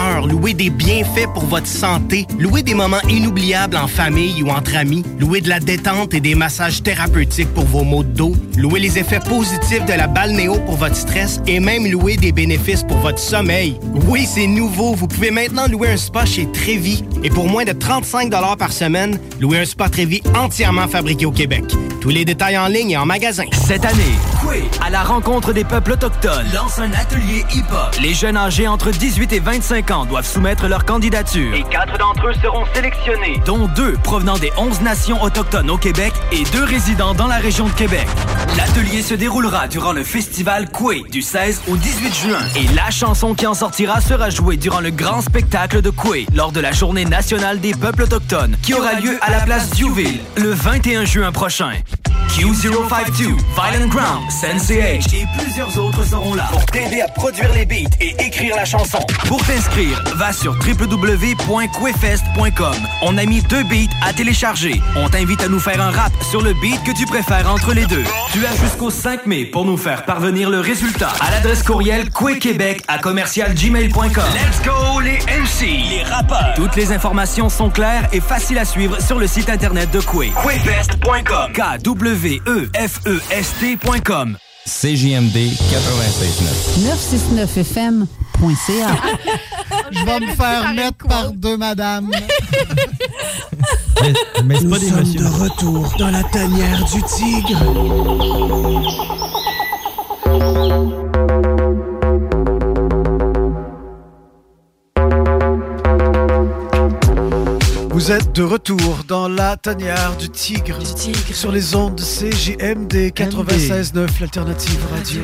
heure, louer des bienfaits pour votre santé, louer des moments inoubliables en famille ou entre amis, louer de la détente et des massages thérapeutiques pour vos maux de dos, louer les effets positifs de la balnéo pour votre stress et même louer des bénéfices pour votre sommeil. Oui, c'est nouveau, vous pouvez maintenant louer un spa chez Trévi et pour moins de 35 par semaine, louer un spa Trévi entièrement fabriqué au Québec. Tous les détails en ligne et en magasin. Cette année, Quay, à la rencontre des peuples autochtones, lance un atelier hip-hop. Les jeunes âgés entre 18 et 25 ans doivent soumettre leur candidature. Et quatre d'entre eux seront sélectionnés. dont deux provenant des 11 nations autochtones au Québec et deux résidents dans la région de Québec. L'atelier se déroulera durant le festival Coué du 16 au 18 juin et la chanson qui en sortira sera jouée durant le grand spectacle de Coué lors de la journée nationale des peuples autochtones qui aura lieu à la place Diouville le 21 juin prochain. Q052, Violent Ground, Sensei et plusieurs autres seront là pour t'aider à produire les beats et écrire la chanson. Pour t'inscrire, va sur e www.quefest.com. On a mis deux beats à télécharger. On t'invite à nous faire un rap sur le beat que tu préfères entre les deux. Tu as jusqu'au 5 mai pour nous faire parvenir le résultat à l'adresse courriel quebec à commercialgmail.com. Let's go les MC, les rappeurs. Toutes les informations sont claires et faciles à suivre sur le site internet de Qué. Quefest.com. k w e f e s tcom CJMD 96.9. 969fm.ca. Je vais me faire mettre par deux madames. Mais, mais c'est pas des messieurs. retour dans la tanière du tigre. Vous êtes de retour dans la tanière du tigre, sur les ondes de CGMD 96.9, l'alternative radio.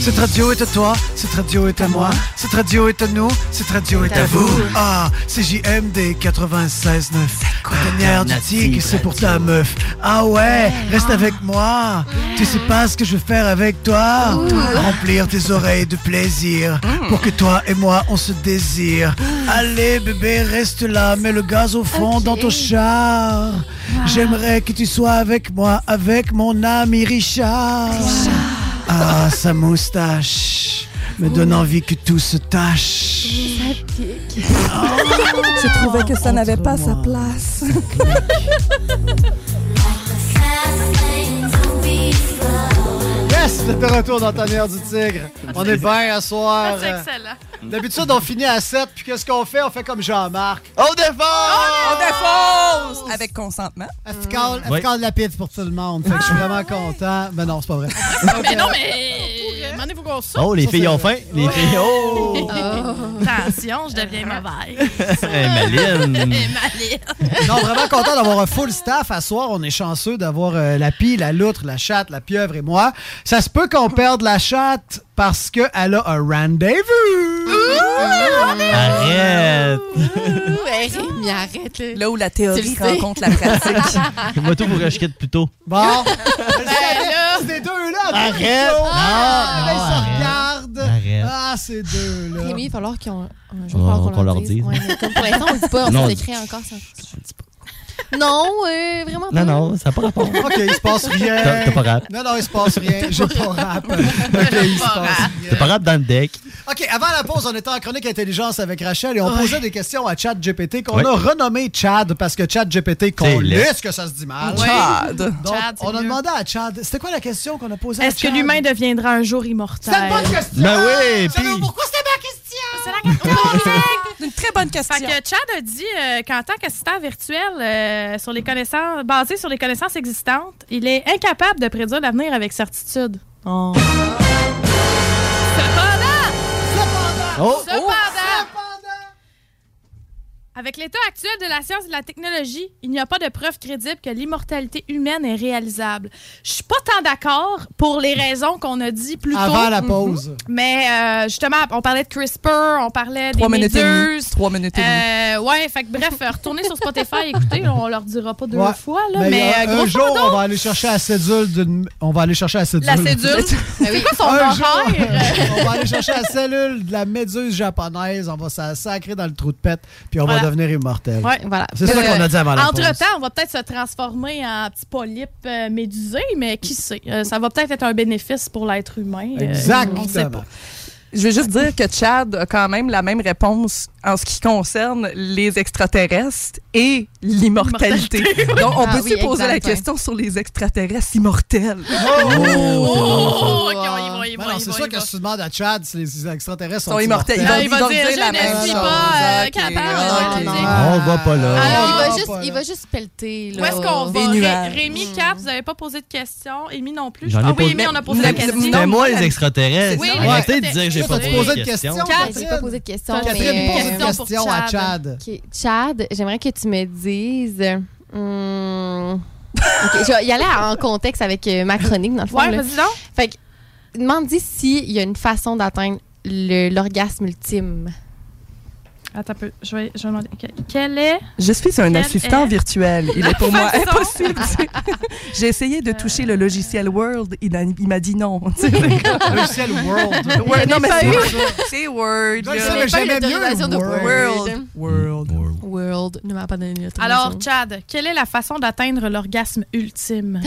Cette radio est à toi, cette radio est à moi, cette radio est à nous, cette radio est à vous. Ah, CJMD 96.9, la tanière du tigre, c'est pour ta meuf. Ah ouais, reste avec moi, tu sais pas ce que je vais faire avec toi. Remplir tes oreilles de plaisir, pour que toi et moi on se désire. Allez bébé, reste là, mets le gaz au fond dans ton char. J'aimerais que tu sois avec moi, avec mon ami Richard. Ah, sa moustache me donne envie que tout se tâche. Je trouvais que ça n'avait pas sa place. Yes, vous êtes de retour dans Tanière du Tigre. On est bien à soir. C'est excellent. D'habitude, on finit à 7, puis qu'est-ce qu'on fait? On fait comme Jean-Marc. On défonce! Oh, On défonce! Avec consentement. Afticale, Oui. Ah, de la pizza pour tout le monde. Fait que je suis vraiment content. Mais non, c'est pas vrai. Mais non, mais. Demandez vous qu'on saute. Oh, les filles ont faim. Les filles, oh! Attention, je deviens Ah. mauvaise. Eh, Hey, Maline! Et Maline. Non, vraiment content d'avoir un full staff à soir. On est chanceux d'avoir euh, la pie, la loutre, la chatte, la pieuvre et moi. Ça se peut qu'on perde la chatte parce qu'elle a un rendez-vous. Arrête! Ouh, hey, mais arrête. là. Là où la Tu théorie le sais. rencontre la pratique. Moi, tout vous racheter plus tôt. Bon! Ben, Ces deux-là! Arrête! Oh, Non, là, non, ils se arrête. regardent. Arrête. Ah, ces deux-là. Rémi, il va falloir qu'ils ont un On- jour qu'on leur dise. Ouais, mais comme pour l'instant, on le dit pas, Non, on on dit- s'écrit encore ça. Non, euh, vraiment pas. Non, non, ça n'a pas rapport. OK, il se passe rien. T'as t'as pas rap. Non, non, il se passe rien. J'ai pas rap. OK, il se passe T'as pas rap dans le deck. OK, avant la pause, on était en chronique intelligence avec Rachel et on Ouais. posait des questions à Chad GPT qu'on Ouais. a renommé Chad parce que Chad GPT, C'est qu'on laid. lisse que ça se dit mal. Ouais. Chad. Donc, Chad, c'est on a mieux. demandé à Chad, c'était quoi la question qu'on a posée à Est-ce que Chad? l'humain deviendra un jour immortel? C'est une bonne question! Ben oui, Savez-vous puis pourquoi c'était ma question? C'est la question. Une très bonne question. Fait que Chad a dit euh, qu'en tant qu'assistant virtuel euh, sur les connaissances, basé sur les connaissances existantes, il est incapable de prédire l'avenir avec certitude. Oh. Oh. Cependant, avec l'état actuel de la science et de la technologie, il n'y a pas de preuve crédible que l'immortalité humaine est réalisable. Je suis pas tant d'accord pour les raisons qu'on a dit plus tôt. Avant la Mhm. pause. Mais euh, justement, on parlait de CRISPR, on parlait Trois des minutes et demie. méduses. Trois minutes et demie. Euh, ouais, fait que bref, euh, retournez sur Spotify, écoutez, on leur dira pas deux Ouais. fois, là, Ben, mais un- euh, un grosso jour, on va aller chercher la cédule d'une. On va aller chercher la cédule. La cédule. C'est quoi son Un jour, horaire? on va aller chercher la cellule de la méduse japonaise, on va s'en sacrer dans le trou de pète, puis on Voilà. va devenir immortel. Ouais, voilà. Euh, C'est ça Mais, qu'on a dit avant la pause. Entre-temps, on va peut-être se transformer en petit polype euh, médusé, mais qui sait? Euh, ça va peut-être être un bénéfice pour l'être humain. euh, on sait pas. Je veux juste dire que Chad a quand même la même réponse en ce qui concerne les extraterrestres et l'immortalité. L'immortalité. Donc, on Ah peut oui, se poser la exact, ouais. question sur les extraterrestres immortels. Oh, ok, on y va, on y va, Ben on non, y c'est va, sûr on y que va. si tu demandes à Chad si les extraterrestres sont, Sont immortels, ils vont- Ah, Il va ils vont dire, dire la même je ne suis chose. pas euh, Ok, capable. de Ah, ok. dire. On va pas là. Alors, il va Ah, juste, pas il va juste pelleter. Là. Où est-ce qu'on Des va? Ré- nuages. Rémi, Cap, vous n'avez pas posé de questions. Émi non plus. J'en ai ah oui, posé- Émi, on a posé la question. C'était moi les extraterrestres. Oui, Oui, les Arrêtez de dire que extraterrestres. j'ai pas Toi, posé t'as posé de de questions. questions? Kat, Catherine. j'ai pas posé de questions. Catherine, mais- pose une question pour question à Chad. Ok, Chad, j'aimerais que tu me dises. hum, ok, je vais y aller en contexte avec euh, ma chronique, dans le fond. Ouais, là. vas-y donc. Fait que, demande-y s'il y a une façon d'atteindre le- l'orgasme ultime. Attends un peu, je vais, je vais demander. que- Quel est. Je suis un Quel assistant est virtuel. Il la est pour moi façon- impossible. tu sais. J'ai essayé de toucher le logiciel World. Il a- il m'a dit non. tu sais. Logiciel World. Ouais, non, mais pas c'est eu. ça. C'est Word. Non, là. ça, pas mais eu j'aimais l'autorisation mieux de World. World. World. World ne m'a pas donné l'autorisation. Alors, Chad, quelle est la façon d'atteindre l'orgasme ultime?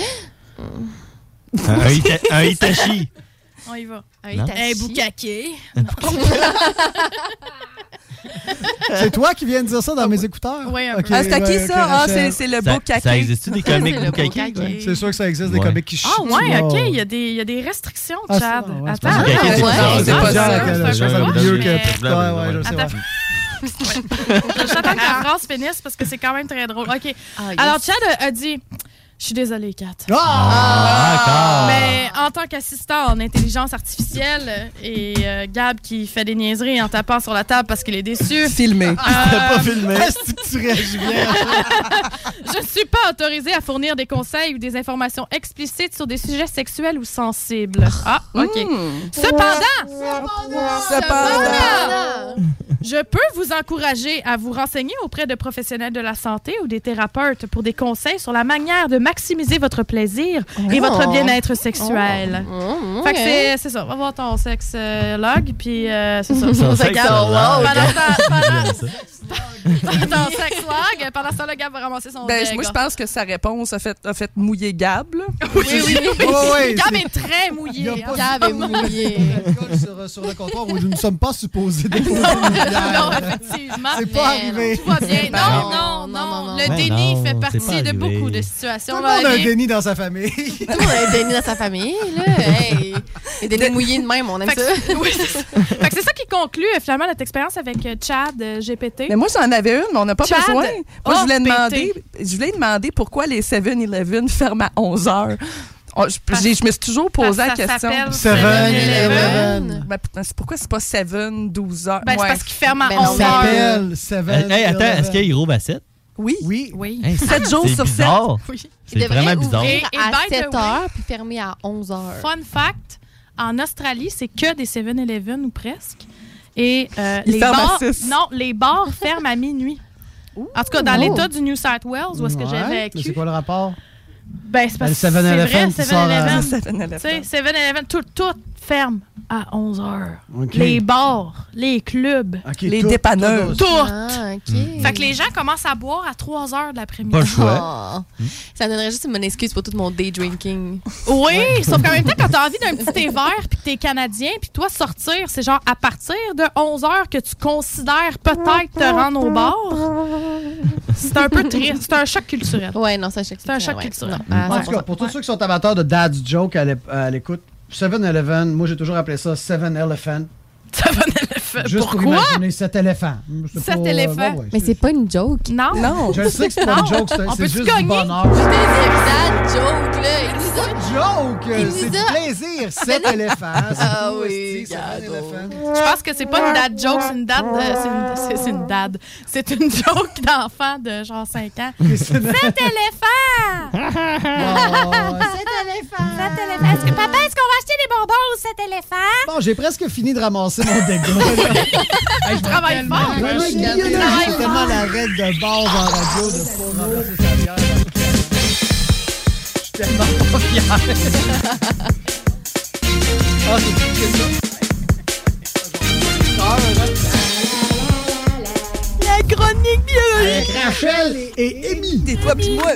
Un Ita- Un Itachi. On y va. Eh, Un Non. Un Hitachi. boucaquet. C'est toi qui viens de dire ça dans mes écouteurs? Oui, Ah, un Ok, peu. Ah, c'est à qui ouais, ok, ça? Ah, Rachel. c'est c'est le Ça- beau caca. Ça existe-tu des comics le Bukaki? boucaquet. C'est sûr que ça existe des Ouais. comics qui chient. Ah, ouais, dessus. OK, Oh. il y, a des- il y a des restrictions, Ah, c'est- Chad. ouais, c'est Attends, pas Ok, ok, attends, c'est ouais, bizarre, c'est c'est pas bizarre, sûr, c'est ok, un là, peu ça. je- je- mieux que- je- Ouais, ouais, je sais, Attends. ouais. J'attends que la phrase finisse parce que c'est quand même très drôle. OK. Ah, yes. Alors, Chad a- a dit Je suis désolée, Kat. Ah! Ah, encore. Mais en tant qu'assistant en intelligence artificielle et euh, Gab qui fait des niaiseries en tapant sur la table parce qu'il est déçu, euh, Filmé. Ah, T'as pas filmé. Est-ce que tu réagis bien? je ne suis pas autorisée à fournir des conseils ou des informations explicites sur des sujets sexuels ou sensibles. Ah, OK. Hmm. Cependant, Cependant. je peux vous encourager à vous renseigner auprès de professionnels de la santé ou des thérapeutes pour des conseils sur la manière de maximiser votre plaisir et Oh. votre bien-être sexuel. Mmh, Fait que ok. c'est- c'est ça. Va voir ton sexe euh, log, puis euh, c'est ça. Son Fait que, sexologue. Pendant ce temps- J'aime ça. pendant- ton sexe log, pendant ce temps-là, Gab va ramasser son Ben, deg. moi, je pense que sa réponse a fait, a fait mouiller Gab. là. Oui, oui, oui. Ouais, ouais, Gab c'est- est très Il y a mouillé. pas hein. Gab est mouillé. Colle sur, sur le comptoir où nous ne sommes pas supposés déposer Non, une bière. effectivement. C'est pas arrivé. Tout va bien. Ben Non, non, non. non, non, non, Le non. déni Ben fait non, c'est partie pas de beaucoup arrivé. de Tout situations. le là, monde a un mais- déni dans sa famille. Tout le monde a un déni dans sa famille, là. Hey. Les dénis mouillés de même, on aime Fait ça. que- oui, c'est ça. Fait que c'est ça qui conclut euh, finalement notre expérience avec euh, Chad euh, GPT. Mais moi, j'en avais une, mais on n'a pas Chad. besoin. Moi, Oh, je voulais pété. demander, je voulais demander pourquoi les 7-Eleven ferment à 11 heures. on- je, j'ai- je me suis toujours parce posé la que ça question. s'appelle Seven Eleven. Eleven. Ben, putain, c'est- pourquoi c'est pas 7, 12 heures? Ben, c'est parce qu'il ferme à Ben, 11 non, heures. mais- Seven Euh, Hey, attends, Eleven. est-ce qu'il y a Hiro Bassett? Oui. Oui. Oui. Hey, c'est- 7 jours c'est sur 7. bizarre. Oui. C'est vraiment bizarre. ouvrir à by the 7 way- heures puis fermé à 11 heures. Fun fact, en Australie, c'est que des 7-Eleven ou presque. Et euh, Ils les ferment à bars, six. non, les bars ferment à minuit. en tout cas, dans Oh. l'État du New South Wales, où est-ce que Ouais, j'avais mais vécu, C'est quoi le rapport? ben, c'est parce que c'est Ben, le 7-Eleven vrai, qui sort à- 7-Eleven. Tu sais, 7-Eleven, tout, tout ferme à 11 heures. Ok. Les bars, les clubs, Ok, Les tout- dépanneurs. tout- tout. Mm. Fait que les gens commencent à boire à 3 heures de l'après-midi. Pas le choix. Hmm. Oh. Ça donnerait juste une bonne excuse pour tout mon day drinking. Oui, sauf qu'en même temps, quand t'as envie d'un petit thé vert, puis que t'es Canadien, puis toi, sortir, c'est genre à partir de 11h que tu considères peut-être te rendre au bar. C'est un peu triste. C'est un choc culturel. Ouais, non, c'est un choc culturel. choc ouais. Ah, culturel. Non, à en tout 100%. cas, pour tous ceux qui sont amateurs de Dad's Joke à l'é- à l'écoute, 7-Eleven, moi j'ai toujours appelé ça 7-Elephant. 7-Elephant, Juste pour pourquoi? imaginer 7 éléphants. C'est pas, euh, ouais, ouais, Mais c'est pas une joke. Non. Je le sais que c'est pas une joke, c'est- On c'est peut-tu juste du gagner? bonheur. Je te dis, bad joke, là. Il nous a- Joke! Il C'est nous du a- plaisir, ben 7 éléphants. Ah oui, Je pense que c'est pas une dad joke, c'est une dad. de- c'est une- c'est- c'est une dad. C'est une joke d'enfant de genre 5 ans. C'est Oh, éléphant! Est-ce que- Papa, est-ce qu'on va acheter des bonbons ou cet éléphant? Bon, j'ai presque fini de ramasser mon dégât. Hey, je travaille fort! Vraiment, Je Guillaume, travaille J'ai fort. tellement la règle de base en radio de pas renverser sa bière. Je suis tellement pas fier. Ah, c'est tout Ah, La chronique biologique. Avec Rachel et Émilie. Des toi pis moi.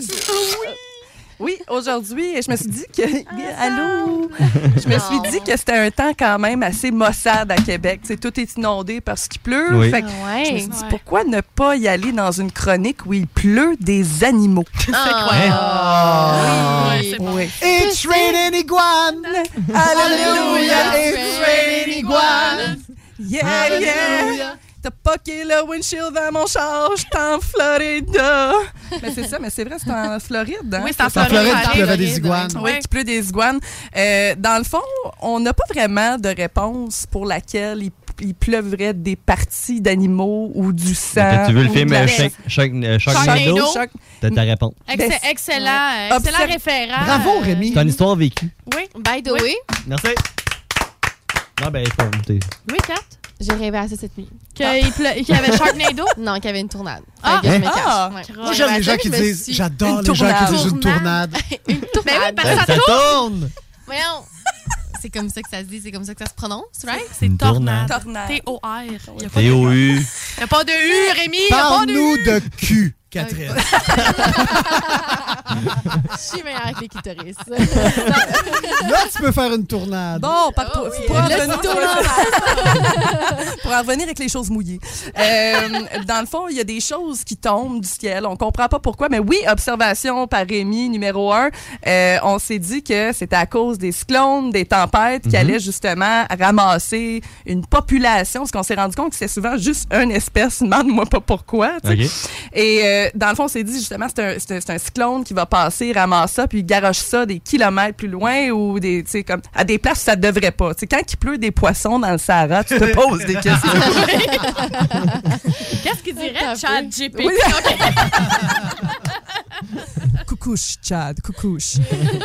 Oui, aujourd'hui, je me suis dit que. Ah, Allô? Je me suis dit que c'était un temps quand même assez maussade à Québec. Tu sais, tout est inondé parce qu'il pleut. Oui. Fait que Ah ouais. Je me suis dit, Ouais. pourquoi ne pas y aller dans une chronique où il pleut des animaux? Hein? Ah. Oui, oui. It's raining iguane! Hallelujah! It's raining iguane! Yeah, yeah! T'as poqué le windshield dans mon char, j'étais en Floride. Mais Ben, c'est ça, mais c'est vrai, c'est en Floride. hein? Oui, c'est en C'est en Floride qu'il pleuvait des iguanes. Oui, qui pleut des iguanes. Euh, dans le fond, on n'a pas vraiment de réponse pour laquelle il, il pleuvrait des parties d'animaux ou du sang. tu veux le ou film de la- euh, Shark- Shark- euh, Sharknado? Shark- T'as ta réponse. Excellent, Ben, excellent, euh, excellent Observe- référent. Bravo, C'est Rémi! une histoire vécue. Oui. By the way, Merci. Non, ben, c'est pas vrai. Oui, Kat? j'ai rêvé à ça cette nuit. Qu'il pleu- qu'il y avait Sharknado? Non, qu'il y avait une tournade. Fait Ah. que je me Hein? cache. Ah. Ouais. Moi, j'aime les gens qui Je me disent. suis- J'adore Une les gens qui tournade. disent une tournade. Une tournade. Ben oui, parce que ça tourne. tourne! Voyons. C'est comme ça que ça se dit, c'est comme ça que ça se prononce, right? C'est Une tornade. Ah Tornade. T-O-R. Il n'y a, pas Eh de- T.O.U. y a pas de U, Rémi. Il n'y a pas de Parle-nous U. de cul, Catherine. Je suis meilleure que les clitoris. Là, tu peux faire une tournade. Bon, par- pour, pour en Oh Le revenir, pour en revenir avec les choses mouillées. Euh, dans le fond, il y a des choses qui tombent du ciel. On comprend pas pourquoi, mais oui, observation par Rémi, numéro un. Euh, on s'est dit que c'était à cause des cyclones, des tempêtes qui allaient justement ramasser une population, parce qu'on s'est rendu compte que c'est souvent juste une espèce. Demande-moi pas pourquoi. tu sais. Ok. Et euh, dans le fond, on s'est dit justement, c'est un, c'est un- c'est un cyclone qui va passer, ramasse ça, puis garoche ça des kilomètres plus loin ou des, tu sais, comme, à des places où ça devrait pas. Tu sais, quand il pleut des poissons dans le Sahara, tu te poses des questions. Qu'est-ce qu'il dirait, Chat GPT? Oui. OK. coucouche, Chad, coucouche.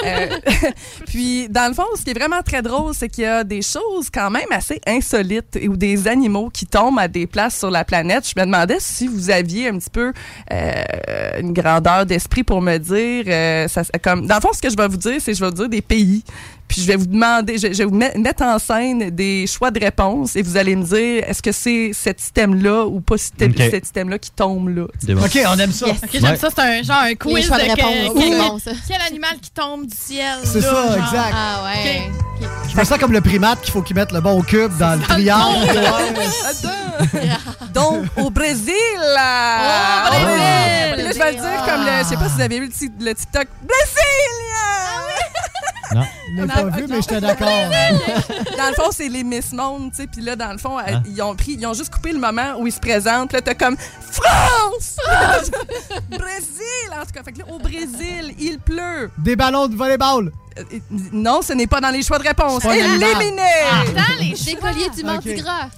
Euh, puis, dans le fond, ce qui est vraiment très drôle, c'est qu'il y a des choses quand même assez insolites et- ou des animaux qui tombent à des places sur la planète. Je me demandais si vous aviez un petit peu euh, une grandeur d'esprit pour me dire, euh, ça- comme, dans le fond, ce que je vais vous dire, c'est que je vais vous dire des pays. Puis je vais vous demander, je, je vais vous met- mettre en scène des choix de réponses et vous allez me dire, est-ce que c'est cet système-là ou pas cet Ok. cet système-là qui tombe là? C'est bon. OK, on aime ça. OK, j'aime Ouais. ça. C'est un, genre un quiz choix de que- réponse, quel, c'est bon, ça. quel animal qui tombe du ciel. C'est là, ça, genre. exact. Ah ouais. Je me sens comme le primate qu'il faut qu'il mette le bon au cube dans le triangle. Attends. Donc, au Brésil! Oh, Ah, là. Au Brésil. Puis là, je vais le dire comme le. Je sais pas si vous avez vu le, ti- le TikTok. Brésil! Non. l'ai pas vu, mais j'étais d'accord. dans le fond, c'est les Miss Monde, tu sais. Puis là, dans le fond, Hein? elle- ils ont pris, ils ont juste coupé le moment où ils se présentent. Puis Là, t'as comme France! Ah! Brésil! En tout cas, fait que là, au Brésil, il pleut. Euh, Des ballons de volleyball. Non, ce n'est pas dans les choix de réponse. C'est pas un animal. Éliminé! Ah. les Des colliers du Mantigras.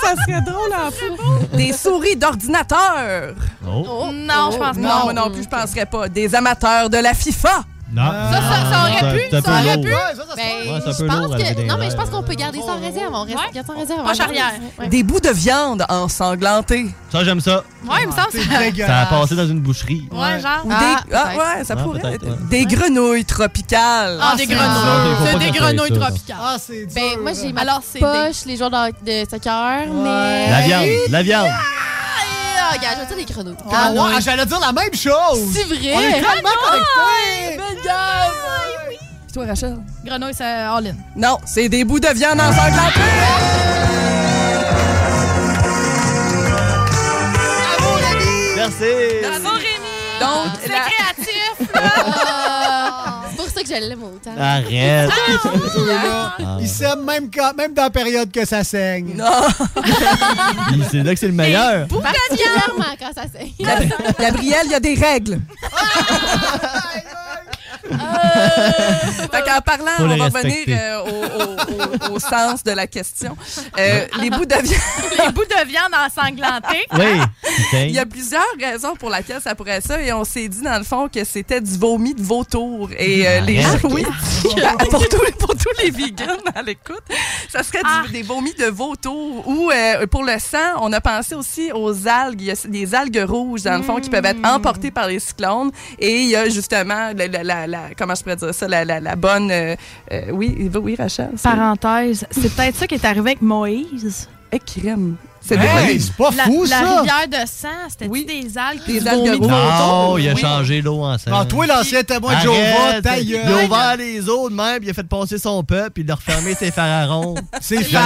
ça serait drôle en fou. Des souris d'ordinateur. Oh. Non, je pense pas. Non, moi non plus, je penserais pas. Des amateurs de la FIFA. Non. Ça, ça, ça aurait pu, c'est ça un peu aurait lourd. pu. Ben, Ouais, c'est un je peu pense lourd à lever que. des Non, mais je ailes. pense qu'on peut garder ça en réserve. On reste, garde ça en réserve. Pas on garde- charrière. Ouais. Des bouts de viande ensanglantée. Ça, j'aime ça. Ouais, il me Ah, semble que ça. Ça a passé dans une boucherie. Ouais, genre. Ou des... Ah, Ah, ouais, ça Ouais, pourrait peut-être, être. ouais. Des grenouilles tropicales. Ah, des Ah, grenouilles. faut C'est pas des que ça grenouilles soit ça. tropicales. Ah, c'est dur. Ben, moi, j'ai ma Alors, c'est poche, les joueurs de, de soccer, mais. La viande, la viande. Ah, regarde, je vais dire des grenouilles. Ah ouais, j'allais dire la même chose. C'est On est vrai! tellement connectés. Puis toi, Rachel? Grenouilles, c'est all-in. Non, c'est des bouts de viande Ah. ensanglantée. Merci. Bravo, Rémi! Donc, la- créatif! C'est pour ça que je l'aime autant. Arrête. Ah. Ils s'aiment même, quand- même dans la période que ça saigne. Non. Puis C'est là que c'est le meilleur. Particulièrement quand ça saigne. Ah Gabriel, il y a des règles. Fait qu'en parlant, Faut on les va revenir respecter. euh, au, au- au- au sens de la question. Euh, les bouts de viande. Les bouts de viande ensanglantée. Oui. Il y a plusieurs raisons pour laquelle ça pourrait ça et on s'est dit dans le fond que c'était du vomi de vautour et Ah, euh, les gens, Arrête. oui, Ah, pour, tous, pour tous les vegans à l'écoute, ça serait du- Ah. des vomis de vautour ou euh, pour le sang, on a pensé aussi aux algues, il y a des algues rouges dans le fond qui peuvent être emportées par les cyclones et il y a justement la, la- la- la- comment je pourrais dire ça la, la- la bonne euh, euh, oui oui Rachel c'est- Parenthèse, c'est peut-être ça qui est arrivé avec Moïse. Eh, crème. c'est des Hey, c'est pas La, fou, la ça. rivière de sang, c'était Oui. des algues. Des qui se algues vomitaient. rouges. Non, Oui. il a changé l'eau en sang. Ah, toi, l'ancien témoin de Jéhovah, Arrête. ta Il gueule. a ouvert les eaux de même, il a fait passer son peuple, il a refermé ses pharaons. C'est Je sais.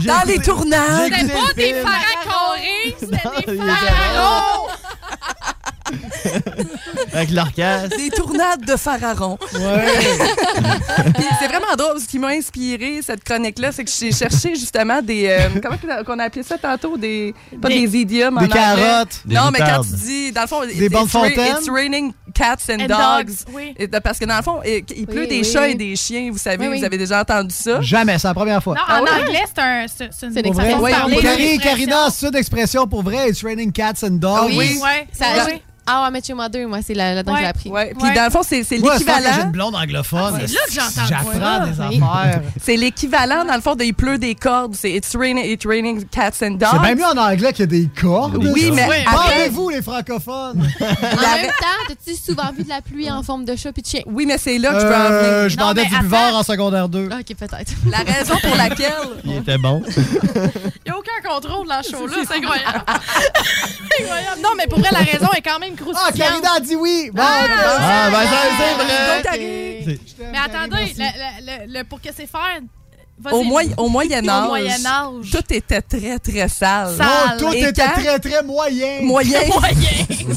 J'ai dans les écouté- tournages j'ai écouté le film. pharacorés, Non, il était pharaons. Avec l'orchestre. des tournades de pharaon. Puis c'est vraiment drôle. Ce qui m'a inspiré, cette chronique-là, c'est que j'ai cherché justement des. euh, comment qu'on- qu'on a appelé ça tantôt Des. Pas des, idiomes. Des en anglais. carottes. Des non, mais quand moutardes. tu dis. Dans le fond, Des bandes it's, ra- fontaines. it's raining cats and, And dogs. dogs, oui. Et de- parce que dans le fond, il, il pleut Oui, des oui, chats oui. et des chiens. Vous savez, Oui, vous oui. avez déjà entendu ça. Jamais, c'est la première fois. Non, en anglais, c'est un, c'est- c'est une, C'est une façon de expression. parler, Oui, une Carrie, expression. Ah Karina, c'est une expression pour vrai. It's raining cats and dogs. Oui, ouais, Ça, ouais. Ah, ouais, Mathieu Mother, moi, c'est la, la dent que Ouais. j'ai appris. Ouais. Puis Ouais. dans le fond, c'est c'est Moi, c'est que j'ai l'équivalent. une blonde anglophone. C'est là que j'entends J'apprends des Oui. affaires. C'est l'équivalent, dans le fond, de il pleut des cordes. C'est it's raining, it's raining cats and dogs. C'est bien mieux en anglais qu'il y a des cordes. Ah, Oui, mais Oui, après, Parlez-vous, les francophones. En la- même temps, t'as-tu souvent vu de la pluie en forme de chat puis de chien? oui, mais c'est là que je veux en venir. Euh, Je Non, vendais mais du attends. buvard en secondaire 2. Ah, Ok, peut-être. La raison pour laquelle. Il était bon. Il n'y a aucun contrôle dans ce show-là, c'est incroyable. C'est incroyable. Non, mais pour vrai, la raison est quand même Ah, croustillante. Karina a dit oui. Bon, Ah, ben ça, c'est Donc, vrai. Harry, mais attendez, le- le- le- le- pour que c'est faire, vas-y. Au, moyen- au Moyen Âge, Au Moyen Âge. tout était très, très sale. Sale. Oh, tout Et était quand- très, très moyen. Moyen Moyen.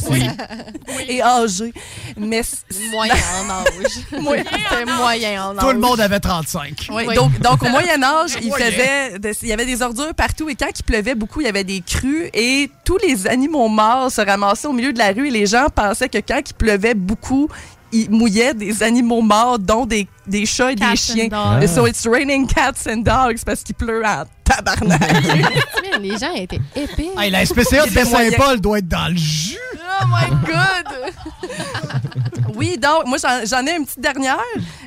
Oui. et âgé. Mais c- Moyen en âge. Moyen C'est moyen en âge. Tout le monde avait 35. Oui, Oui. Donc, donc, au Moyen Âge, il, Moyen. faisait des- il y avait des ordures partout et quand il pleuvait beaucoup, il y avait des crues et tous les animaux morts se ramassaient au milieu de la rue et les gens pensaient que quand il pleuvait beaucoup, il mouillait des animaux morts, dont des, des chats et Cats and des chiens. dogs. So it's raining cats and dogs parce qu'il pleut en tabarnak. Man, Les gens étaient épais. Hey, la SPCA de Il était moyen. Saint-Paul doit être dans le jus. Oh my God! oui, donc, moi, j'en- j'en ai une petite dernière.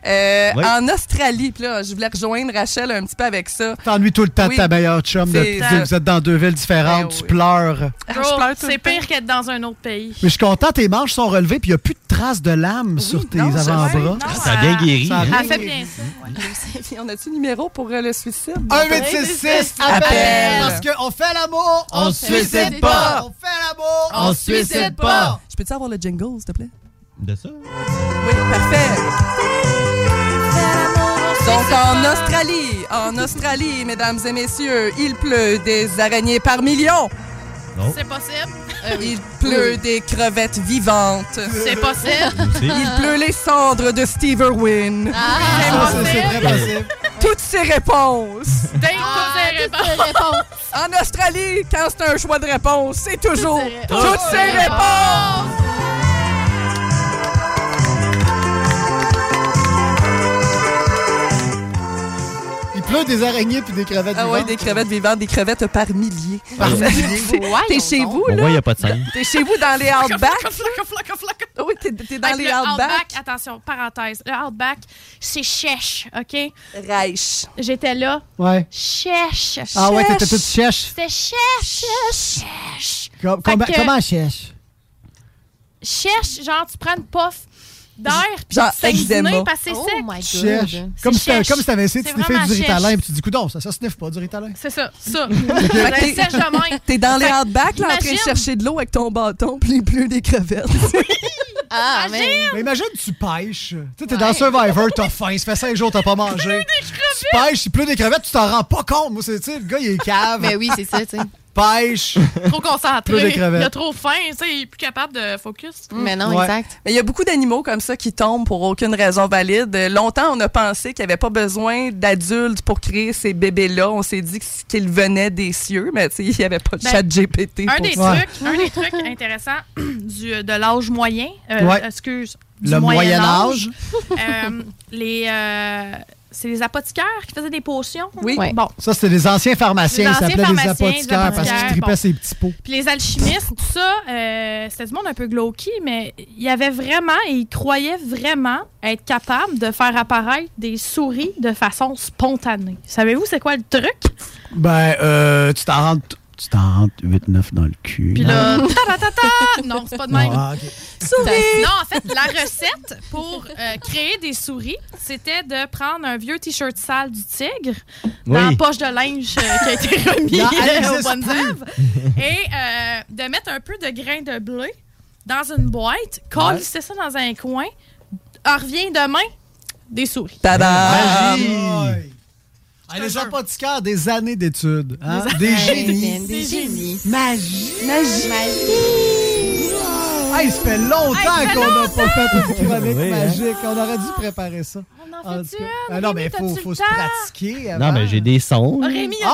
Euh, Oui. En Australie, puis là, je voulais rejoindre Rachel un petit peu avec ça. T'ennuies tout le temps Oui. de ta meilleure chum. de- C'est- de- vous êtes dans deux villes différentes, Ben tu oui. pleures. Ah, je Bro, pleure tout c'est le temps. pire qu'être dans un autre pays. Mais je suis content, tes manches sont relevées puis il n'y a plus de traces de lame sur tes non, je- avant-bras. Non, Ça a bien guéri. Ah, Ça a hein. Elle fait bien ça. On a-tu le numéro pour euh, le suicide? 1866 Appel. appel! Parce qu'on fait l'amour, on, On se se suicide suicide pas! pas. On fait l'amour, On se suicide pas. Je peux-tu avoir le jingle, s'il te plaît? De ça? Oui, parfait. Donc, en Australie, en Australie, mesdames et messieurs, il pleut des araignées par millions. Non. C'est possible. Euh, Il pleut des crevettes vivantes. C'est possible. Il pleut les cendres de Steve Irwin. Ah, Ça, c'est c'est possible. Ah, très possible. Toutes ces réponses. En Australie, quand c'est un choix de réponse, c'est toujours réponses. toutes ces réponses. Il pleut des araignées puis des crevettes Ah vivantes. oui, des crevettes vivantes, des crevettes par milliers. Par milliers. T'es chez vous, Au là? moins, il n'y a pas de scène. T'es chez vous dans les outbacks? Oui, t'es, dans les le Outback. Attention, parenthèse. Le Outback, c'est chèche, OK? Reich. J'étais là. Ouais. Chèche. Ah ouais, t'étais toute chèche. C'était chèche. Chèche. Com- Fait com- que- Comment chèche? Chèche, genre, tu prends une puff d'air, puis Genre tu te fais eczéma. dîner parce que Oh c'est sec. Chèche. Comme si t'avais- chèche. comme si t'avais essayé de C'est sniffer du vraiment ritalin chèche. puis tu dis, coudon, ça, ça sniffe pas du ritalin. C'est ça, ça. Fait que C'est t'es- sèche de même. T'es dans les Ben, Fait que outbacks, là, en train de imagine- chercher de l'eau avec ton bâton, puis il pleut des crevettes. Ah, mais... imagine, tu pêches. Tu sais, t'es dans Survivor, t'as faim, ça fait 5 jours, t'as pas mangé. Tu pêches, il pleut des crevettes, tu t'en rends pas compte. Moi, c'est, tu sais, le gars, il est cave. Mais oui, c'est ça, tu sais. Pêche. Trop Pleut des concentré. Il crevettes. a trop faim, tu sais, il est plus capable de focus. Mm. Mais il y a beaucoup d'animaux comme ça qui tombent pour aucune raison valide. Euh, Longtemps, on a pensé qu'il n'y avait pas besoin d'adultes pour créer ces bébés-là. On s'est dit que c- qu'ils venaient des cieux, mais tu sais, il n'y avait pas de Ben, chat GPT. Un pour des, ça. trucs, un des trucs intéressants du, de l'âge moyen, euh, Ouais. excuse, Le du Moyen Âge, Âge. euh, les, euh, c'est les apothicaires qui faisaient des potions. Oui. Bon. Ça, c'était des anciens Des pharmaciens. Ils anciens s'appelaient des pharmaciens, des apothicaires parce qu'ils apothicaires, tripaient bon. ces petits pots. Puis les alchimistes, tout ça, euh, c'était du monde un peu glauque, mais il y avait vraiment, et ils croyaient vraiment être capable de faire apparaître des souris de façon spontanée. Savez-vous c'est quoi le truc? Ben, euh, tu t'en rentres. Tu t'en rentres 8-9 dans le cul. Puis là, ta-ra-ta-ta! Non, c'est pas de même. Ah, ok. Souris! Non, en fait, la recette pour euh, créer des souris, c'était de prendre un vieux t-shirt sale du tigre dans Oui. la poche de linge euh, qui a été remis Non, elle euh, aux existe bonnes plus. œuvres et euh, de mettre un peu de grains de blé dans une boîte, coller ça dans un coin, en revient demain, des souris. Tadam! Magie! Ah, les apothicaires, des années d'études. hein? Des Des années. génies. Des génies. Magie! Magie! Magie! Hey, ça fait longtemps Hey, ça fait qu'on n'a pas fait une chronique Oui, hein. magique. On aurait dû préparer ça. On en fait ah, Non, mais il faut, faut se pratiquer. Non, mais j'ai des sons. Oh, Rémi, il y a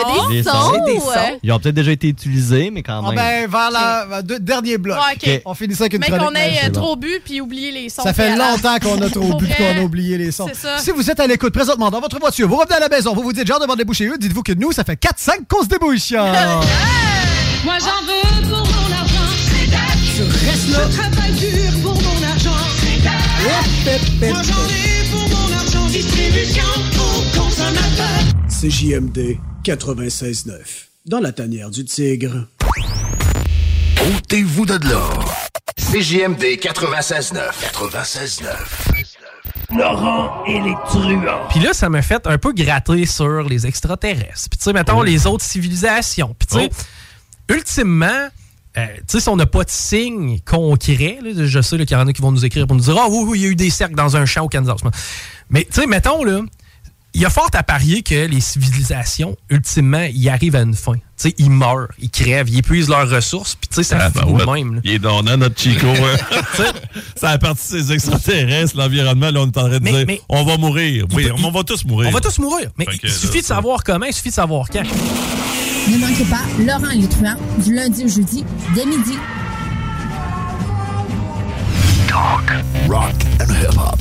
Bah, Ah des ouais? sons. Il y a des sons. J'ai des sons. Ils ont peut-être déjà été utilisés, mais quand Ah, ben, même. vers la- vers le dernier bloc. Ouais, ok. On finit ça avec une Mais chronique qu'on ait euh, magique. trop bu puis oublié les sons. Ça fait préalables. longtemps qu'on a trop Pour bu vrai. qu'on a oublié les sons. C'est ça. Si vous êtes à l'écoute présentement dans votre voiture, vous revenez à la maison, vous vous dites genre devant déboucher eux, dites-vous que nous, ça fait 4-5 qu'on se débouche. hein. Moi j'en veux pour mon argent, c'est Je reste là. Je travaille dur pour mon argent, c'est Moi j'en ai pour mon argent, distribution pour consommateurs. C'est JMD 96.9. Dans la tanière du tigre. Ôtez-vous de l'or. CJMD 96.9. 96.9. Laurent et les truands. Puis là, ça m'a fait un peu gratter sur les extraterrestres. Puis tu sais, mettons, les autres civilisations. Puis tu sais, Oh. ultimement, euh, tu sais, si on n'a pas de signe concret, là, je sais là, qu'il y en a qui vont nous écrire pour nous dire « Ah oui, oui, il y a eu des cercles dans un champ au Kansas. » Mais tu sais, mettons, là, il y a fort à parier que les civilisations, ultimement, ils arrivent à une fin. Tu sais, ils meurent, ils crèvent, ils épuisent leurs ressources, puis tu sais, ça finit de même. Ah, ben Il est donnant, notre Chico. hein. Tu sais, ça a parti ses extraterrestres, l'environnement. Là, on est en train de dire on va mourir. Oui, on va tous mourir. On va tous mourir, mais Fait que euh, il suffit de savoir comment, il suffit de savoir quand. Ne manquez pas Laurent Les Truands du lundi au jeudi dès midi. Talk, rock and hip-hop.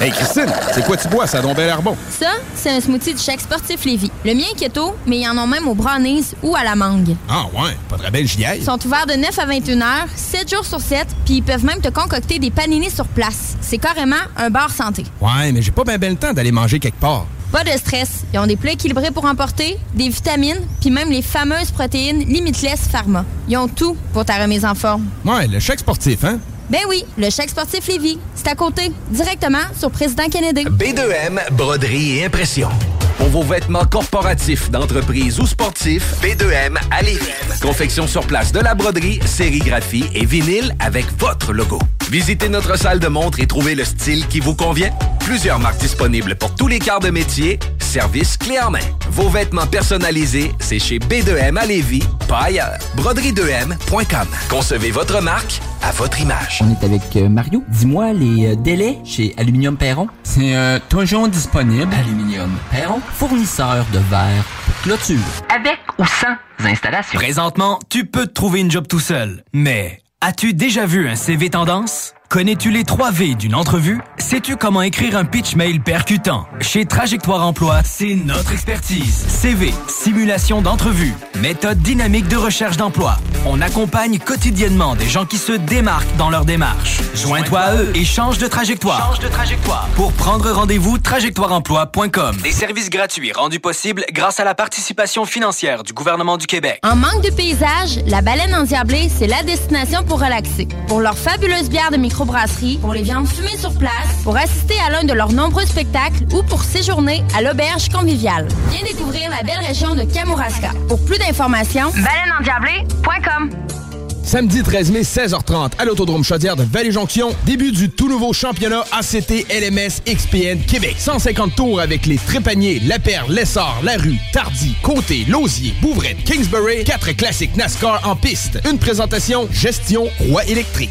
Hey Christine, c'est quoi tu bois? Ça donne bien l'air bon. Ça, c'est un smoothie du chèque sportif Lévis. Le mien est keto, mais ils en ont même au brownies ou à la mangue. Ah ouais, pas très belle Ils giaille. sont ouverts de 9 à 21 heures, 7 jours sur 7, puis ils peuvent même te concocter des paninis sur place. C'est carrément un bar santé. Ouais, mais j'ai pas bien ben le temps d'aller manger quelque part. Pas de stress, ils ont des plats équilibrés pour emporter, des vitamines, puis même les fameuses protéines Limitless Pharma. Ils ont tout pour ta remise en forme. Ouais, le chèque sportif, hein? Ben oui, le chèque sportif Lévis, c'est à côté, directement sur Président Kennedy. B2M, broderie et impression. Pour vos vêtements corporatifs, d'entreprise ou sportifs, B2M à Lévis. Confection sur place de la broderie, sérigraphie et vinyle avec votre logo. Visitez notre salle de montre et trouvez le style qui vous convient. Plusieurs marques disponibles pour tous les quarts de métier. Service clé en main. Vos vêtements personnalisés, c'est chez B2M à Lévis, pas ailleurs. Broderie2M.com. Concevez votre marque à votre image. On est avec euh, Mario. Dis-moi les euh, délais chez Aluminium Perron. C'est euh, toujours disponible. Aluminium Perron, fournisseur de verre pour clôture. Avec ou sans installation. Présentement, tu peux te trouver une job tout seul. Mais as-tu déjà vu un CV tendance? Connais-tu les 3 V d'une entrevue? Sais-tu comment écrire un pitch mail percutant? Chez Trajectoire Emploi, c'est notre expertise. CV, simulation d'entrevue, méthode dynamique de recherche d'emploi. On accompagne quotidiennement des gens qui se démarquent dans leur démarche. Joins-toi à eux et change de trajectoire. Change de trajectoire. Pour prendre rendez-vous, trajectoireemploi.com. Des services gratuits rendus possibles grâce à la participation financière du gouvernement du Québec. En manque de paysage, la baleine en diablé, c'est la destination pour relaxer. Pour leurs fabuleuses bières de microbrasserie, pour les viandes fumées sur place, pour assister à l'un de leurs nombreux spectacles ou pour séjourner à l'auberge conviviale. Viens découvrir la belle région de Kamouraska. Pour plus d'informations, baleineendiablée.com. Samedi 13 mai, 16h30, à l'Autodrome Chaudière de Vallée-Jonction, début du tout nouveau championnat ACT LMS XPN Québec. 150 tours avec les Trépaniers, La Perle, Lessard, La Rue, Tardy, Côté, Lausier, Bouvrette, Kingsbury, 4 classiques NASCAR en piste. Une présentation Gestion Roi électrique.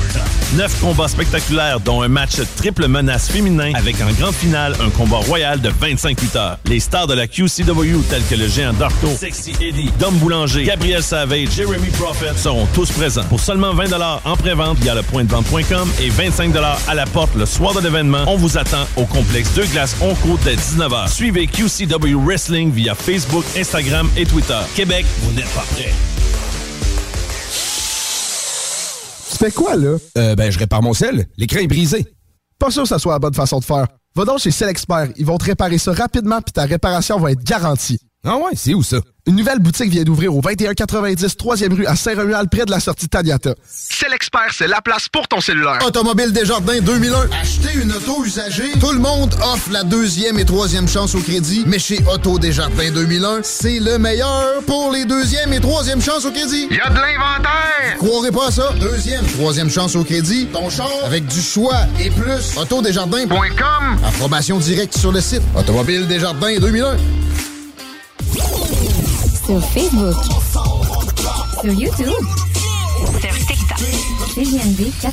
Neuf combats spectaculaires, dont un match triple menace féminin avec en grande finale un combat royal de 25 lutteurs. Les stars de la QCW tels que le géant Darko, Sexy Eddie, Dom Boulanger, Gabriel Savage, Jeremy Prophet seront tous présents. Pour seulement 20 en pré-vente via le point de vente.com et 25 à la porte le soir de l'événement, on vous attend au complexe Deux Glaces Onco dès 19h. Suivez QCW Wrestling via Facebook, Instagram et Twitter. Québec, vous n'êtes pas prêts. Tu fais quoi, là? Euh, ben, je répare mon sel. L'écran est brisé. Pas sûr que ça soit la bonne façon de faire. Va donc chez Selexpert. Ils vont te réparer ça rapidement puis ta réparation va être garantie. Ah ouais, c'est où ça? Une nouvelle boutique vient d'ouvrir au 2190 3e rue à Saint-Romuald près de la sortie Taniata. C'est l'expert, c'est la place pour ton cellulaire. Automobile Desjardins 2001. Acheter une auto usagée. Tout le monde offre la deuxième et troisième chance au crédit. Mais chez Auto Desjardins 2001, c'est le meilleur pour les deuxième et troisième chances au crédit. Y a de l'inventaire! Croirez pas à ça. Deuxième, troisième chance au crédit. Ton char avec du choix et plus. Autodesjardins.com. Information directe sur le site. Automobile Desjardins 2001. Sur Facebook. Sur YouTube. Sur TikTok. CGMD 96.9.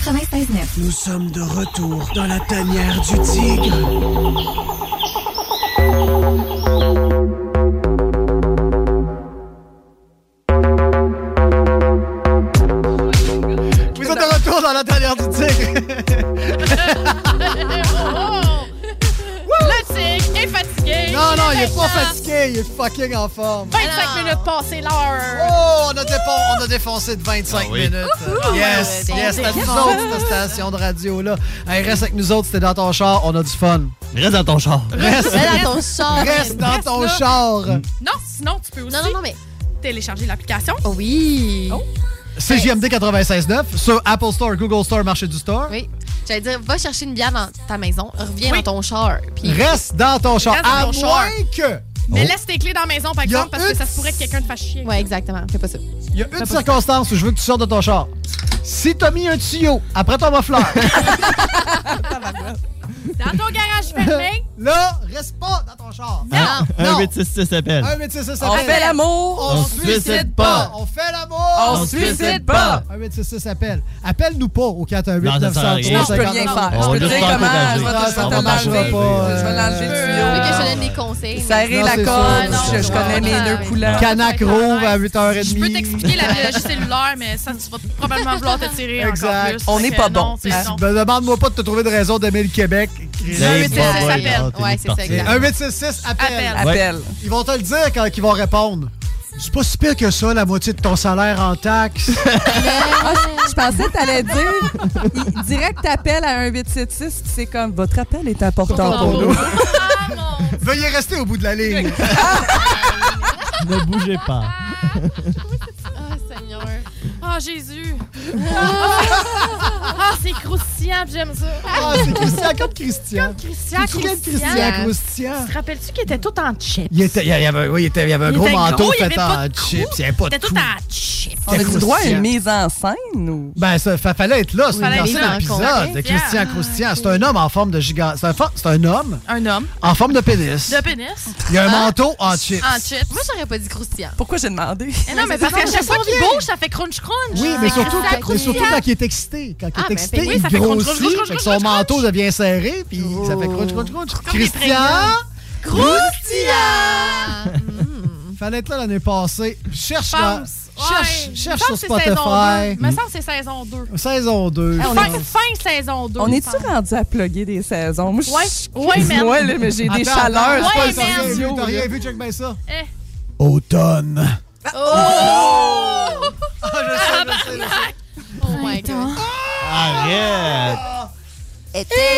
Nous sommes de retour dans la tanière du tigre. Vous êtes de retour dans l'intérieur du tigre. Le tic est Oh! fatigué. Non, non, il est pas maintenant. fatigué, il est fucking en forme. 25 minutes passées l'heure. Oh, on a, dépon- on a défoncé de 25 Ah oui. minutes. Wouhou! Yes, Ouais, yes, c'est c'était bien. nous autres, cette station de radio-là. Hey, reste avec nous autres, c'était dans ton char, on a du fun. Reste dans ton char. Reste, dans ton char. Reste dans ton là. char. Non, Oh sinon, tu peux aussi télécharger l'application. Oui. CJMD 96.9 sur Apple Store, Google Store, Marché du Store. Oui. J'allais dire, va chercher une bière dans ta maison, reviens dans ton char. Puis Reste dans ton char. Reste dans À ton char. moins que... Mais laisse tes clés dans la maison, par Oh. Y a exemple, parce que une- ça se pourrait que quelqu'un te fasse chier. Ouais, exactement. Fais pas ça. Il y a une circonstance où je veux que tu sortes de ton char. Si t'as mis un tuyau après ton muffler, Dans ton garage fermé. là, reste pas dans ton char. Ah, Non. 1866 appelle. 1866 On appelle. fait l'amour. On se suicide pas. On fait l'amour. On se suicide pas. 1866 appelle. Appelle-nous pas au 418 Non, Ah, ça sert à 903 rien. Non, je peux rien faire. Je On peux va te juste dire comment, t'encourager. je vais te- je vais Ça te marchera l'enlever. pas, Je vais euh, Tu l'enlever veux que je te donne des conseils? Serrer Non, la c'est corde, ça, je- c'est je ça. connais mes nœuds coulants. Canac Rouve à 8h30. Je peux t'expliquer la biologie cellulaire, mais ça, tu vas probablement vouloir te tirer encore Exact. plus. Fait que non, c'est non. Ben, Demande-moi pas de te trouver de raison d'aimer le Québec. Les 1866 Ouais, appelle. ouais, t'es Ouais, vite c'est ça, parti. exact. 1866 appelle. Appelle. Appelle. Ouais. Ils vont te le dire quand ils vont répondre. C'est pas si pire que ça, la moitié de ton salaire en taxes. Ah, je- je pensais que t'allais dire il- direct appel à 1876 puis c'est comme votre appel est important pour nous. Veuillez rester au bout de la ligne. Ne bougez pas. Oh, Seigneur. Oh, Jésus. Ah, c'est croustillant, puis j'aime ça. Ah, c'est Christian comme Christian. Christian, C'est Christian, Christian. Christian, Christian. Tu te rappelles-tu qu'il était tout en chips? Il, était, il, y avait, oui, il, était- il y avait un Il gros était manteau gros, il y fait avait en pas chips. Il n'y avait pas Il de était tout tout. en chips. On a du Christian. droit à une mise en scène ou Ben, ça fa- fallait être là, c'est Fallait dans être là, cet épisode Christian. de Christian Christian. C'est un homme en forme de gigant. C'est un, fo- c'est un homme Un homme. en forme de pénis. De pénis. Il y a un Hein? manteau en chips. En chips. Ah. Moi, j'aurais pas dit croustillant. Pourquoi j'ai demandé? Eh non, mais parce qu'à chaque fois qu'il bouge, ça fait crunch crunch. Oui, mais Fait que surtout, Ah, ça mais surtout croustille. quand il est excité. Quand il Ah, est ben, excité, oui, il ça fait crunch, grossit. crunch, crunch, fait que son manteau devient serré, puis ça fait Oh. crunch, crunch, crunch. Christian! Croustillant! Mmh. Fallait être là l'année passée. Cherche, la- Pense. cherche, Ouais. cherche Me sur semble que c'est hein. saison Spotify. Mmh. deux. Me semble que c'est saison 2. Saison 2. Fin, fin saison 2. On est-tu rendu à plugger des saisons? Moi, je- Ouais, ouais, excuse-moi, man. là, mais j'ai des Attends, chaleurs. attends, c'est t'as pas rien le vu, studio, T'as là. rien vu, check bien ça. Eh. Ah. Automne. Ah, Oh! Oh my God. Arrête. Oh, Été!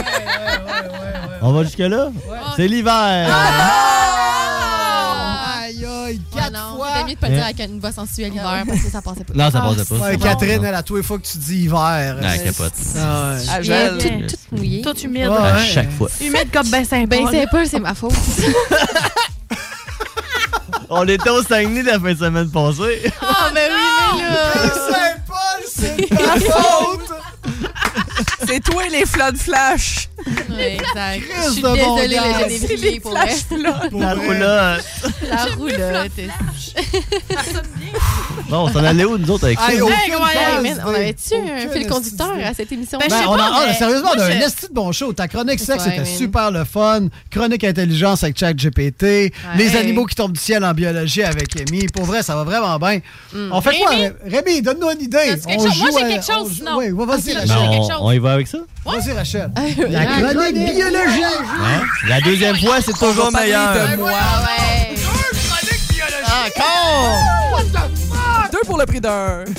On va jusque-là? C'est l'hiver. Ah! Oh, Aïe, aïe, Eh. Ouais, Ah! non, c'était mieux de pas le dire avec une voix sensuelle l'hiver parce que ça passait pas. Non, ça Ah, passait pas. Ouais, C'est Catherine, bon. elle, à tous les fois que tu dis hiver. Ouais, elle elle capote. Ah, ouais. Ah, gel. Tout, tout mouillé. Tout humide. À Ouais. chaque fois. Humide comme ben saint Ben, c'est pas, c'est ma faute. On était au Saguenay la fin de semaine passée. Oh, Ah, ben oui, mais là. Saint-Paul, c'est ta faute! C'est toi les floods flash. Ouais, exact. Christ Je suis de désolée, bon gars. les génévriers, pour vrai. La roulotte. La roulotte. Bon, on s'en allait où, nous autres, avec ça? Ben, Aïe, aucune Hey, man, base on idée. avait-tu un Aucune fil conducteur à cette émission? Ben, on a- ah, sérieusement, on a un esti de bon show. Ta chronique sexe, Ouais, c'était man. super le fun. Chronique intelligence avec Chat GPT. Les animaux qui tombent du ciel en biologie avec Amy. Pour vrai, ça va vraiment bien. On fait quoi? Mm. Rémi? Rémi, donne-nous une idée. T'as-tu quelque chose? Moi, j'ai quelque chose, on joue- sinon. Oui, vas-y, Ok, Rachel. j'ai Non, quelque chose. on y va avec ça? Vas-y, Rachel. La chronique biologique. Hein? La deuxième fois, c'est toujours meilleur. Ouais. Encore! Deux pour le prix d'un. Des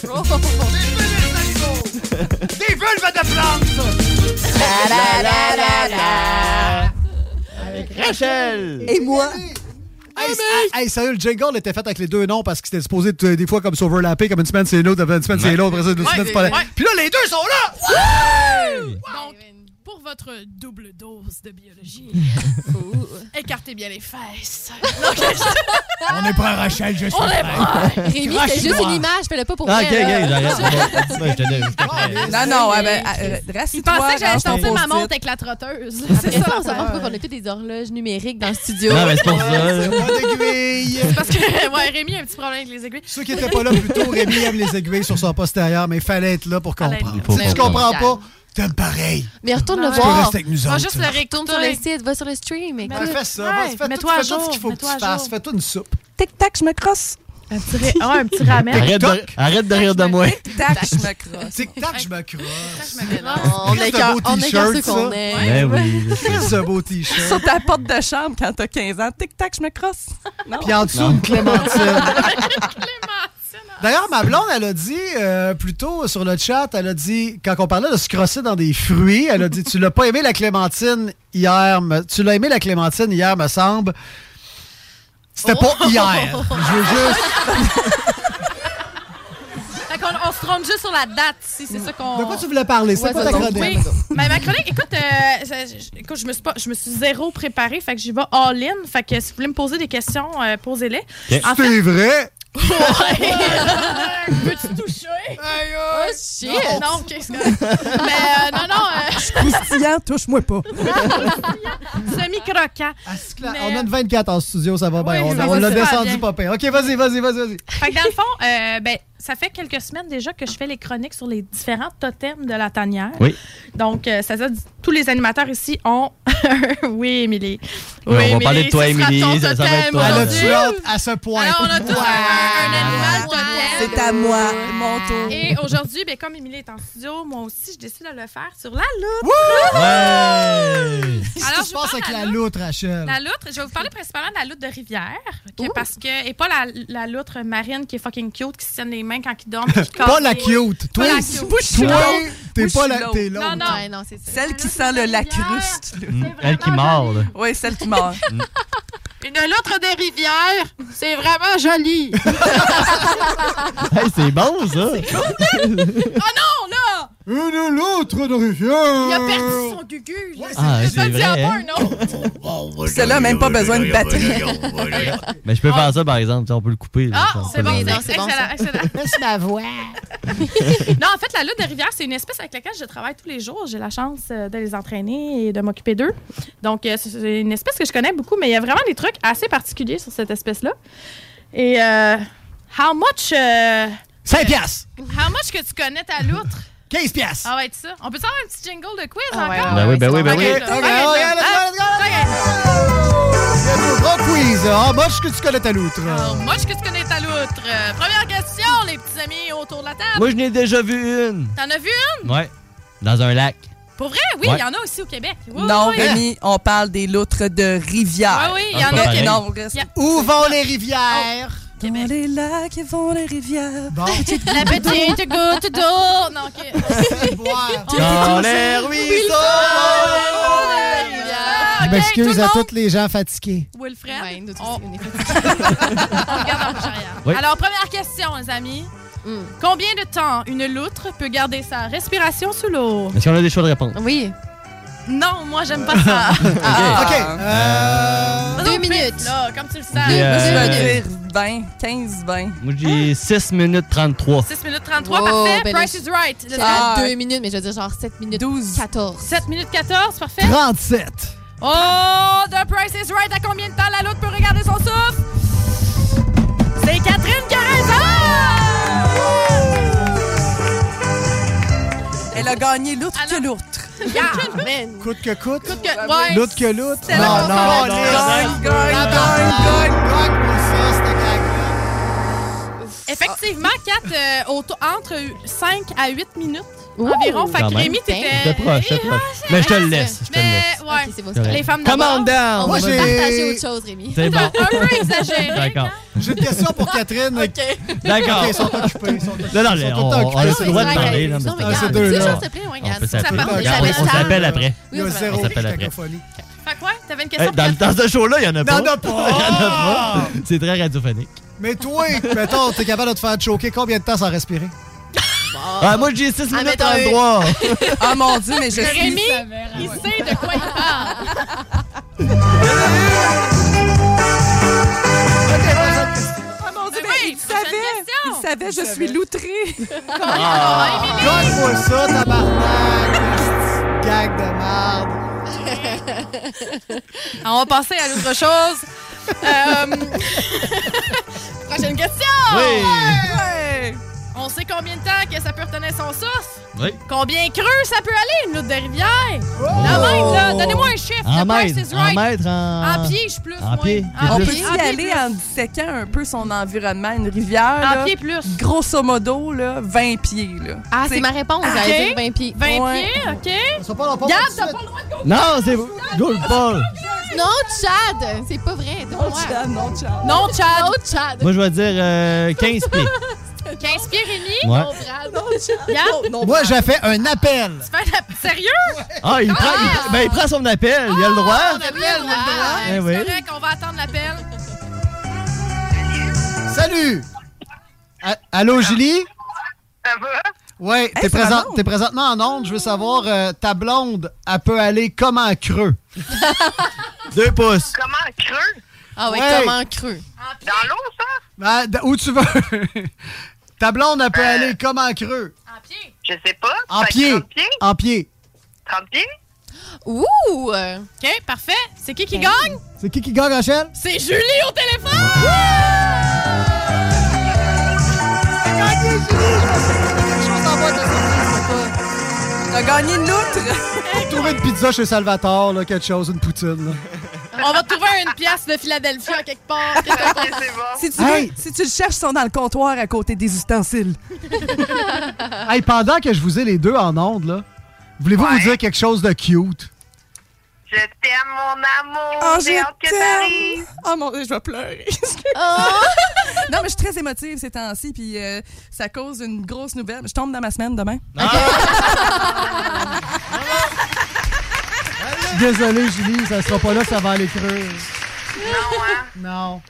vulves de plantes! Avec Rachel! Et moi. Hey, s- hey, sérieux, le jingle était fait avec les deux noms parce que c'était supposé euh, des fois comme s'overlapper, comme une semaine c'est l'autre, une semaine c'est l'autre, après ça, une semaine c'est pas ouais. l'autre. Puis là, les deux sont là! Donc, pour votre double dose de biologie, écartez bien les fesses. On est pas Rachel, je On est prêt. Rémi, c'était juste une image, fais-le pas pour Ah, vrai, ok, ok, là. j'arrête. Bon, je te donne- je te prête. Ah, Non, non, ouais, ben, euh, Il raciste-toi pensait que j'allais dans ton sortir ma post-it. montre avec la trotteuse. C'est Après ça, on se ça. rend compte qu'on a tous des horloges numériques dans le studio. Non, mais c'est pour ça. là. Pas d'aiguille! Parce que ouais, Rémi a un petit problème avec les aiguilles. Ceux qui étaient pas là plus tôt, Rémi aime les aiguilles sur son postérieur, mais il fallait être là pour Fallait être comprendre. là. Si tu Faut comprends pas, comprendre. t'aimes pareil. Mais retourne le Tu peux voir. rester avec nous On va autres. juste le Retourne sur le rectourner. site, va sur le stream. écoute. Ouais, Ben, Fais ça, Ouais, vas-y, fais tout mets-toi fais à tout ce qu'il jour, faut que tu mets-toi à fasses. jour. Fais-toi une soupe. Tic-tac, je me crosse. Un petit, ah, un petit ramen. Arrête de, arrête de rire de moi. Tic-tac, je me crosse. Tic-tac, je me crosse. On Christ, écarte- un beau on écarte ceux t-shirt, qu'on ça. aime. Ben oui. Qu'est-ce un beau t-shirt? Sur ta porte de chambre quand t'as 15 ans. Tic-tac, je me crosse. Non. Puis en dessous, Non. une clémentine. D'ailleurs, ma blonde, elle a dit, euh, plus tôt sur le chat, elle a dit, quand on parlait de se crosser dans des fruits, elle a dit Tu l'as pas aimé la clémentine hier, me- tu l'as aimé la clémentine hier, me semble. C'était Oh. pas hier. Je veux juste. Fait qu'on- on, se trompe juste sur la date, si c'est ça qu'on. De quoi tu voulais parler C'est Ouais, pas ça ta tombe chronique. Oui. Mais ma chronique, écoute, euh, ça- j- écoute, je me suis pas, je me suis zéro préparée, fait que j'y vais all-in. Fait que si vous voulez me poser des questions, euh, posez-les. En fait, C'est vrai. peux-tu toucher? Oh shit! Non, ok, c'est correct. Mais euh, non, non, euh, Croustillant, touche-moi pas. semi-croquant, bloquant. Mais- Ah, On a une 24 en studio, ça va bien. Oui, on ça on va l'a super descendu bien. pas pire. OK, vas-y, vas-y, vas-y, vas-y. Fait que dans le fond, euh, ben, ça fait quelques semaines déjà que je fais les chroniques sur les différents totems de la tanière. Oui. Donc, euh, ça, ça, tous les animateurs ici ont. oui, Émilie. Oui, on va parler de toi, ce sera Émilie, ton ça- ça va totem être toi. Elle aujourd'hui. a hâte à ce point. Alors, on a tous un animal totem. C'est à moi, mon tour. Et aujourd'hui, ben, comme Émilie est en studio, moi aussi, je décide de le faire sur la loupe. Alors, je pense avec la loutre, Rachel. La loutre, je vais vous parler principalement de la loutre de rivière, que- parce que et pas la, la loutre marine qui est fucking cute, qui se tienne les mains quand ils dorment. puis qui Pas casse la les- cute. Pas Toi, la c'est- cute. moi, je suis Toi, l'autre. t'es Moi, pas je la- suis t'es l'autre. Non, l'autre. non, Ouais, c'est ça. Celle qui sent le lacruste. Mm. Elle qui mord. Oui, celle qui mord. Une loutre de rivière, c'est vraiment joli. Hey, c'est bon, ça. oh non, là! Une loutre de rivière. Il a perdu son gugu. là. Ah, Je c'est te le dis à vrai, part, hein? non? Celle-là n'a même pas besoin de batterie. Mais je peux faire ça, par exemple. Tu sais, On peut le couper. là. Ah, Ça, on c'est peut bon, le- c'est excellent, excellent. C'est ma voix. non, en fait, la loutre de rivière, c'est une espèce avec laquelle je travaille tous les jours. J'ai la chance euh, de les entraîner et de m'occuper d'eux. Donc, euh, c'est une espèce que je connais beaucoup, mais il y a vraiment des trucs assez particuliers sur cette espèce-là. Et euh, how much... euh, 5 piastres. How much que tu connais ta loutre? 15 piastres. Ah ouais, c'est ça. On peut avoir un petit jingle de quiz encore? Ben oui, ben oui, ben Ah, Ok, oui. ok, Ok, ok, ok, ok. Grand quiz. Ah, moi, je que tu connais ta loutre. How much que tu connais ta loutre? Euh, première question, les petits amis autour de la table. Moi, je n'ai déjà vu une. T'en as vu une? Ouais. Dans un lac. Pour vrai? Oui, il Ouais. y en a aussi au Québec. Oui, Non, oui, oui. Rémi, on parle des loutres de rivière. Ah oui, il y en a. Ok, qui- non, Il y a- Oh, Où vont les rivières? Dans les lacs et vont les rivières. Bon. La petite goutte d'eau. Non, OK. Ah, Dans les ruisseaux. Je m'excuse à tous les gens fatigués. Wilfred. on... On regarde en marche arrière. Oui. Alors, première question, les amis. Combien de temps une loutre peut garder sa respiration sous l'eau? Est-ce qu'on a des choix de réponse? Oui. Non, moi, j'aime pas ça. Ah. OK. Euh, Deux minutes. Là, comme tu le Deux sais. minutes. Je Euh, vais dire 20, 15, 20. Moi, j'ai 6 minutes 33. 6 minutes 33, Wow, parfait. Oh. ben là, Price is right. C'est Ah. à 2 minutes, mais je veux dire genre 7 minutes 12. 14. 7 minutes 14, parfait. 37. Oh, The Price is Right, à combien de temps la loutre peut regarder son souffle? C'est Catherine qui a Elle a gagné l'outre que l'outre. raison! Coûte que coûte. Coûte que- ouais. L'autre que l'autre. C'est la non, conférence. les- Gagne, gagne, Tabarnak. Effectivement, Kat, euh, auto- entre 5 à 8 minutes environ. Fait que Quand même. Rémi, t'étais... J'étais proche, j'étais proche. Mais je te le laisse, je te le laisse. Mais, ouais, c'est beau, c'est les correct. femmes Come d'abord. on down. Ah, Moi, On va j'ai- partager autre chose, Rémi. C'est bon. un peu exagéré, D'accord. J'ai une question pour Catherine. D'accord. Ok, ils sont occupés. ils sont occupés. Non, non, Ils sont on- tout le temps on a le occupés. droit de parler, là, mais Ah, c'est pas ces grave. deux-là. Tu sais, on s'appelait, ouais, On regarde, peut ça s'appeler. parle. On J'avais on ça. s'appelle après. Oui, on On s'appelle après. s'appelle après. Fait quoi? T'avais une question Hey, pour Dans Catherine? dans ce show-là, il y en a Il y en pas. a Il pas. y en a pas. C'est très radiophonique. Mais toi, mettons, t'es capable de te faire choquer combien de temps sans respirer? Ah, moi, j'ai 6 Ah, mais minutes t'as eu. 33. Ah mon Dieu, mais je suis... Rémi, il sait de quoi il parle. Euh, Ah Euh, mon Dieu, mais il savait. Il savait, je suis loutrée. Ah. Donne-moi ça, tabarnak! Gag de merde! Ah, On va passer à l'autre chose. Euh, Prochaine question! Oui. Ouais. On sait combien de temps que ça peut retenir son souffle? Oui. Oh. Combien creux ça peut aller, une loutre de rivière? La même, là, donnez-moi un chiffre. En The price mètre, is en right. mètre, en... En pied, je plus, En moi. pied, En On pied, peut y en pied aller plus. en disséquant un peu son environnement, une rivière. En là. pied plus. Grosso modo, là, 20 pieds. Là. Ah, c'est ma réponse, j'allais dire 20 pieds. 20 Ouais. pieds, OK. Garde, Garde, t'as pas le droit de Non, c'est... Go le Paul. Non, Chad! C'est pas vrai, non, Chad, non, Chad. Non, Chad. Non, Chad. Moi, je vais dire euh, 15 pieds. 15 pieds, Rémi. Ouais. Non, Brad. Yann, Moi, j'ai fait un appel. tu fais la- Sérieux? Ah, Ah, il, prend, il, prend- ben, il prend son appel. Il a le droit. On appelle, on a Eh le droit. oui. C'est correct, on va attendre l'appel. Ah! Salut! A- Allô, Julie? Oui, t'es c'est ma présent- blonde. t'es présentement en onde. Je veux savoir, euh, ta blonde, elle peut aller comment à creux? Deux pouces. Comment creux? Ah oui, Ouais. comment creux. Dans l'eau, ça? Ah, d- où tu veux. ta blonde, elle peut aller comment à creux? Je sais pas. En Fait que pied. 30 pieds? En pied. 30 pieds? Ouh! OK, parfait. C'est Eh. qui qui gagne? C'est qui qui gagne, Rachel? C'est Julie au téléphone! T'as gagné une loutre! Trouver une pizza chez Salvatore, là, quelque chose, une poutine. là. On va trouver une pièce de Philadelphie à quelque part. Si tu, veux- si tu le cherches, ils sont dans le comptoir à côté des ustensiles. Ah. Hey, pendant que je vous ai les deux en ondes, là, voulez-vous vous dire quelque chose de cute? Je t'aime, mon amour. Oh, J'ai je hâte que t'aime! t'arrives. Oh mon dieu, je vais pleurer. non, mais je suis très émotive ces temps-ci, puis euh, ça cause une grosse nouvelle. Je tombe dans ma semaine demain. Désolé, Julie, ça sera pas là, ça va aller creux. hein. Non.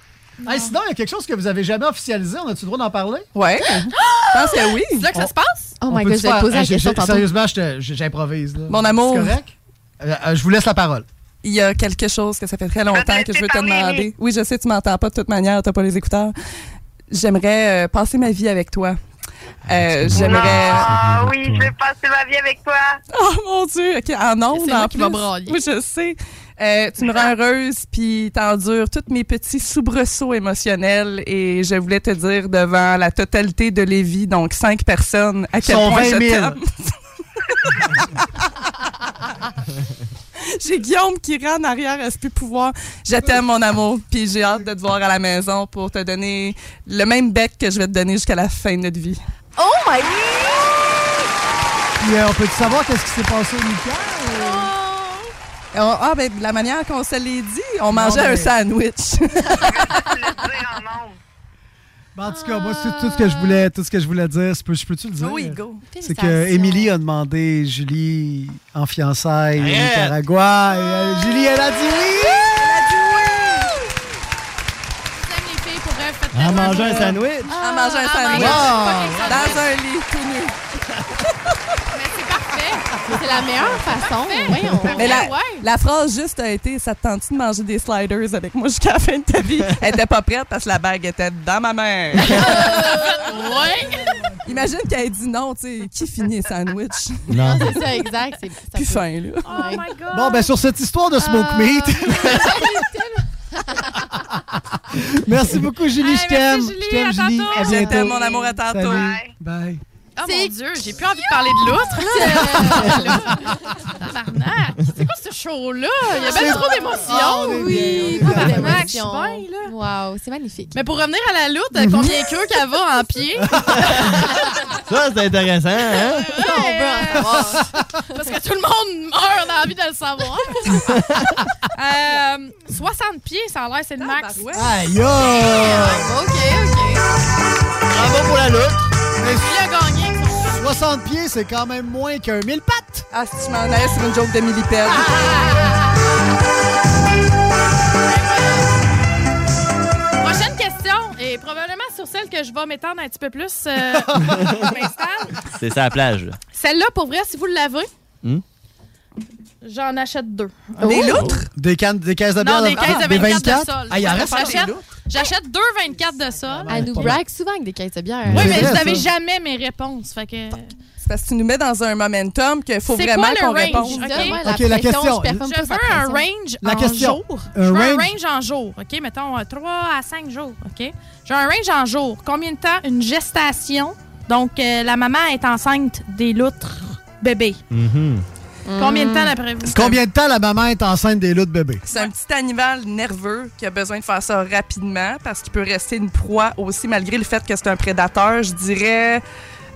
Hey, sinon, il y a quelque chose que vous avez jamais officialisé. On a-tu le droit d'en parler? Ah! Ouais. Je pense que oui. C'est là que ça se passe? Oh On peut-tu faire- Hey, j'ai- j'ai- Sérieusement, je te- j'ai- j'improvise. là. Mon amour. C'est correct? Euh, euh, je vous laisse la parole. Il y a quelque chose que ça fait très longtemps que je veux te demander. Oui, je sais, tu m'entends pas de toute manière, t'as pas les écouteurs. J'aimerais euh, passer ma vie avec toi. Euh, J'aimerais. Ah oui, je vais Ah, passer ma vie avec toi. Oh mon Dieu, ok, en ondes C'est moi en qui va plus. brailler. Oui, je sais. Euh, tu me rends heureuse, puis t'endures tous mes petits soubresauts émotionnels. Et je voulais te dire devant la totalité de Lévis, donc cinq personnes, à quel Sont point je 20 000. t'aime. J'ai Guillaume qui rend en arrière à ce plus pouvoir. Je t'aime, mon amour, puis j'ai hâte de te voir à la maison pour te donner le même bec que je vais te donner jusqu'à la fin de notre vie. Oh my God! Puis, euh, on peut-tu savoir qu'est-ce qui s'est passé au week-end? Oh, Ah, ah, ben, la manière qu'on se l'est dit, on Non, mangeait mais- un sandwich. Ben, en tout cas, moi, c'est tout ce que je voulais, tout ce que je voulais dire. Je peux- je peux-tu le dire? Ah Oui, go. C'est que Émilie a demandé Julie en fiançailles au Arrête. Nicaragua. Et, euh, Julie, elle a dit oui! En mangeant un sandwich. Ah, En mangeant un sandwich. Wow. Dans un lit tout nu. C'est la meilleure façon. Voyons. Mais la, la phrase juste a été Ça te tente de manger des sliders avec moi jusqu'à la fin de ta vie Elle était pas prête parce que la bague était dans ma main. Imagine qu'elle ait dit non, tu sais, qui finit un sandwich Non. C'est ça, exact. C'est ça Plus peut- fin, là. Oh Ouais. Bon, ben, sur cette histoire Euh, de smoke meat. Merci beaucoup, Julie. je t'aime. Je t'aime, Julie. À Je t'aime, bientôt. mon amour, à tantôt. Salut. Bye. Oh mon Dieu, j'ai plus envie de parler de l'autre. Tabarnak! C'est quoi ce show-là? Il y a bien trop Ah, Ah, d'émotions. Oui, tabarnak, je suis bien, là. Wow, c'est magnifique. Mais pour revenir à la loutre, euh, combien que qu'elle va en pied? Ça, c'est intéressant, hein? Ouais. Parce que tout le monde meurt, on a envie de le savoir. Euh, 60 pieds, ça a l'air, c'est le max. Ah, Aïe! OK, OK. Bravo pour la lutte. Il a gagné. 60 pieds, c'est quand même moins qu'un 1000 pattes. Ah, si tu m'en allais sur une joke de millipède. Prochaine question, et probablement sur celle que je vais m'étendre un petit peu plus. euh, C'est ça, la plage. là. Celle-là, pour vrai, si vous l'avez, Hmm? j'en achète deux. Des loutres? Des, cannes, des caisses de bière? Oh. Non, des 15 ah, de 24 de sol. Ah, il en reste J'achète- J'achète deux 24 de sol. Elle nous brague souvent avec des caisses de bière. Oui, mais C'est vrai, vous n'avez ça. jamais mes réponses. Fait que... C'est parce que tu nous mets dans un momentum qu'il faut C'est vraiment quoi le qu'on range? réponde. Ok. la Ok, la pression, question. je performe Je pas veux sa un pression. range La en question. jour. Un je veux un range. range en jour. OK, mettons euh, 3 à 5 jours. OK? J'ai un range en jour. Combien de temps une gestation? Donc, euh, la maman est enceinte des loutres bébés. Mm-hmm. Hmm. Combien de temps d'après vous? Combien de temps la maman est enceinte des loutres bébés? C'est un petit animal nerveux qui a besoin de faire ça rapidement parce qu'il peut rester une proie aussi malgré le fait que c'est un prédateur. Je dirais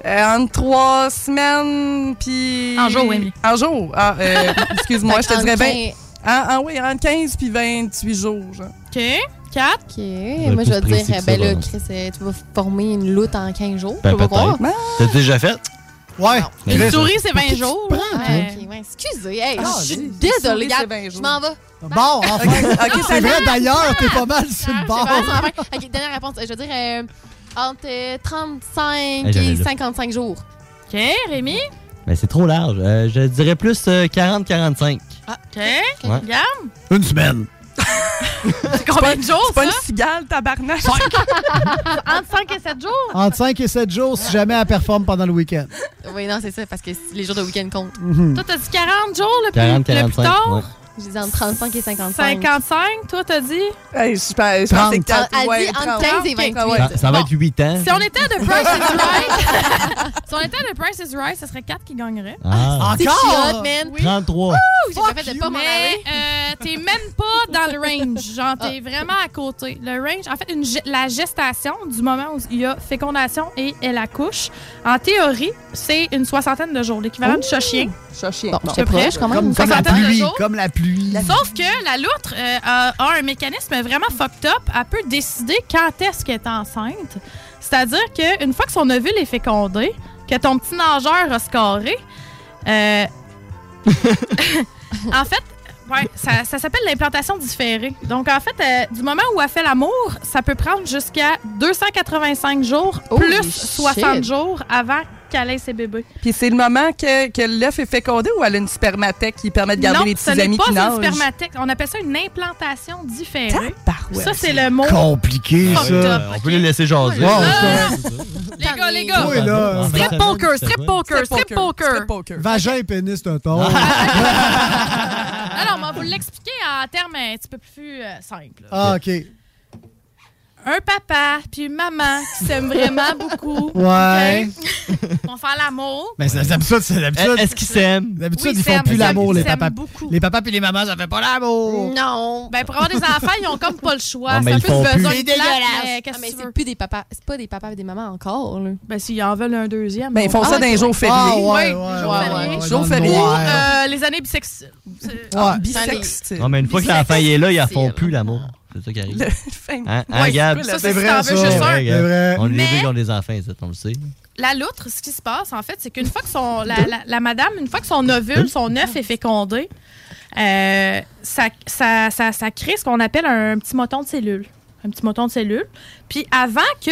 euh, entre trois semaines puis... En jour, Émilie. En jour. Ah, euh, excuse-moi, Fait je te que dirais entre bien... En, en- Ah, oui, entre 15 puis 28 jours. Genre. OK. 4. OK. Moi, je plus vais te précis dire, que ça, ben par là, exemple. Chris, euh, tu vas former une loutre en 15 jours. Ben, je peux pas peut-être. croire. T'as déjà fait? Ouais. Une souris, c'est 20 jours. Ouais. OK, ouais, excusez. Hey, Ah, je suis dis- désolée, dis- regarde, c'est bien je m'en vais. Bon, enfin. Ok, c'est vrai, salut. d'ailleurs, t'es pas Ah, mal sur le Je bord. vais vraiment faire. OK, dernière réponse. Je veux dire, euh, entre euh, 35 Eh, j'allais et là. 55 jours. OK, Rémi? Ben, c'est trop large. Euh, je dirais plus euh, 40-45. OK. Regarde. Une semaine. C'est combien de jours, Ah, C'est pas une ça? cigale, tabarnak. Entre 5 et 7 jours? Entre 5 et 7 jours, si jamais elle performe pendant le week-end. Oui, non, c'est ça, parce que les jours de week-end comptent. Mhm. Toi, t'as dit 40 jours le plus, 40, le plus 45, tard? ouais. Je disais entre 35 et 55. 55, toi, t'as dit? Hey, je je pense, pense que c'est quatre, Elle dit ouais, entre 30. 15 et 28. Ça, ça va être 8 ans. Si on était à The Price is Right, si on était à The Price is Right, ce serait 4 qui gagnerait. Ah. C'est Encore? chiotte, man. 33. Ouh, j'ai pas fait de pas m'en aller. Ah. Euh, t'es même pas dans le range. Genre, t'es vraiment à côté. Le range, en fait, une ge- la gestation, du moment où il y a fécondation et elle accouche, en théorie, c'est une soixantaine de jours, l'équivalent de Ouh. chat-chien. Chat-chien. Bon, j'étais proche quand même. Comme- comme la Soixantaine de pluie, jours. comme la pluie. Sauf que la loutre euh, a, a un mécanisme vraiment fucked up. Elle peut décider quand est-ce qu'elle est enceinte. C'est-à-dire qu'une fois que son ovule est fécondé, que ton petit nageur a scoré, euh, en fait, ouais, ça, ça s'appelle l'implantation différée. Donc, en fait, euh, du moment où elle fait l'amour, ça peut prendre jusqu'à 285 jours Holy plus shit. 60 jours avant qu'elle ait ses bébés. Puis c'est le moment que, que l'œuf est fécondé ou elle a une spermathèque qui permet de garder non, les ce petits n'est amis pas qui une nagent? spermathèque. On appelle ça une implantation différée. Tabarouette, ça, c'est le mot. Compliqué, Fucked ça. up. On peut les laisser jaser. Non, non, non. Les gars, les gars. Oui, là. Strip poker, strip poker, strip poker. Ah. Vagin et pénis, c'est un ton. Alors, on va vous l'expliquer en termes un petit peu plus euh, simples. là. Ah, OK. Un papa puis une maman qui s'aiment vraiment beaucoup. Ouais. Ils vont faire l'amour. Mais c'est d'habitude, c'est d'habitude. Est-ce qu'ils s'aiment? D'habitude, Oui, ils font s'aiment, plus ils l'amour, s'aiment, les ils s'aiment papas. Les papas puis les mamans, ça fait pas l'amour. Non. Ben, pour avoir des enfants, ils ont comme pas le choix. Ah, mais c'est un ils peu une font plus. besoin C'est plate, dégueulasse. mais Qu'est-ce Ah, que mais tu veux? Plus des papas, c'est pas des papas et des mamans encore. Là. Ben, s'ils en veulent un deuxième. Ben, ils font ça dans les jours fériés. Ah, ouais, Ouais, oui, ouais, jours ouais, fériés. ouais, Jours dans Ou le fériés. noir. euh, les années bisexuelles. Ah, Non, mais une fois que l'enfant est là, ils en font plus l'amour. C'est ça qui arrive. Hein, hein, Ouais, Gab? ça, c'est si t'en veux juste un. Gab. C'est vrai. On est les Mais- deux qui ont des enfants, ça, on le sait. La loutre, ce qui se passe, en fait, c'est qu'une fois que son. La, la- la madame, une fois que son ovule, son œuf est fécondé, euh, ça, ça, ça, ça crée ce qu'on appelle un petit moton de cellule. Un petit moton de cellule. Puis avant que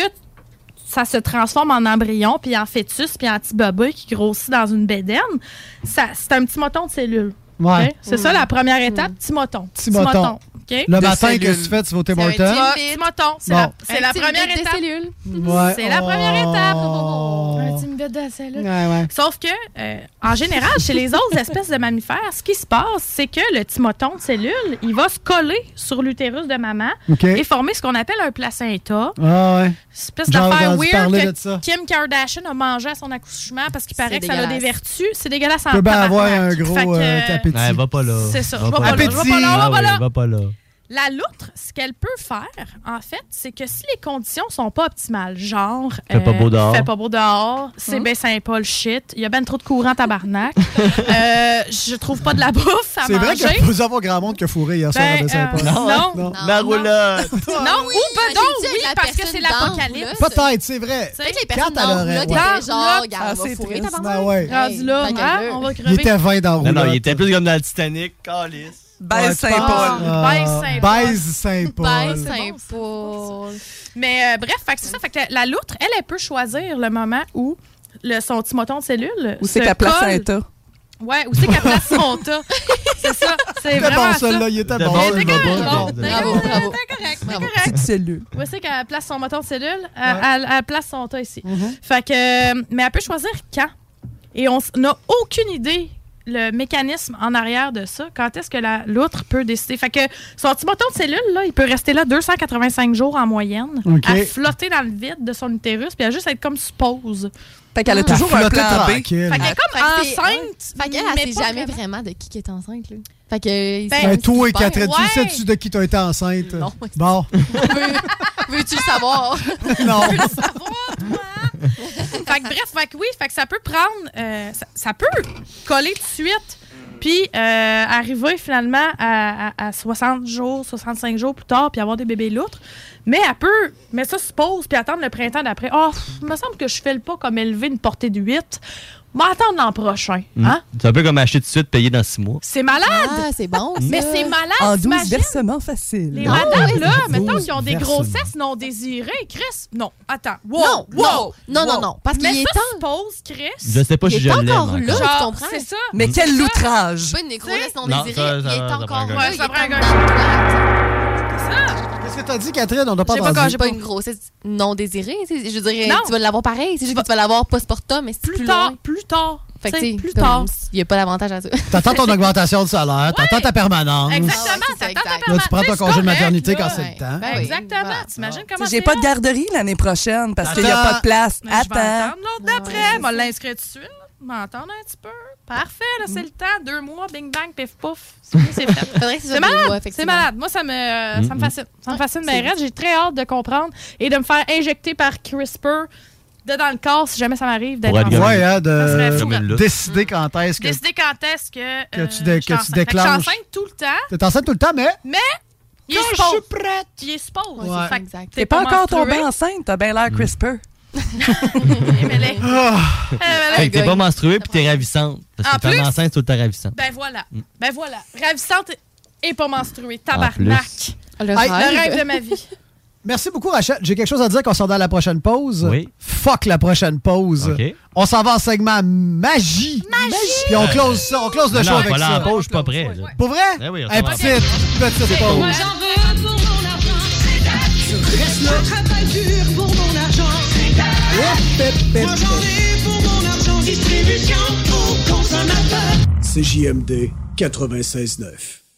ça se transforme en embryon, puis en fœtus, puis en petit bébé qui grossit dans une bédaine, ça- c'est un petit moton de cellule. Ouais. OK? C'est Mm. ça la première étape, petit moton. Petit moton. OK? Le matin, qu'est-ce que tu fais? Tu vas au Tim Hortons? Ah, Petit moton. C'est Bon. la, c'est Un la petit première bébé de étape. Ouais. C'est la première Oh. étape. Un petit bébé de cellule. Sauf que, euh, en général, chez les autres espèces de mammifères, ce qui se passe, c'est que le petit moton de cellule, il va se coller sur l'utérus de maman OK. et former ce qu'on appelle un placenta. Ah, ouais. Espèce J'ai d'affaire entendu weird parler que de ça. Kim Kardashian a mangé à son accouchement parce qu'il paraît que ça a des dégueulasse. vertus. C'est dégueulasse en Tu peux bien tabarnak. avoir un gros Fait que, euh, appétit. Ouais, va pas là. C'est ça. Va Je vais pas pas là. là, je vais pas là, je vais Ah pas oui, là. Va pas là. La loutre, ce qu'elle peut faire, en fait, c'est que si les conditions sont pas optimales, genre... euh, Fait pas beau dehors. Fait pas beau dehors, Hein? c'est ben Saint-Paul shit, il y a ben trop de courant tabarnak, euh, je trouve pas de la bouffe à C'est vrai manger. qu'il n'y a pas avoir grand monde qui a fourré hier soir Ben, à Saint-Paul. euh, Non, non. La roulotte. non, Ah oui, ou pas donc, imagine-tu oui, avec la parce que personne c'est dans l'apocalypse. Peut-être, c'est vrai. Peut-être les personnes Quand elle dans aurait- là, qui Ouais. étaient genre, Dans regarde, on va fourrer ta maman. ben Ah ouais. Rendu là, Hey, hein, ta on va Il crever. était 20 dans la Non, non, il roulotte. était plus comme dans le Titanic. Calice. Baise Ouais, tu Saint-Paul. penses? Ah, Baise Saint-Paul. Baise Saint-Paul. Ben, Baise Saint-Paul. Mais euh, bref, fait que c'est ça. Fait que la, la loutre, elle, elle peut choisir le moment où le, son petit moton de cellule. Ou c'est se qu'à colle- hein? placenta. Ouais, où c'est qu'elle place son tas. C'est ça. C'est C'était vraiment bon, ça. celui-là. Il était C'était bon. bon, Il était c'était correct. bon. Bon. Bravo, bravo. correct, c'est Petite correct. cellule. Où c'est qu'elle place son moton de cellule? Elle, elle- elle place son tas ici. Mm-hmm. Fait que, euh, mais elle peut choisir quand. Et on s- n'a aucune idée le mécanisme en arrière de ça. Quand est-ce que la- l'autre peut décider? Fait que son petit moton de cellule, là, il peut rester là 285 jours en moyenne, OK. à flotter dans le vide de son utérus, puis à juste être comme suppose. Fait qu'elle a toujours un plan B. Ah, Fait qu'elle est comme Ah, Fait que c'est- ah, enceinte. Fait qu'elle, mais elle sait pas jamais vraiment de qui qui est enceinte. Là. Fait que. Ben, toi et Catherine, tu sais-tu de qui t'as été enceinte? Bon. Veux-tu le savoir? Non. hein? fait que bref, fait que oui, fait que ça peut prendre, euh, ça, ça peut coller tout de suite, puis euh, arriver finalement à, à- à 60 jours, 65 jours plus tard, puis avoir des bébés loutres. Mais elle peut, mais ça se pose, puis attendre le printemps d'après. Ah, oh, il me semble que je fais le pas comme élever une portée de 8. Mais attendre l'an prochain, Mm. hein? C'est un peu comme acheter tout de suite, payer dans 6 mois. C'est malade! Ah, c'est bon. Oh, Mais ça. c'est malade, Ah, En 12 t'imagines? versements faciles. Mm. Les madames, là, mettons, douze qui ont des versements. grossesses non désirées, Chris, non, attends, wow, Non, wow, non, non, non, wow. non, parce Mais qu'il est ça temps. se pose, Chris. Je sais pas si Il je est l'aime. encore là, tu Genre, comprends? c'est ça. Mais Mm. quel outrage! Pas une nécrolesse non Non, désirée. ça, ça, Il est ça, ça encore prend un là. gars. il est ça prend un gars. encore dans le C'est ça. t'as dit, Catherine? On n'a pas J'ai pas entendu. quand j'ai pas une grossesse non désirée. tu sais, Je veux dire, Non. tu vas l'avoir pareil. C'est juste que tu vas l'avoir post-mortem, mais c'est plus, tard, Plus tard. Fait que, Tu sais, tu sais, plus comme, tard. Il n'y a pas d'avantage à ça. T'attends ton augmentation de salaire, t'attends ta permanence. Exactement, t'attends ta Là, tu prends ton permanence, congé de correct, maternité là. quand c'est le temps. Ah. Ben, Exactement. Ah. T'imagines comment J'ai c'est, pas là? de garderie l'année prochaine parce qu'il n'y a Attends. pas de place. Mais Je vais Attends. attendre l'autre d'après. Moi, l'inscrit tout de suite. M'entendre un petit peu. Parfait, là, c'est le temps. Deux mois, bing bang, pif pouf. C'est fini, c'est fait. Faudrait que ce soit C'est deux mois, malade. C'est effectivement. malade. Moi, ça me, euh, ça me Mm, fascine. Ça me fascine, c'est mais reste, j'ai très hâte de comprendre et de me faire injecter par CRISPR de dans le corps si jamais ça m'arrive d'être Pour être enceinte. Ouais, hein, Ça serait fou, là. de décider quand est-ce que Décider quand est-ce que, euh, Que tu dé- je que suis tu enceinte. Fait je suis déclenches. enceinte tout le temps. t'es enceinte tout le temps, Ah, mais Mais il est supposé. Je suis prête. Il est supposé. Ouais. Fait que T'es pas encore tombée menstruée. enceinte, t'as bien l'air CRISPR. Mêlée. Ah. Eh, mêlée. Fait que t'es pas menstruée puis t'es ravissante. Parce En que t'es plus- enceinte, c'est tout le temps ravissant. Ben voilà. Mm. Ben voilà. Ravissante et pas menstruée. En Tabarnak. plus. Le, Aïe. rêve. de ma vie. Merci beaucoup, Rachel. J'ai quelque chose à dire concernant la prochaine pause. Oui. Fuck la prochaine pause. OK. On s'en va en segment magie. Magie. Puis on close, ça, on close le Non, show avec voilà, ça. en pause, je suis pas prêt. là. Pour vrai? Ben oui, on s'en Un va en petit, pause. petite Moi pause. j'en veux pour mon argent, c'est date. Je reste là. Je travaille dur pour mon argent, c'est date. Moi j'en ai pour mon argent, distribution au consommateur. CJMD 96.9.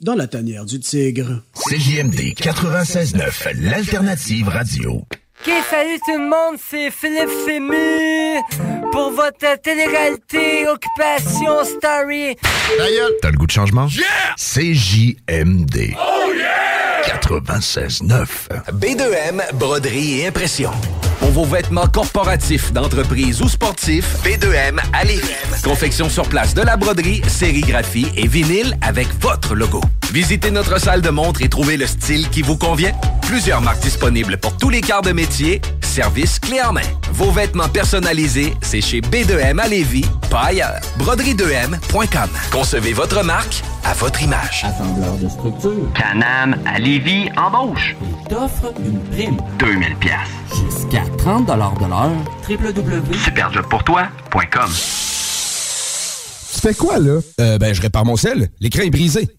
Dans la tanière du tigre. CJMD 96.9, l'alternative radio. Ok, salut tout le monde, c'est Philippe Fému pour votre télé-réalité Occupation Story. T'as le goût de changement? Yeah! CJMD. Oh yeah! 96.9. B2M, broderie et impression. Pour vos vêtements corporatifs, d'entreprise ou sportifs, B2M à Lévis. Confection sur place de la broderie, sérigraphie et vinyle avec votre logo. Visitez notre salle de montre et trouvez le style qui vous convient. Plusieurs marques disponibles pour tous les quarts de métier. Service clé en main. Vos vêtements personnalisés, c'est chez B2M à Lévis, pas ailleurs. Broderie2M.com. Concevez votre marque à votre image. Assembleur de structure. Canam à Lévis embauche. Il t'offre une prime. 2000 pièces. Jusqu'à 30 de l'heure. www.superjobpourtoi.com Tu fais quoi, là? Euh, ben, je répare mon sel. L'écran est brisé.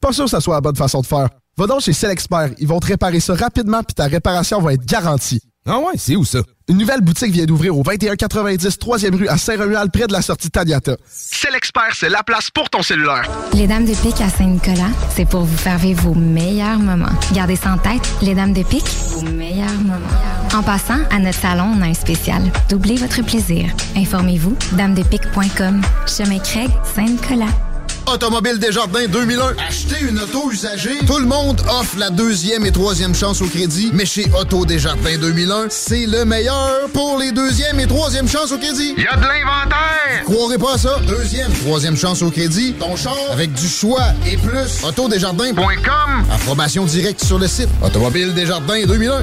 Pas sûr que ça soit la bonne façon de faire. Va donc chez Selexpert. Ils vont te réparer ça rapidement puis ta réparation va être garantie. Ah ouais, c'est où ça? Une nouvelle boutique vient d'ouvrir au 2190 3e rue à Saint-Romuald près de la sortie Taniata. C'est l'expert, c'est la place pour ton cellulaire. Les Dames de Pique à Saint-Nicolas, c'est pour vous faire vivre vos meilleurs moments. Gardez ça en tête, les Dames de Pique, vos meilleurs moments. En passant, à notre salon, on a un spécial. Doublez votre plaisir. Informez-vous, damesdepique.com. Chemin Craig, Saint-Nicolas. Automobile Desjardins 2001. Acheter une auto usagée. Tout le monde offre la deuxième et troisième chance au crédit, mais chez Auto Desjardins 2001, c'est le meilleur pour les deuxième et troisième chances au crédit. Y a de l'inventaire! Croirez pas à ça. Deuxième, troisième chance au crédit. Ton char avec du choix et plus. Autodesjardins.com. Information directe sur le site. Automobile Desjardins 2001.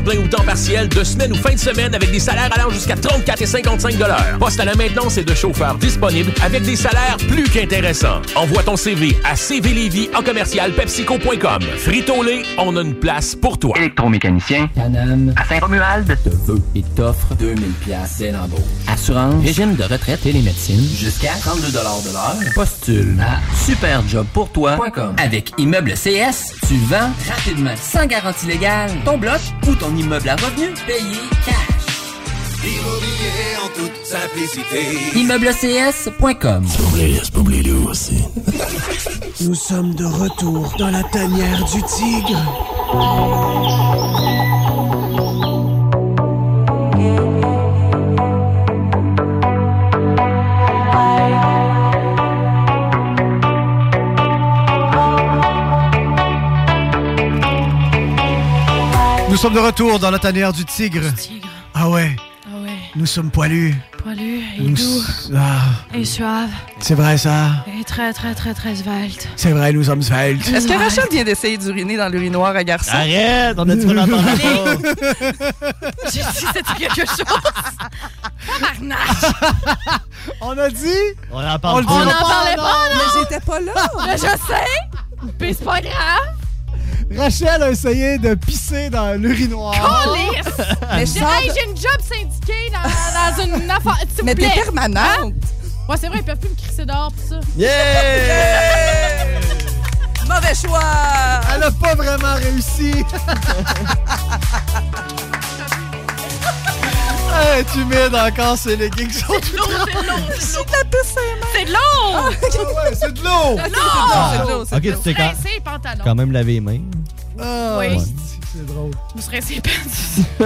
plein ou temps partiel, de semaine ou fin de semaine avec des salaires allant jusqu'à 34 et 55 Poste à la maintenance et de chauffeurs disponibles avec des salaires plus qu'intéressants. Envoie ton CV à cvlevy en commercial pepsico.com. Frito-Lay, on a une place pour toi. Électromécanicien. Canam à Saint-Romuald. Te veut et t'offre 2000 pièces dès l'embauche. Assurance, régime de retraite et les médecines. Jusqu'à 32 de l'heure. Postule à superjobpourtoi.com. Avec Immeuble CS, tu vends rapidement, sans garantie légale, ton bloc ou ton immeuble à revenus payé cash. Immobilier en toute simplicité. Immeuble.cs.com. aussi. Nous sommes de retour dans la tanière du tigre. Ah Nous sommes de retour dans la tanière du tigre. Ah ouais. Nous sommes poilus. poilu et Nous- doux Ah, et suave c'est vrai, ça. et très, très, très, très svelte. C'est vrai, nous sommes sveltes. Est-ce que Rachel vient d'essayer d'uriner dans l'urinoir à garçon? Arrête, on a dit qu'on entendait J'ai dit c'était quelque chose. On a dit. On en parle le pas. dira On en parlait pas, non? Mais j'étais pas là. Mais je sais, mais c'est pas grave. Rachel a essayé de pisser dans l'urinoir. Colisse! Mais Mais je j'ai sors Oh. hey, de- j'ai une job syndiquée dans, dans une affaire. s'il vous Mais t'es plaît. permanente. Hein? Ouais, c'est vrai, ils peuvent plus me crisser dehors pis ça. Mauvais choix! Elle a pas vraiment réussi. hey, tu mets encore, c'est les geeks qui sont C'est de l'eau, c'est de l'eau, c'est de la piscine. C'est de l'eau! ouais, c'est de l'eau! C'est de Ah, l'eau! ok, tu t'es quand, Rincer les pantalons. quand même lavé les mains. Ah, Oui. C'est drôle. Je me serais ses pants.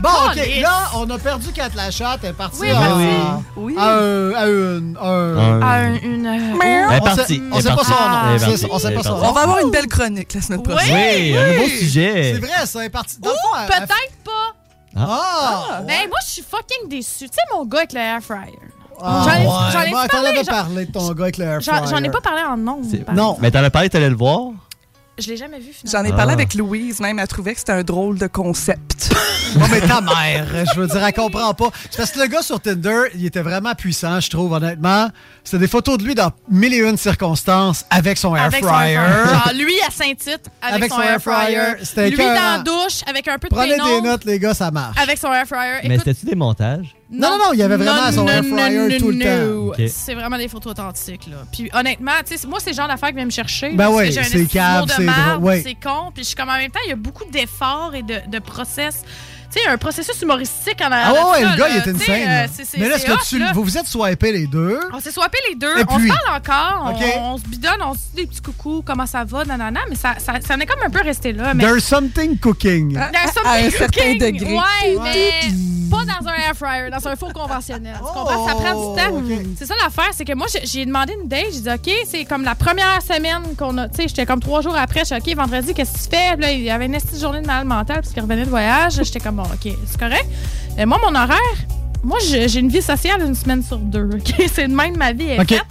Bon, OK. Calisse. Là, on a perdu Kat la chatte. Elle est partie Oui, à, partie. Oui. Ah, à un- à une. un- À un- une. On euh, sait- partie. On Elle sait est pas partie. son Elle nom. est C'est- partie. On sait Elle pas est son partie. nom. On va avoir une belle chronique la semaine Oui. prochaine. Oui, un nouveau sujet. C'est vrai, ça est parti. Dans Ou le fond, elle- elle- peut-être pas. Ah! Ah, Ben, moi, je suis fucking déçue. Tu sais, mon gars avec le air fryer. Ah, J'en ai- ouais. j'en ai Bon, pas t'en parlé, avais j'en- parlé de ton gars avec le air J'en j'en ai fryer. pas parlé en nombre. par Non. exemple. Mais t'en as parlé, t'allais le voir. Je l'ai jamais vu, finalement. J'en ai parlé Ah. avec Louise, même, elle trouvait que c'était un drôle de concept. Non, mais ta mère, je veux dire, elle comprend pas. C'est parce que le gars sur Tinder, il était vraiment puissant, je trouve, honnêtement. C'était des photos de lui dans mille et une circonstances avec son air Avec son fryer. air fryer. Genre, lui à Saint-Tite avec, son, air fryer. C'était Lui écœurant. dans la douche avec un peu de Prenez des pénombre, notes, les gars, ça marche. Avec son air fryer. Mais Écoute, c'était-tu des montages? Non, non, non, il y avait vraiment son air fryer tout le temps. Ok. C'est vraiment des photos authentiques, là. Puis honnêtement, tu sais, moi, c'est le genre d'affaires qui vient me chercher. là, Ben parce oui, que j'ai un c'est estime cave, de c'est marde, drôle, oui. C'est con. Puis je suis comme en même temps, il y a beaucoup d'efforts et de, de process. Tu sais, un processus humoristique en Ah ouais, de ouais, ça, le gars, il là. était Tu sais, insane. là. euh, c'est- c'est- mais là, c'est est-ce que hot, tu, là. vous vous êtes swipé les deux? On s'est swappé les deux, Et on puis? se parle encore, on- OK. on, se bidonne, on se dit des petits coucous, comment ça va, nanana, mais ça, ça, ça en est comme un peu resté là. Mais... There's something cooking. There's something À un certain cooking. degré. Ouais, Tout, mais pas dans un air fryer, dans un four conventionnel. Tu comprends? Ça prend du temps. C'est ça l'affaire, c'est que moi, j'ai- j'ai demandé une date. J'ai dit, OK, c'est comme la première semaine qu'on a. Tu sais, j'étais comme trois jours après. Je OK, vendredi, qu'est-ce que tu fais? Puis Là, il y avait une petite journée de mal mental parce qu'il revenait de voyage. J'étais comme, bon, OK, c'est correct. Et moi, mon horaire, moi, j'ai j'ai une vie sociale une semaine sur deux. OK, c'est de même ma vie est OK. faite.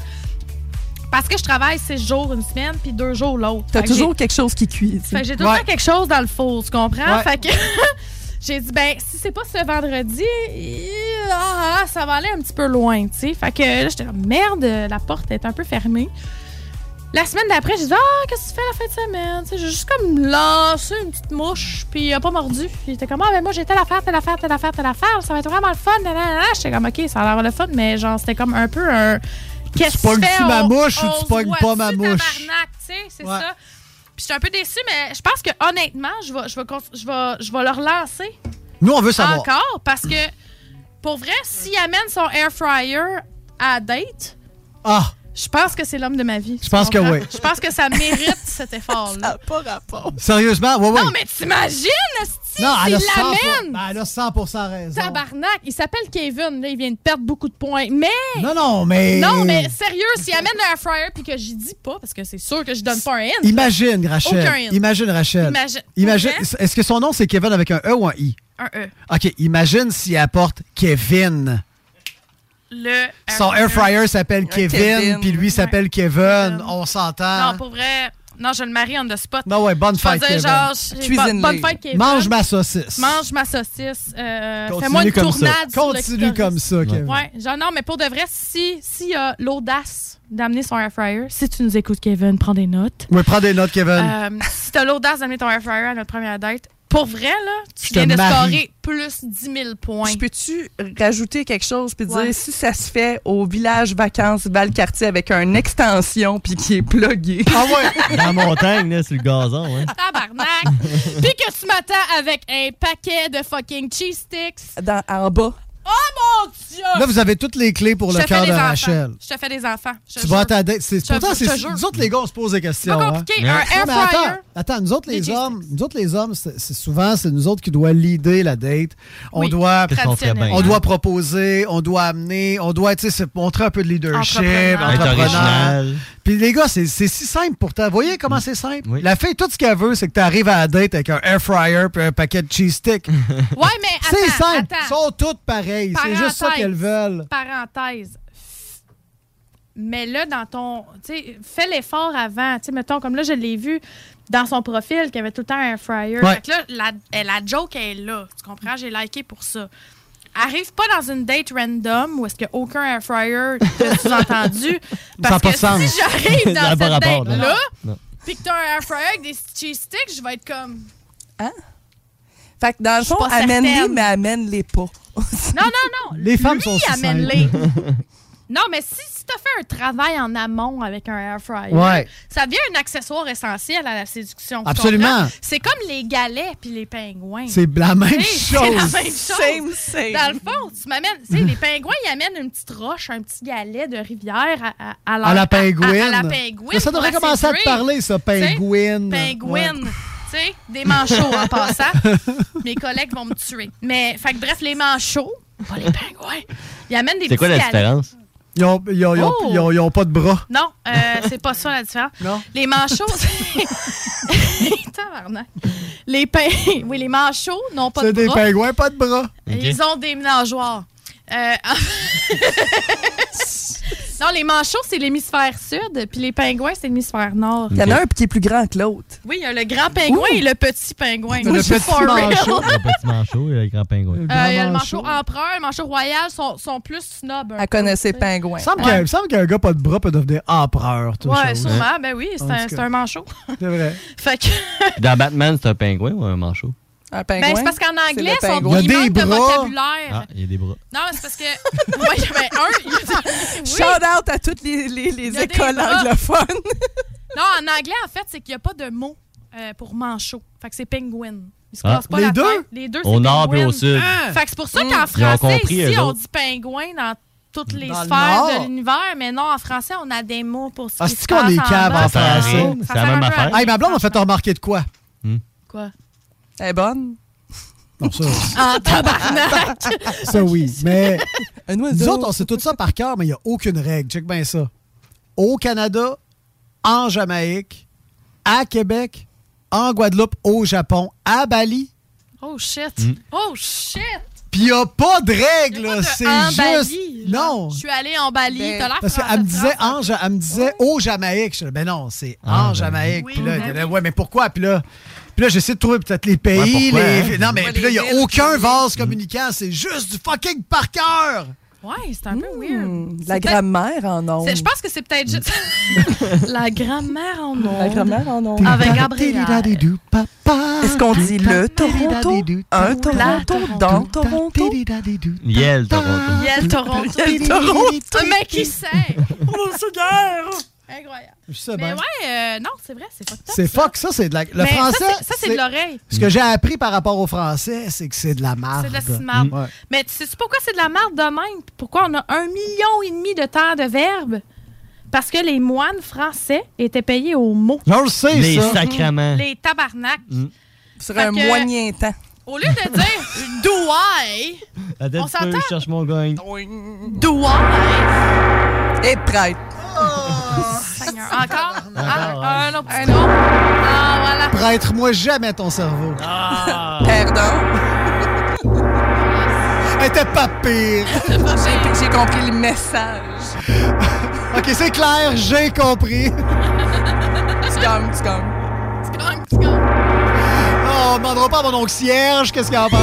Parce que je travaille six jours une semaine, puis deux jours l'autre. T'as Fait que j'ai- toujours quelque chose qui cuit. tu sais. fait que j'ai tout le temps quelque chose dans le four, tu comprends? Ouais. Fait que j'ai dit, ben, si c'est pas ce vendredi, euh, ah, ah, ça va aller un petit peu loin, tu sais. Fait que là, j'étais comme, merde, la porte est un peu fermée. La semaine d'après, j'ai dit, ah, qu'est-ce que tu fais la fin de semaine? Tu sais, j'ai juste comme lancé une petite mouche, puis il a pas mordu. Il était comme, ah, ben moi, j'ai telle affaire, telle affaire, telle affaire, telle affaire, ça va être vraiment le fun, nanana. J'étais comme, ok, ça a l'air le fun, mais genre, c'était comme un peu un. Qu'est-ce que pognes-tu fais? ma On- mouche ou on tu se pognes pas voit-tu, ma mouche? tabarnak? Tu sais, c'est Ouais. ça. Puis je suis un peu déçue, mais je pense que honnêtement, je vais, je vais, cons- je vais, je vais le relancer Nous, on veut savoir. encore parce que pour vrai, s'il amène son air fryer à date, Ah! je pense que c'est l'homme de ma vie. Je pense que oui. Je pense que ça mérite cet effort-là. Ça n'a pas rapport. Sérieusement? Ouais, ouais. Non, mais t'imagines, si Non, elle a il 100 l'amène! Ben, elle a 100 raison. Tabarnak, il s'appelle Kevin, là, il vient de perdre beaucoup de points. Mais. Non, non, mais- Non, mais sérieux, s'il amène l'air fryer puis que j'y dis pas, parce que c'est sûr que je donne pas un N. Imagine, Aucun Rachel. N. Imagine, Rachel. Imagine. Imagine- Pour vrai? Est-ce que son nom, c'est Kevin avec un E ou un I? Un E. OK, imagine s'il apporte Kevin. Le. Son air fryer s'appelle E. Ouais, Kevin, puis lui s'appelle Kevin. On s'entend. Non, pour vrai. Non, je le marie on the spot. Ah. Non, ouais, bonne Je vais fête, dire, Kevin. genre, j'ai- Cuisine-les. bonne fête, Kevin. Mange ma saucisse. Mange ma saucisse. euh, Continue Fais-moi une comme ça. tournade. sur le Continue comme ça, Kevin. Ouais, genre, non, mais pour de vrai, si s'il y a l'audace d'amener son air fryer, si tu nous écoutes, Kevin, prends des notes. Oui, prends des notes, Kevin. Euh, si t'as l'audace d'amener ton air fryer à notre première date, pour vrai, là, Je tu te viens de marie. scorer plus 10 000 points. Je peux-tu rajouter quelque chose puis Ouais. dire si ça se fait au village vacances Valcartier avec une extension puis qui est plugué. Ah ouais. Dans la montagne, là, sur le gazon. Hein. Tabarnak! Puis que tu m'attends avec un paquet de fucking cheese sticks. en bas. Oh mon Dieu! Là, vous avez toutes les clés pour Je le te fais cœur de des enfants. Rachel. Je te fais des enfants. Je Tu vas jure. à ta date. C'est- Je te- Pourtant, je te c'est jure. nous autres, les gars, on se pose des questions. Pas compliqué. hein. Un air Non, mais attends. fryer. Attends, nous autres, les hommes, nous autres, les hommes, c'est c'est souvent, c'est nous autres qui doit leader la date. On Oui, doit, Qu'est-ce qu'on ferait bien? hein? on doit proposer, on doit amener, on doit, tu sais, se montrer un peu de leadership, Entrepreneur. Être entrepreneur. original. Puis les gars, c'est c'est si simple pourtant. Voyez comment c'est simple. La fille, tout ce qu'elle veut, c'est que tu arrives à la date avec un air fryer puis un paquet de cheese stick. Ouais, mais attends. C'est simple. attends. Ils sont toutes pareilles. C'est juste ça Parenthèse. qu'elles veulent. Parenthèse. Mais là, dans ton. Tu sais, fais l'effort avant. Tu sais, mettons, comme là, je l'ai vu dans son profil, qu'il y avait tout le temps un fryer. Ouais. Fait que là, la, eh, la joke, elle est là. Tu comprends? J'ai liké pour ça. Arrive pas dans une date random où est-ce qu'il n'y a aucun air fryer de sous-entendu. Ça a parce pas que de sens. si j'arrive Ça a dans cette pas rapport, non. date-là, Non. puis que t'as un air fryer avec des cheese sticks, je vais être comme. Hein? Fait que dans le fond, pas amène-les, certaine. mais amène-les pas. Non, non, non. Les femmes Lui, sont si amène-les. simples. non, mais si, si tu fait un travail en amont avec un air fryer, Ouais. ça devient un accessoire essentiel à la séduction. tu Absolument. comprends? C'est comme les galets puis les pingouins. C'est la même Tu sais, C'est la chose. même chose. Same, same. Dans le fond, tu m'amènes. Tu sais, les pingouins, ils amènent une petite roche, un petit galet de rivière à, à- à leur- À la à- pingouine. À, à la pingouine. Mais ça pour devrait la commencer à te séduire. parler, ça, Tu sais, pingouine. Pingouine. Ouais. Tu sais, des manchots en passant. Mes collègues vont me tuer. Mais, fait que bref, les manchots, pas les pingouins, ils amènent des C'est quoi petits la galets. différence? Ils n'ont Oh! pas de bras. Non, euh, c'est pas ça la différence. Les manchots, c'est- Tabarnak. Les pin- Oui, les manchots n'ont pas de C'est des bras. pingouins, pas de bras. Ils ont des nageoires. Euh, non, les manchots, c'est l'hémisphère sud, puis les pingouins, c'est l'hémisphère nord. Il y en a un qui est plus grand que l'autre. Oui, il y a le grand pingouin Ouh. et le petit pingouin. Le petit For real. manchot. Le petit manchot et le grand pingouin. Euh, il y a le manchot empereur, le manchot royal sont, sont plus snobs. Elle connaissait pingouin. Il me semble qu'un- il me semble qu'un gars pas de bras peut devenir empereur. tout Ouais, chose. sûrement. Ben oui, c'est hein. En un, tout c'est cas. un manchot. C'est vrai. Fait que. Dans Batman, c'est un pingouin ou un manchot? Ah, Un Ben, c'est parce qu'en anglais, le son- pingouin. ils Il y a des manquent de bras. vocabulaire. Ah, il y a des bras. Non, mais c'est parce que. Ouais, il y avait un. il y a- oui. Shout out à toutes les, les- les Il y a des écoles bras. anglophones. Non, en anglais, en fait, c'est qu'il n'y a pas de mot euh, pour manchot. Fait que c'est penguin. Ils se Ah. cassent pas Les la deux? tête. Les deux, Au c'est nord penguin. et au sud. Ah. Fait que c'est pour ça Mm. qu'en Ils ont français, compris, ici, eux on autres. dit pingouin dans toutes les Dans le sphères nord. de l'univers, mais non, en français, on a des mots pour ce Ah, qui c'est se qu'on passe est en cave bas. en français. Ça sert un peu à rien. Hey, ma blonde m'a fait remarquer de quoi? Quoi? Elle est bonne. Non, ça. En tabarnak! Ça, oui. Mais nous autres, on sait tout ça par cœur, mais il n'y a aucune règle. Check bien ça. Au Canada, en Jamaïque, à Québec, en Guadeloupe, au Japon, à Bali. Oh shit! Mm. Oh shit! Puis il n'y a pas de règle, là. c'est En juste. Bali, genre, non. Je suis allée en Bali, t'as l'air Ben, Parce française. hein? Oh. qu'elle me disait, en, Ja- elle me disait au Jamaïque. Je disais, ben non, c'est en Jamaïque. Puis ben là, elle disait, ouais, mais pourquoi? Puis là, puis là j'essaie de trouver peut-être les pays. pourquoi, les- hein? Non, mais Ouais, puis là, il n'y les a aucun vase communicant. C'est juste du fucking par cœur. Ouais, c'est un Mm. peu weird. La C'est grammaire en ondes. C'est- Je pense que c'est peut-être juste. la grand-mère en ondes. La grand-mère en ondes. Avec Gabriel. Est-ce qu'on dit le Toronto, un Toronto, dans Toronto? Yel, Toronto. Yel Toronto. Yel Toronto. Un mec qui sait. Oh, On se guerre. Incroyable. Je sais Mais bien. ouais, euh, non, c'est vrai, c'est fucked up. C'est fuck, ça, c'est de la. Le Mais ça, français. c'est- ça, c'est de l'oreille. Ce que j'ai appris par rapport au français, c'est que c'est de la marde. C'est de la petite marde. Ouais. Mais tu sais-tu pourquoi c'est de la marde de même? Puis Pourquoi on a un million et demi de temps de verbes? Parce que les moines français étaient payés aux mots. Genre, je sais, Mm. Les ça. sacrements. Les tabarnak. Sur Fait un que- moyen temps. Au lieu de dire « do I Attends, On un petit peu, s'entend? je cherche mon gagne. » Do I Et prête. Seigneur, encore? Encore, Ah, un autre petit coup. Ah, voilà. Prêtre-moi jamais ton cerveau. Ah. Pardon? Elle était pas pire. J'ai j'ai compris le message. OK, c'est clair, j'ai compris. tu gagnes, tu gagnes. Tu gagnes, tu gagnes. Oh, on demandera pas à mon oncle Cierge qu'est-ce qu'il en pense.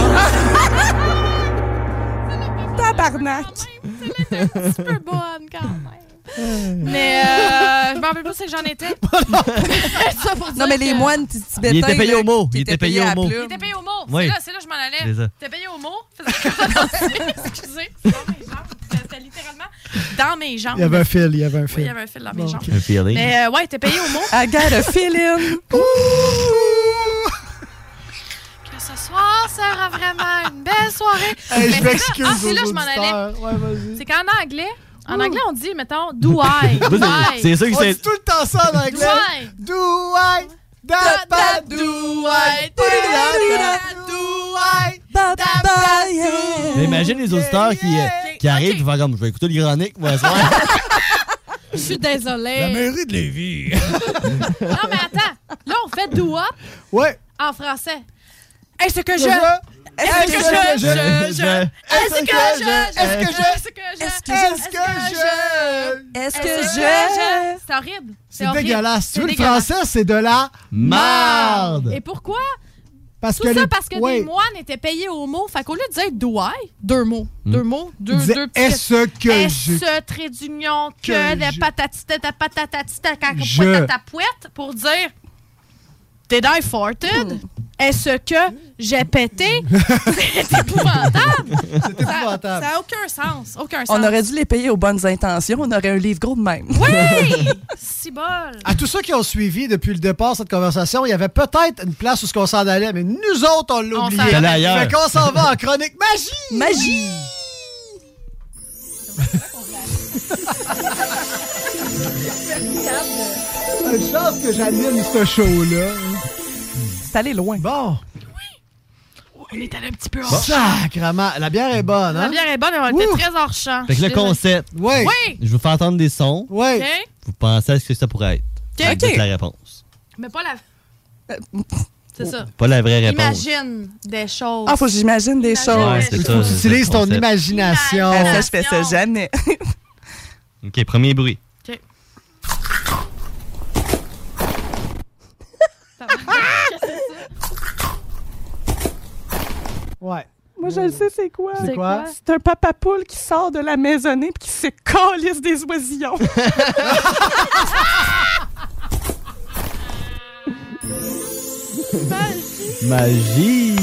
Tabarnak. un petit peu bonne quand même. Mais euh, je me rappelle pas c'est que j'en étais. Ça pour dire Non, mais les que- moines ti- tibétains. Il était payé là, au mot. qui Il était étaient payé payés au à mot. plume. Il était payé au mot. Oui. C'est là, c'est là que je m'en allais. C'est ça. T'es payé au mot. Faisais comme ça dans mes- Excusez. c'est dans mes jambes. C'était- C'était littéralement dans mes jambes. Il y avait un fil, il y avait un Oui, fil. il y avait un fil dans mes Bon, jambes. ok. Un feeling. Mais euh, ouais, t'es payé au mot. I got a feeling. Que ce soir sera vraiment une belle soirée. Hey, je Mais m'excuse c'est là- ah, c'est aux là que je m'en allais. auditeurs. Ouais, vas-y. C'est qu'en anglais, en anglais, on dit, mettons, do I. Moi, c'est- I. c'est ça que On c'est- dit tout le temps ça en Do anglais. I. Do I. Mais imagine les auditeurs qui, euh, qui arrivent et font comme je vais écouter l'ironique, moi, ça. Ah, Je suis désolée. de Lévis. Non, mais attends. Là, on fait do up Ouais. en français. Est-ce que je. Je- Est-ce que je. je- je- Est-ce que je. Est-ce que je. Est-ce que je. Est-ce que je. Est-ce que je- C'est horrible. C'est horrible. dégueulasse. Tu C'est veux, le dégueulasse. français, c'est de la marde. Et pourquoi? Parce Tout que ça les- parce que ouais. des moines étaient payés au mot. Fait qu'au lieu de dire do I, deux mots. Deux mots, deux, Hmm. Disait, deux petits- est-ce que je- Est-ce très d'union que, Que de patatita, de patatita, Je- patatapouette pour dire Did I farted? Hmm. Est-ce que j'ai pété? C'est épouvantable! C'est épouvantable. Ça n'a aucun sens. Aucun sens. On aurait dû les payer aux bonnes intentions. On aurait un livre gros de même. Oui! Cibole! À tous ceux qui ont suivi depuis le départ cette conversation, il y avait peut-être une place où ce qu'on s'en allait, mais nous autres, on l'a On oublié. s'en allait ailleurs. Fait qu'on s'en va en chronique magie! Magie! Une chance que j'anime ce show-là. C'est allé loin. Bon. On est allé un petit peu hors champ. Sacrement. La bière est bonne, hein? La bière est bonne, mais on était très hors champ. Fait que le concept. Oui. Oui. Je vous fais entendre des sons. Oui. OK. Vous pensez à ce que ça pourrait être. Ok. Fait que Ok. dites la réponse. Mais pas la. Euh, C'est ça. Pas la vraie réponse. Imagine des choses. Ah, faut que j'imagine des choses. Ouais, c'est ça, Faut que c'est tu ça, utilises le concept. imagination. Ah, ça, je fais ça jamais. OK, premier bruit. Ah, Ouais. Moi, je le sais, c'est quoi? C'est quoi? C'est un papa poule qui sort de la maisonnée puis qui se calisse des oisillons. Magie.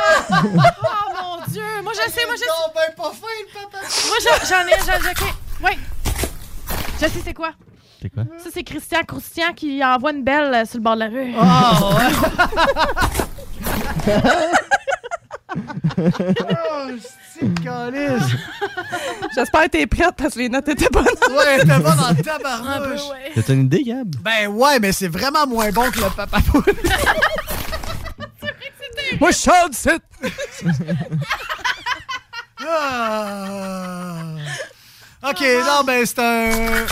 oh mon dieu! Moi Ah, je sais, moi je sais. Non, ben pas fin, le papa! Moi je- j'en ai, j'en ai, ok. Oui. Je sais c'est quoi. C'est quoi? Ça, c'est Christian Christian qui envoie une belle euh, sur le bord de la rue. Ah, Oh, Oh, c'est calice. J'espère que t'es prête parce que les notes étaient bonnes. Ouais, elles étaient bonnes en tabarnouche. Un peu, ouais. T'as une idée, Gab? Ben ouais, mais c'est vraiment moins bon que le papa poule. Moi, je sors du site. Ah. OK, Ah. non, ben c'est un...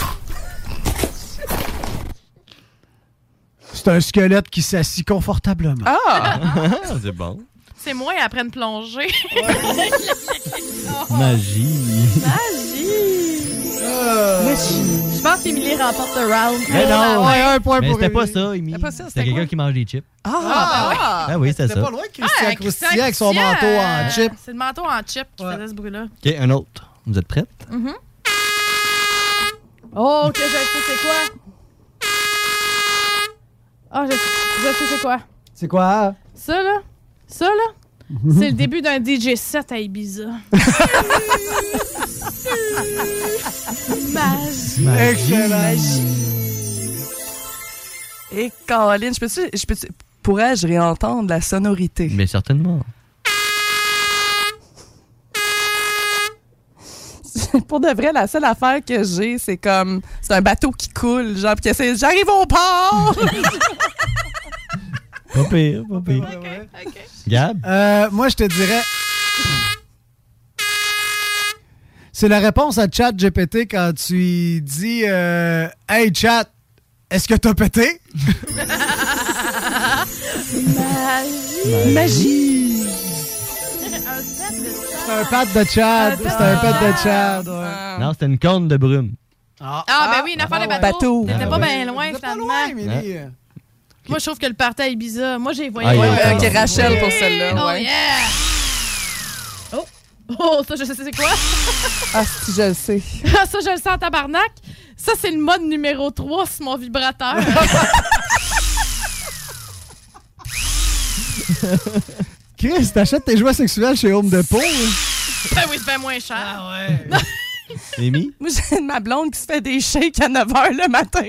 C'est un squelette qui s'assit confortablement. Ah! c'est bon. C'est moi après une plongée. Magie. Magie! Euh. Je pense qu'Emilie remporte le round. Mais non. Ah, Ouais, un point Mais pour c'était pas Émilie. ça, Émilie. C'était pas ça, c'était C'était quelqu'un qui mange des chips. Ah, Ah oui, c'était ça. pas loin que Christian Ah, Croustillant avec son Christian, manteau en euh, chip. C'est le manteau en chip qui faisait ce bruit-là. OK, un autre. Vous êtes prêts? Mm-hmm. Mhm. Oh, que je sais c'est quoi. Ah, je, je sais c'est quoi. C'est quoi? Ça, là, ça, là, Mm-hmm. c'est le début d'un DJ set à Ibiza. Magie. Et Caroline, je peux-tu. Je peux Pourrais-je réentendre la sonorité? Mais certainement. Pour de vrai, la seule affaire que j'ai, c'est comme. C'est un bateau qui coule, genre, puis qui essaie. J'arrive au port! Pas pire, pas pire. Gab? Euh, moi, je te dirais... C'est la réponse à Chat GPT quand tu lui dis euh, Hey Chat, est-ce que t'as pété? Magie. Magie. Un set de ça. C'est un pat de Chad. C'est un pat de Chad. ouais. Non, c'était une corne de brume. Ah, ben oui, une affaire de ouais. bateau. Bateau. T'étais Ah pas ouais. bien loin, finalement. Émilie. Moi, je trouve que le party à Ibiza, moi, j'ai voyagé. Ah, il y a autant Ok, d'affaires. Rachel pour celle-là. Oh, ouais. yeah! Oh! Oh, ça, je sais c'est quoi. Ah, si, je le sais. Ah, ça, je le sens en tabarnak. Ça, c'est le mode numéro 3 sur mon vibrateur. Ben Chris, t'achètes tes jouets sexuels chez Home Depot? ben oui, c'est bien moins cher. Ah ouais. Amy? Moi, j'ai ma blonde qui se fait des shakes à 9 h le matin.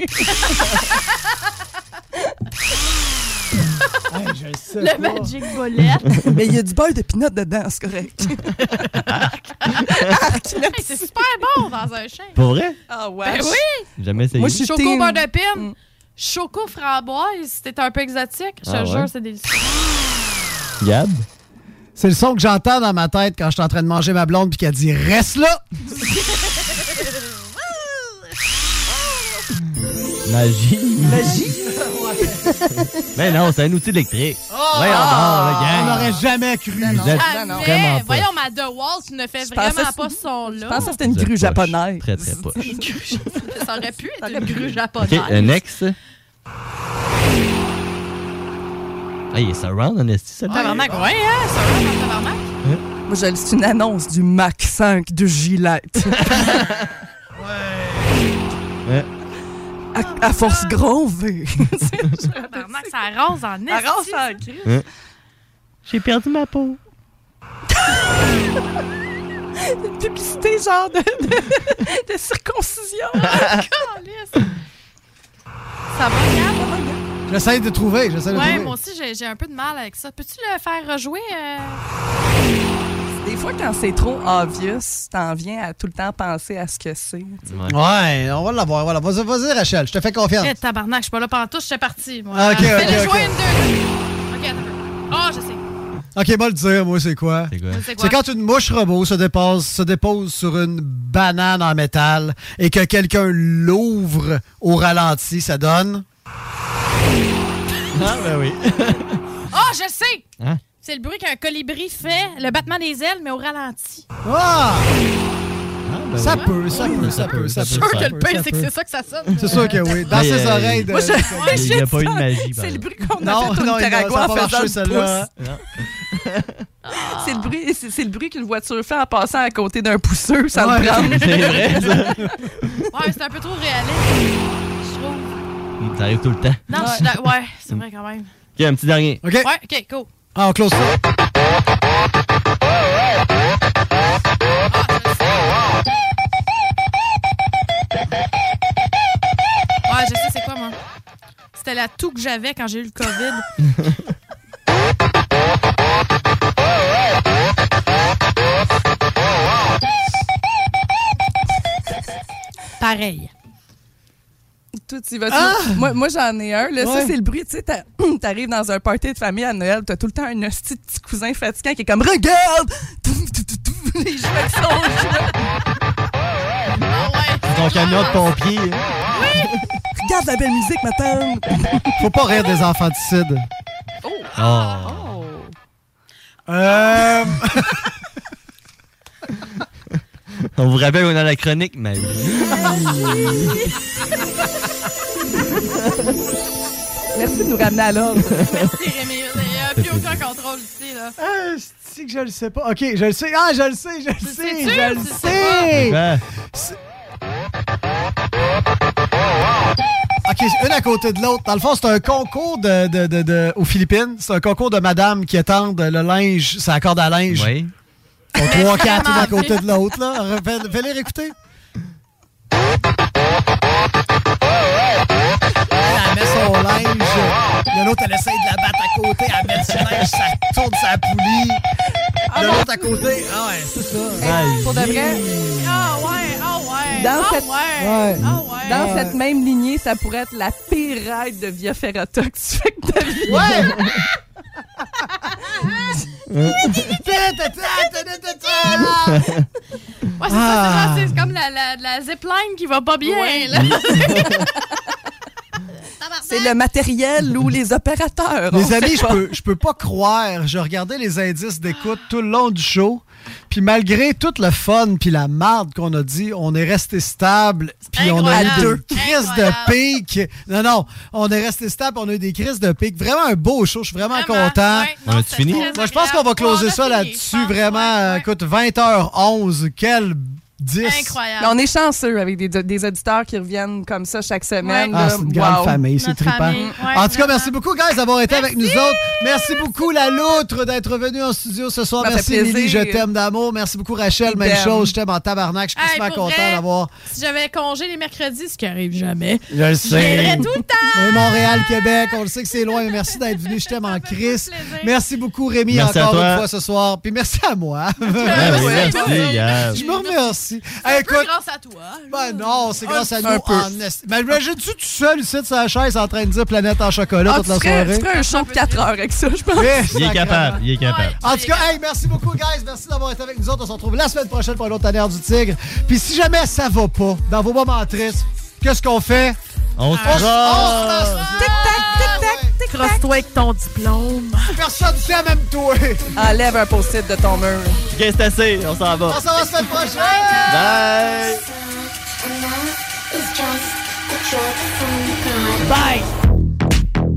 Le Magic Bullet. Mais il y a du beurre de pinot dedans, c'est correct. Hey, c'est super bon dans un chien. Pour vrai? Ah ouais. Ben oui! Jamais essayé. Moi, je suis Choco beurre de Mm. pine. Choco framboise, c'était un peu exotique. Je te Ah ouais? jure, c'est délicieux. Gab? C'est le son que j'entends dans ma tête quand je suis en train de manger ma blonde puis qu'elle dit Reste là! Magie. Mais non, c'est un outil électrique. Oh! ouais, Ah! On n'aurait jamais cru. Vous êtes Jamais. vraiment pas. Ah, Voyons, ma DeWalt ne fait pensais vraiment que pas ce son-là. Je pensais que c'était une grue japonaise. Très, très poche. Une grue japonaise. Ça aurait pu être une pu. grue OK, japonaise. un ex. Hey, il est surround, en esti, Ah, celle-là. Tabarnak, ouais, hein, ça va, ça, tabarnak. Moi, je- c'est une annonce du Mac 5 de Gillette. Ouais. À, à force grondée. Tabarnak, ça arrose en esti. Ça arrose ça. Hein? J'ai perdu ma peau. Une publicité genre de, de- de circoncision. Ça va, Gab? J'essaie de trouver, j'essaie de Ouais, trouver. moi aussi, j'ai- j'ai un peu de mal avec ça. Peux-tu le faire rejouer? euh? Des fois, quand c'est trop obvious, t'en viens à tout le temps penser à ce que c'est. Ouais, on va l'avoir, voilà. Vas-y, vas-y, Rachel, je te fais confiance. Eh, tabarnak, je suis pas là pantoute, je suis partie. Moi. Ah, ok, Fais-les ok, ok. jouer une, deux. Ok, attends. un peu. Ah, je sais. Ok, moi le dire, moi c'est quoi? C'est quoi? C'est quand une mouche robot se dépose, se dépose sur une banane en métal et que quelqu'un l'ouvre au ralenti, ça donne. Ah ben oui. Ah, je sais! Hein? C'est le bruit qu'un colibri fait, le battement des ailes, mais au ralenti. Ah! ça peut, ça peut, ça peut, ça Je suis peut. sûr que ça le peut, pire, ça c'est que peut. c'est ça que ça sonne. C'est sûr que oui. Dans Mais, ses euh, oreilles de. Moi, je- il y a pas eu de magie, par C'est le exemple. bruit qu'on Non, a fait au non, il a- ça Nicaragua a en pas faisant marché, le celle-là, hein. pouce. C'est le bruit, c'est c'est le bruit qu'une voiture fait en passant à côté d'un pousseux, ça Ouais, le prend. c'est vrai, Ouais, c'est un peu trop réaliste, je trouve. Ça arrive tout le temps. Non, je suis d'a- Ouais, c'est vrai quand même. OK, un petit dernier. OK. Ouais, ok, go. Ah, on close ça. Ouais, je sais c'est quoi, moi. C'était la toux que j'avais quand j'ai eu le COVID. Pareil. Toi, tu vas Ah! Moi, moi, j'en ai un. Là, Ouais. Ça, c'est le bruit. Tu sais, t'as- t'arrives dans un party de famille à Noël, t'as tout le temps un hostie de petit cousin fatigant qui est comme Regarde! Les jouets qui sont Ton camion de pompier. hein. Regarde la belle musique, ma tante! Faut pas rire des infanticides. Oh. Euh. On vous rappelle, on a la chronique magie. Ah Merci de nous ramener à l'ordre. Merci Rémi. Il n'y euh, a plus aucun contrôle ici, là. Ah, c'est que je le sais pas. Ok, je le sais. Ah, je le sais, je le sais, sais-tu je ou le tu sais pas? sais. C'est- Ok, une à côté de l'autre. Dans le fond, c'est un concours de, de- de- de- aux Philippines. C'est un concours de madame qui étendent le linge, sa corde à linge. Oui. Ils sont trois, quatre, une à côté de l'autre, là. Fais- Fais-les réécouter. Elle met son linge. Le l'autre, elle essaie de la battre à côté. Elle met son linge, ça tourne sa poulie. Ah Le non. l'autre à côté. Ah ouais, c'est ça. Pour de vrai. Ah ouais, ah ouais. Dans ah cette- ouais. Ah ouais. Dans cette même lignée, ça pourrait être la pire ride de Via Ferrata que tu fais que ta vie. Ouais, c'est ça, Ah. c'est genre, c'est comme la, la, la zipline qui va pas bien, là. C'est le matériel ou les opérateurs. Les on amis, sait je pas. peux, je peux pas croire. Je regardais les indices d'écoute tout le long du show. Puis malgré tout le fun puis la marde qu'on a dit, on est resté stable. Puis on a eu Incroyable. deux crises de pique. Non, non, on est resté stable. On a eu des crises de pique. Vraiment un beau show. Je suis vraiment, content. On a-tu fini? Moi, je pense qu'on va closer ça là-dessus. Vraiment, écoute, 20h11. Quel 10. Incroyable. Mais on est chanceux avec des, des auditeurs qui reviennent comme ça chaque semaine. Ah, là. c'est une grande euh, Wow. famille, c'est trippant. en tout cas, Ah, Hein? merci beaucoup, guys, d'avoir été avec nous autres. Merci beaucoup, la loutre, d'être venue en studio ce soir. Ça me merci, fait plaisir. Émilie, je t'aime d'amour. Merci beaucoup, Rachel, même Idem. chose. Je t'aime en tabarnak. Je suis Hey, super pour content vrai, d'avoir. Si j'avais congé les mercredis, ce qui arrive jamais. Je le sais. viendrais tout le temps. Mais Montréal, Québec, on le sait que c'est loin, mais merci d'être venu. Je t'aime en crise. Merci beaucoup, Rémi, Merci à encore toi. une fois ce soir. Puis merci à moi. oui, merci, Gab. Je me remercie. Hey, écoute, grâce à toi. Ben non, c'est grâce à nous. Ah, Un peu. en esti. Ben, imagine-tu tout seul ici de sa chaise en train de dire Planète en chocolat Ah, toute tu la ferais- soirée? tu ferais un show de 4 heures avec ça, je pense. eh. Il est capable, il est capable. En tout cas, hey, merci beaucoup, guys. Merci d'avoir été avec nous autres. On se retrouve la semaine prochaine pour un autre Tanière du Tigre. Puis si jamais ça va pas, dans vos moments tristes, qu'est-ce qu'on fait? On se crosse. Crosse-toi avec ton diplôme. Ah, Personne ne sait même toi. Enlève un post-it de ton mur. Ok, c'est assez, on s'en va. On s'en va la semaine prochaine! Bye! Bye.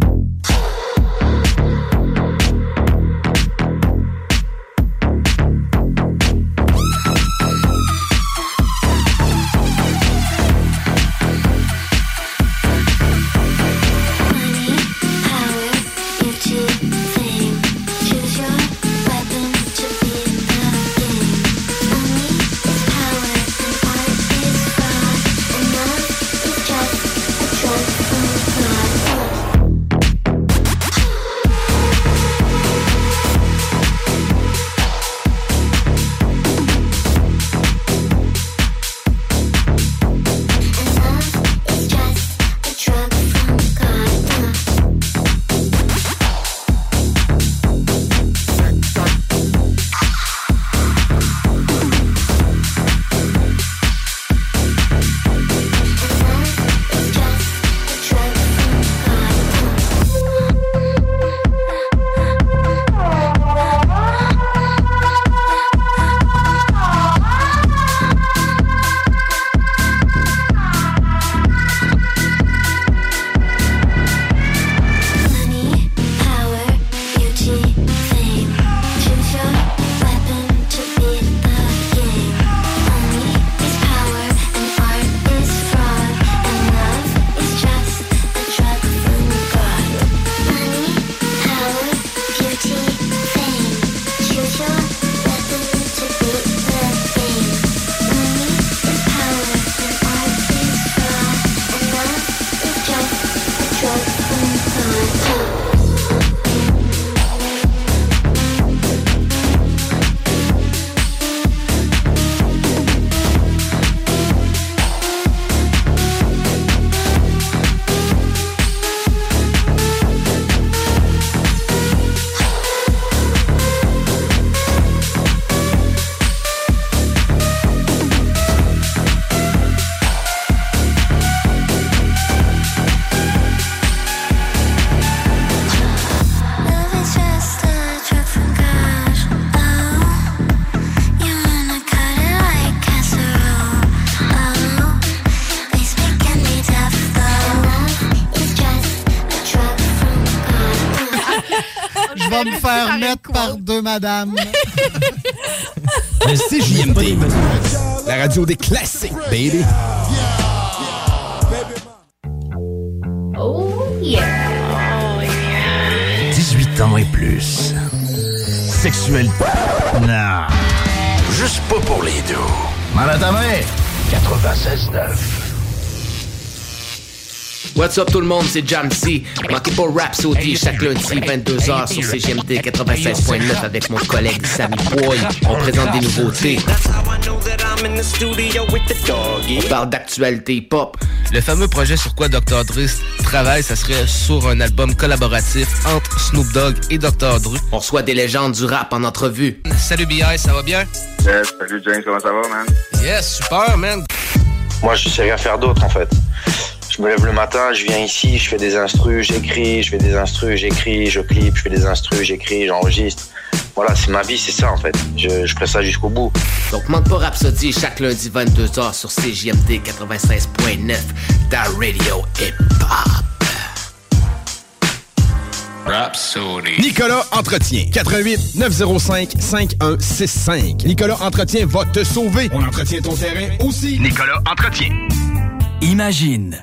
Oh, Je vais me faire mettre par deux madames. Le CJMD. La radio des classiques, baby. Oh yeah. 18 ans et plus. Sexuel. Non. Juste pas pour les deux. Maladamé. 96.9. What's up tout le monde, c'est Jamsey. Manquez pas Rap Saudi chaque lundi 22h sur CGMD 96.9 avec mon collègue Sammy Boy. On présente des nouveautés. On parle d'actualité pop. Le fameux projet sur quoi Dr. Dre travaille, ça serait sur un album collaboratif entre Snoop Dogg et Dr. Dre. On reçoit des légendes du rap en entrevue. Salut BI, ça va bien? Yes, salut James, comment ça va, man? Yes, super, man. Moi, je sais rien faire d'autre, en fait. Je me lève le matin, je viens ici, je fais des instrus, j'écris, je fais des instrus, j'écris, je clip, je fais des instrus, j'écris, j'enregistre. Voilà, c'est ma vie, c'est ça, en fait. Je, je ferai ça jusqu'au bout. Donc manque pas Rap Saudi chaque lundi 22h sur CGMD 96.9. Ta radio hip-hop. Nicolas Entretien. 88 905 5165. Nicolas Entretien va te sauver. On entretient ton terrain aussi. Nicolas Entretien. Imagine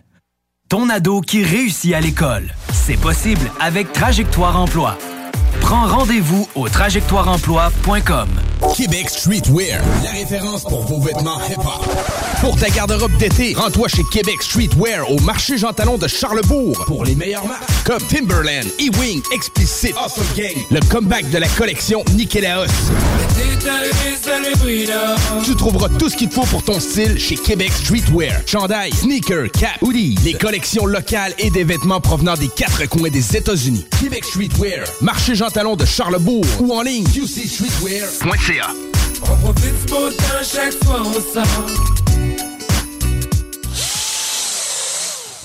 ton ado qui réussit à l'école. C'est possible avec Trajectoire Emploi. Prends rendez-vous au trajectoireemploi.com. Québec Streetwear, la référence pour vos vêtements hip-hop. Pour ta garde-robe d'été, rends-toi chez Québec Streetwear au marché Jean Talon de Charlebourg pour les meilleures marques comme Timberland, E-Wing, Explicit, Awesome Gang, le comeback de la collection Nikélaos. Tu trouveras tout ce qu'il te faut pour ton style chez Québec Streetwear. Chandail, sneakers, cap, hoodie, les collections locales et des vêtements provenant des quatre coins des États-Unis. Québec Streetwear, marché Jean Talon de Charlebourg ou en ligne qcstreetwear.ca. On profite du beau temps chaque fois on sort.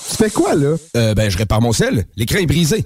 Tu fais quoi, là? Euh, ben, je répare mon sel. L'écran est brisé.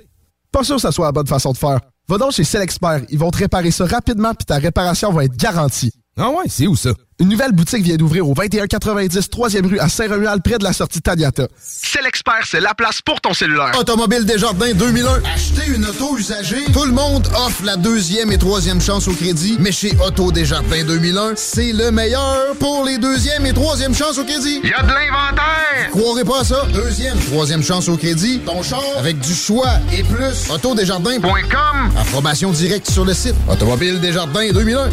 Pas sûr que ça soit la bonne façon de faire. Va donc chez Selexpert. Ils vont te réparer ça rapidement puis ta réparation va être garantie. Ah ouais, c'est où ça? Une nouvelle boutique vient d'ouvrir au 2190 3e rue à Saint-Romuald près de la sortie Taniata. C'est l'expert, c'est la place pour ton cellulaire. Automobile Desjardins 2001. Acheter une auto usagée. Tout le monde offre la deuxième et troisième chance au crédit. Mais chez Auto Desjardins 2001, c'est le meilleur pour les deuxième et troisième chances au crédit. Y a de l'inventaire! Croirez pas à ça. Deuxième, troisième chance au crédit. Ton char avec du choix et plus. Autodesjardins.com. Information directe sur le site. Automobile Desjardins 2001.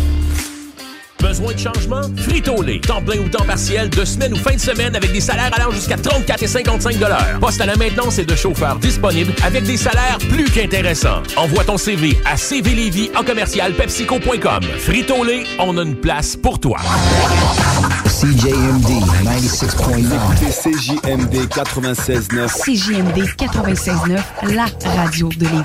Besoin de changement? Frito-Lay. Temps plein ou temps partiel, de semaine ou fin de semaine, avec des salaires allant jusqu'à 34 et 55 Poste à la maintenance et de chauffeurs disponibles, avec des salaires plus qu'intéressants. Envoie ton CV à cvlévy en commercial pepsico.com. Frito-Lay, on a une place pour toi. CJMD 96.9. CJMD 96.9. CJMD 96.9, la radio de Lévis.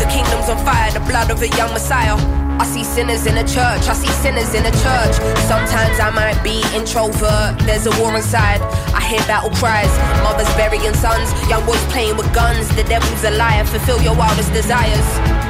The kingdom's on fire, the blood of a young Messiah. I see sinners in the church, I see sinners in the church. Sometimes I might be introvert, there's a war inside. I hear battle cries, mothers burying sons, young boys playing with guns. The devil's a liar, fulfill your wildest desires.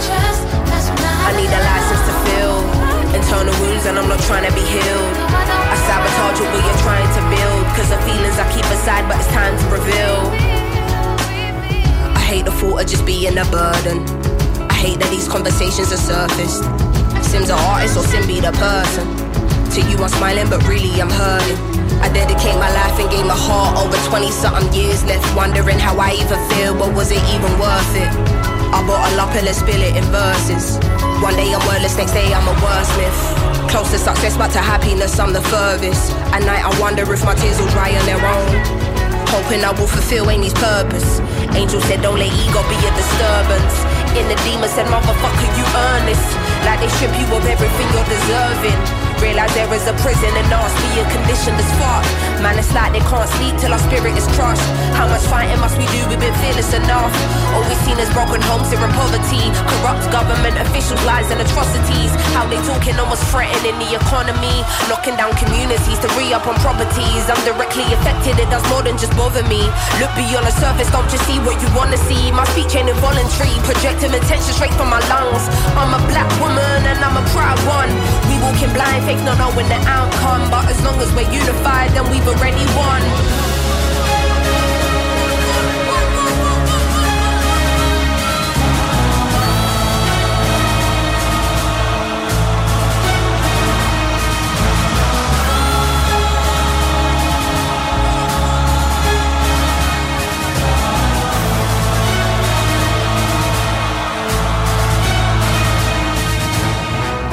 I need a license to feel internal wounds and I'm not trying to be healed. I sabotage what you're trying to build. Cause the feelings I keep aside, but it's time to reveal. I hate the thought of just being a burden. I hate that these conversations are surfaced. Sim's an artist or Sim be the person. To you I'm smiling, but really I'm hurting. I dedicate my life and gave my heart over 20 something years, left wondering how I even feel, but was it even worth it? I bottle up and let's spill it in verses. One day I'm wordless, next day I'm a wordsmith. Close to success, but to happiness I'm the furthest. At night I wonder if my tears will dry on their own. Hoping I will fulfill Amy's purpose. Angel said, don't let ego be a disturbance. In the demon said, motherfucker, you earn this. Like they strip you of everything you're deserving. Realize there is a prison and nasty and conditioned as fuck. Man, it's like they can't sleep till our spirit is crushed. How much fighting must we do? We've been fearless enough. All we've seen is broken homes here in poverty. Corrupt government officials, lies and atrocities. How they talking almost threatening the economy. Knocking down communities to re up on properties. I'm directly affected, it does more than just bother me. Look beyond the surface, don't just see what you wanna see. My speech ain't involuntary, projecting attention straight from my lungs. I'm a black woman and I'm a proud one. We walk in blind faith, not knowing the outcome. But as long as we're unified, then we've already won.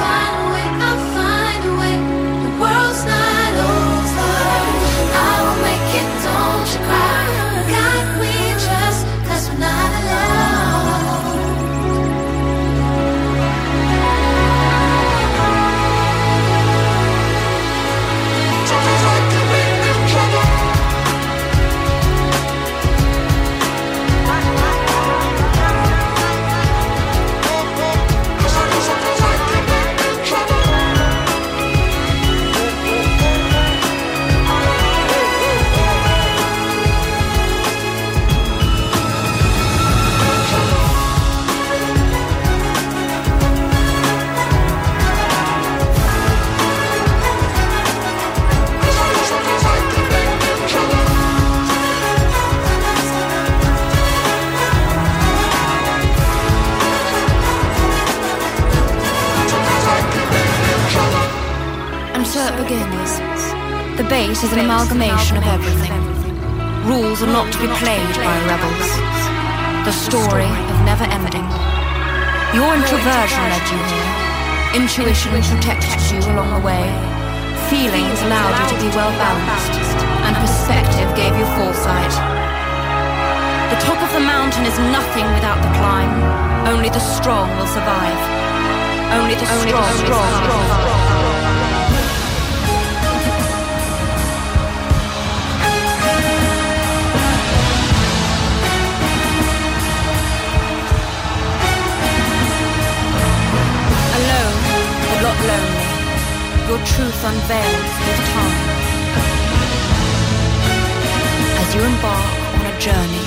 Find a way, I'll find a way. The world's not over. I'll make it, don't you cry. God, we just, cause we're not alone. I'm still at beginners. The base is an amalgamation of everything. Rules are not to be played by rebels. The story of never ending. Your introversion led you here. Intuition protected you along the way. Feelings allowed you to be well balanced. And perspective gave you foresight. The top of the mountain is nothing without the climb. Only the strong will survive. Only the strong, will survive. Alone, but not lonely. Your truth unveils with time. As you embark on a journey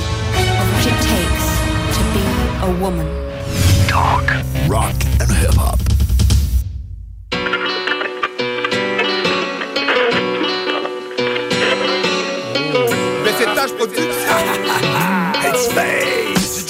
of what it takes to be a woman. Talk, rock and hip hop. Mais c'est tâche Headspace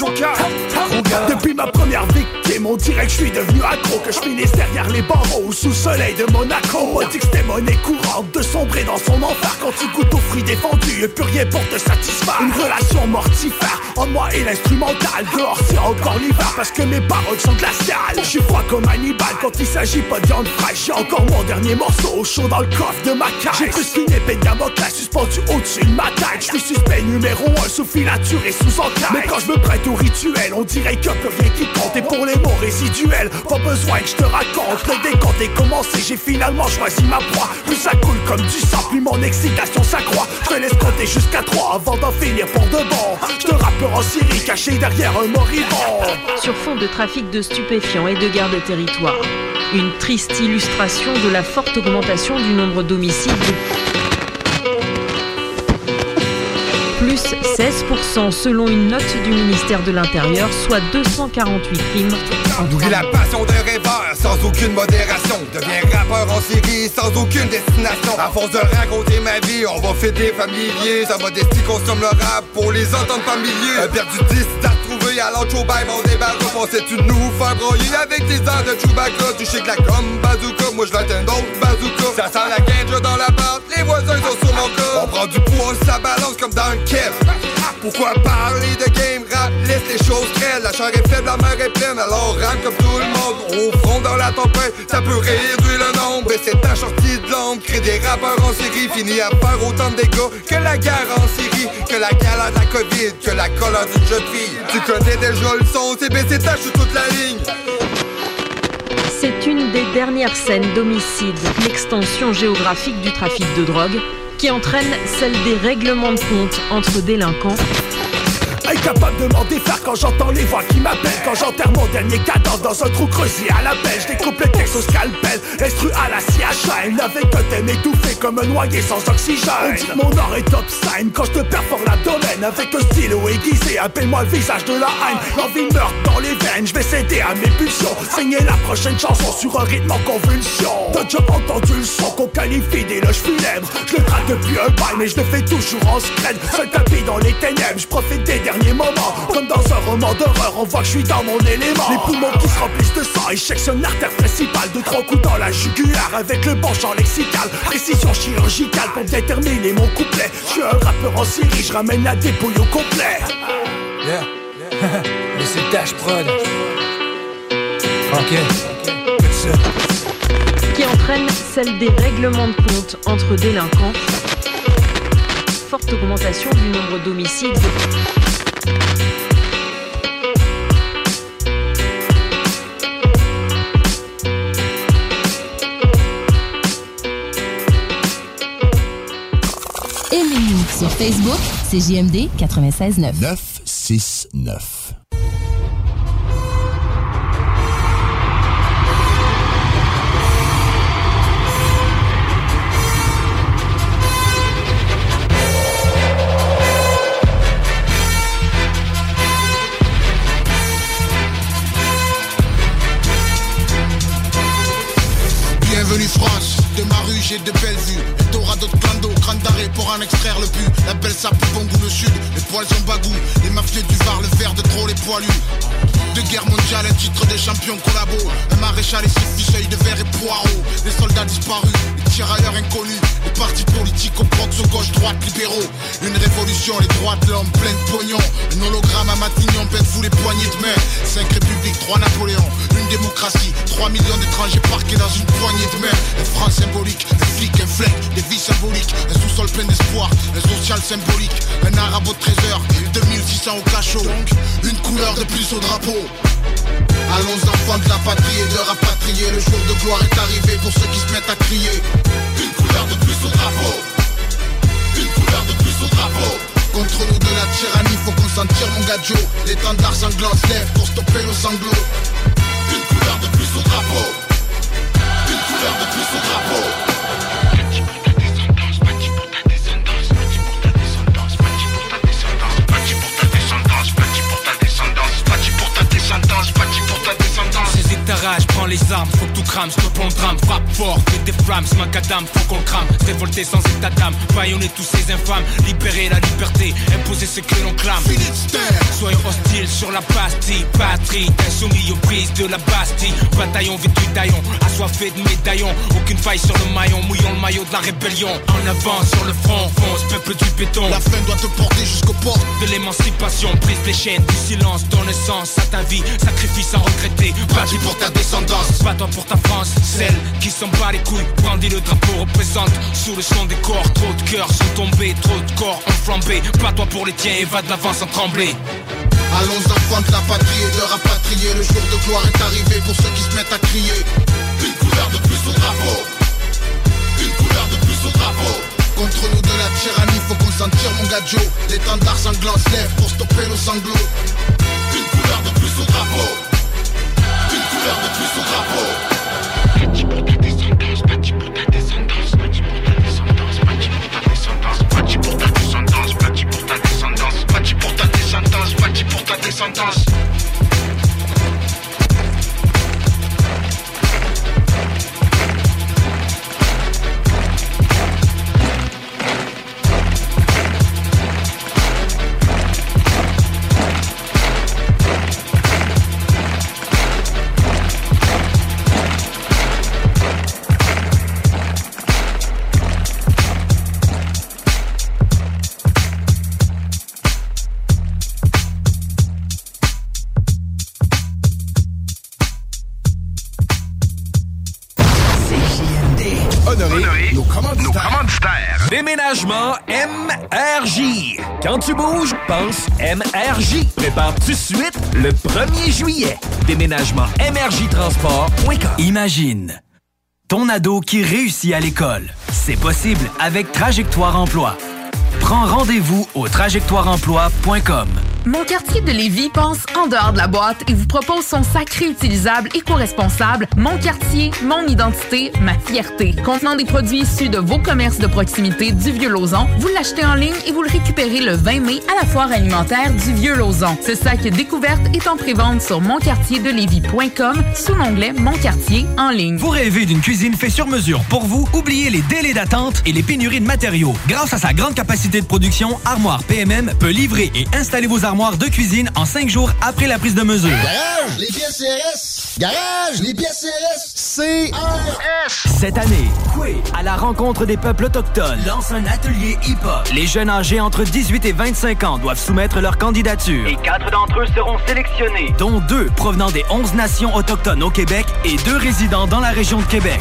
Depuis ma première victime, on dirait que je suis devenu accro Que je finisse derrière les barreaux sous soleil de Monaco On m'a dit que c'était monnaie courante de sombrer dans son enfer Quand tu goûtes aux fruits défendus, et plus rien pour te satisfaire Une relation mortifère, en moi et l'instrumental Dehors c'est encore l'hiver, parce que mes paroles sont glaciales Je suis froid comme Hannibal, quand il s'agit pas de viande fraîche J'ai encore mon dernier morceau, chaud dans le coffre de ma caisse J'ai plus qu'une épée de Damoclès suspendue au-dessus de ma tête Je suis suspect numéro un sous filature et sous enquête Mais quand je me prête au rituel, on dirait que plus rien qui compte Et pour les mots résiduels, pas besoin que je te raconte Le décompte est commencé, j'ai finalement choisi ma proie Plus ça coule comme du sang, plus mon excitation s'accroît Je te laisse compter jusqu'à 3 avant d'en finir pour de bon Je te rappeur en Syrie, caché derrière un moribond Sur fond de trafic de stupéfiants et de guerre de territoire. Une triste illustration de la forte augmentation du nombre d'homicides. Plus 16% selon une note du ministère de l'Intérieur, soit 248 crimes. en Nourris la passion d'un rêveur sans aucune modération. Deviens rappeur en série sans aucune destination. À force de raconter ma vie, on va fêter familier. Sa modestie consomme le rap pour les entendre familiers. Un perdu 10 à trouver à l'autre bail, on débarque. Pensais-tu de nous faire broyer avec tes airs de Chewbacca? Tu sais que la com bazooka, moi je l'attends donc bazooka. Ça sent la guingue dans la porte, les voisins sont sur mon corps. On prend du poids, ça balance comme dans le keb. Pourquoi parler de game rap? Laisse les choses crêles. La chair est faible, la mer est pleine, alors rame comme tout le monde. Au front dans la tempête, ça peut réduire le nombre. Et c'est ta sortie de l'ombre. Crée des rappeurs en série, finit à faire autant de dégâts que la guerre en Syrie, que la galère de la Covid, que la colère d'une jeune fille. Tu connais déjà le son, c'est baissé ta toute la ligne. C'est une des dernières scènes d'homicide, l'extension géographique du trafic de drogue, qui entraîne celle des règlements de compte entre délinquants. Incapable de m'en défaire quand j'entends les voix qui m'appellent Quand j'enterre mon dernier cadence dans un trou creusé à la pêche Découpe les textes au scalpel, instru à la scie à chaîne Avec un thème étouffé comme un noyé sans oxygène On dit que mon or est obscène quand je te perfore l'abdomen Avec un stylo aiguisé, appelle-moi le visage de la haine L'envie meurt dans les veines, je vais céder à mes pulsions Signer la prochaine chanson sur un rythme en convulsion T'as déjà entendu le son qu'on qualifie d'éloge funèbre Je le traque depuis un bail mais je le fais toujours en scred Seul tapis dans les ténèbres, je profite des derniers moments Comme dans un roman d'horreur, on voit que je suis dans mon élément Les poumons qui se remplissent de sang, échec sur une artère principale De trois coups dans la jugulaire avec le penchant lexical Précision chirurgicale pour déterminer mon couplet Je suis un rappeur en série, je ramène la dépouille au complet Yeah. Mais c'est Dash Prod. Ok. Good shit. qui entraîne celle des règlements de compte entre délinquants. Forte augmentation du nombre d'homicides. Aimez-nous sur Facebook, c'est JMD 96.9. 969. Bienvenue France, de ma rue j'ai de belles vues Eldorado de Glando, crâne d'arrêt pour en extraire le pu La belle sape, bon goût le sud, les poils ont bagou Les mafieux du Var, le vert de trop, les poilus De guerre mondiale, un titre de champion collabo Un maréchal et ses fuseuils de verre et poireaux Les soldats disparus, les tirailleurs inconnus Les partis politiques aux portes gauche, droite, libéraux Une révolution, les droits de l'homme, plein de pognon Un hologramme à Matignon, pète-vous les poignées de main Cinq républiques, trois Napoléons, une démocratie 3 millions d'étrangers parqués dans une poignée de main Un franc symbolique, un flic, un flingue, des vies symboliques Un sous-sol plein d'espoir, un social symbolique Un arabe au trésor, 2600 au cachot Une couleur de plus au drapeau Allons enfants de la patrie et de rapatrier Le jour de gloire est arrivé pour ceux qui se mettent à crier Une couleur de plus au drapeau Une couleur de plus au drapeau Contre nous de la tyrannie, faut qu'on s'en tire mon gadjo L'étendard sanglant se lève pour stopper le sanglot Une couleur de plus au drapeau Une couleur de plus au drapeau Saisis ta rage, prends les armes, faut que tout crame, stop on drame, frappe fort, fais des flammes, ce macadam, faut qu'on crame, révolté sans état d'âme, paillonner tous ces infâmes, libérer la liberté, imposer ce que l'on clame. Soyons hostiles sur la Bastille, patrie, insoumis aux prises de la Bastille, bataillon vêtu d'aillon, assoiffé de médaillons, aucune faille sur le maillon, mouillons le maillot de la rébellion, en avant sur le front, fonce, peuple du béton. La faim doit te porter jusqu'au port de l'émancipation, brise les chaînes du silence, donne sens à ta vie, sacrifice sans regretter, bâtis pour ta descendance, bats-toi pour ta France, celle qui s'en bat les couilles, brandit le drapeau, représente sous le son des corps, trop de cœurs sont tombés, trop de corps ont flambé, bats-toi pour les tiens et va de l'avant sans trembler. Allons enfants de la patrie et de rapatrier Le jour de gloire est arrivé pour ceux qui se mettent à crier Une couleur de plus au drapeau Une couleur de plus au drapeau Contre nous de la tyrannie, faut qu'on s'en tire mon gadjo L'étendard sanglant se lève pour stopper le sanglot Une couleur de plus au drapeau Une couleur de plus au drapeau honorer nos commanditaires. Déménagement MRJ. Quand tu bouges, pense MRJ. Prépare tout de suite le 1er juillet. Déménagement MRJ Transport.com. Imagine ton ado qui réussit à l'école. C'est possible avec Trajectoire Emploi. Prends rendez-vous au trajectoireemploi.com. Mon quartier de Lévis pense en dehors de la boîte et vous propose son sac réutilisable éco-responsable Mon quartier, mon identité, ma fierté. Contenant des produits issus de vos commerces de proximité du Vieux-Lauzon, vous l'achetez en ligne et vous le récupérez le 20 mai à la foire alimentaire du Vieux-Lauzon. Ce sac découverte est en prévente sur monquartierdelévis.com sous l'onglet Mon quartier en ligne. Vous rêvez d'une cuisine fait sur mesure pour vous? Oubliez les délais d'attente et les pénuries de matériaux. Grâce à sa grande capacité de production, Armoire PMM peut livrer et installer vos armoires de cuisine en cinq jours après la prise de mesure. Garage, les pièces CRS. Garage, les pièces CRS. C'est Cette année, Coué, à la rencontre des peuples autochtones, lance un atelier hip-hop. Les jeunes âgés entre 18 et 25 ans doivent soumettre leur candidature. Et quatre d'entre eux seront sélectionnés. Dont deux provenant des 11 nations autochtones au Québec et deux résidents dans la région de Québec.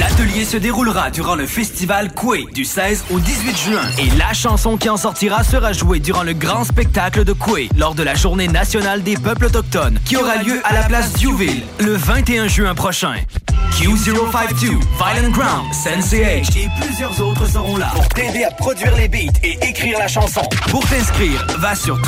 L'atelier se déroulera durant le festival Coué du 16 au 18 juin. Et la chanson qui en sortira sera jouée durant le grand spectacle de Coué lors de la journée nationale des peuples autochtones qui aura lieu à la place Diouville le 21 juin prochain. Q052, Violent Ground, Sensei H et plusieurs autres seront là pour t'aider à produire les beats et écrire la chanson. Pour t'inscrire, va sur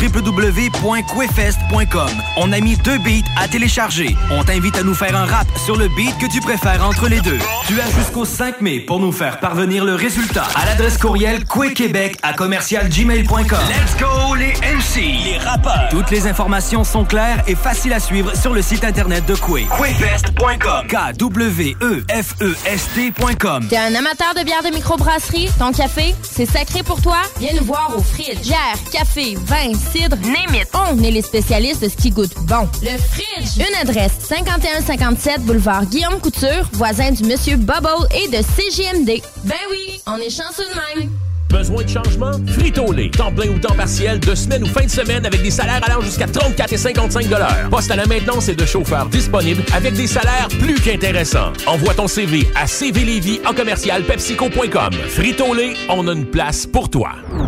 e www.quefest.com. On a mis deux beats à télécharger. On t'invite à nous faire un rap sur le beat que tu préfères entre les deux. Tu as jusqu'au 5 mai pour nous faire parvenir le résultat à l'adresse courriel quequebec à commercialgmail.com. Let's go les MC, les rappeurs. Toutes les informations sont claires et faciles à suivre sur le site internet de Qué. Quefest.com. K W E F E S T.com. T'es un amateur de bière de microbrasserie? Ton café, c'est sacré pour toi? Viens nous voir au Fridge. Bière, café, vin, cidre, name it. On est les spécialistes de ce qui goûte bon. Le Fridge. Une adresse, 5157 boulevard Guillaume Couture, voisin du Monsieur Bubble et de CGMD. Ben oui, on est chanceux de même. Besoin de changement? Frito-Lay. Temps plein ou temps partiel, de semaine ou fin de semaine avec des salaires allant jusqu'à 34 et 55 Poste à la maintenance et de chauffeurs disponibles avec des salaires plus qu'intéressants. Envoie ton CV à cvlevy en commercial pepsico.com. Frito-Lay, on a une place pour toi. Vous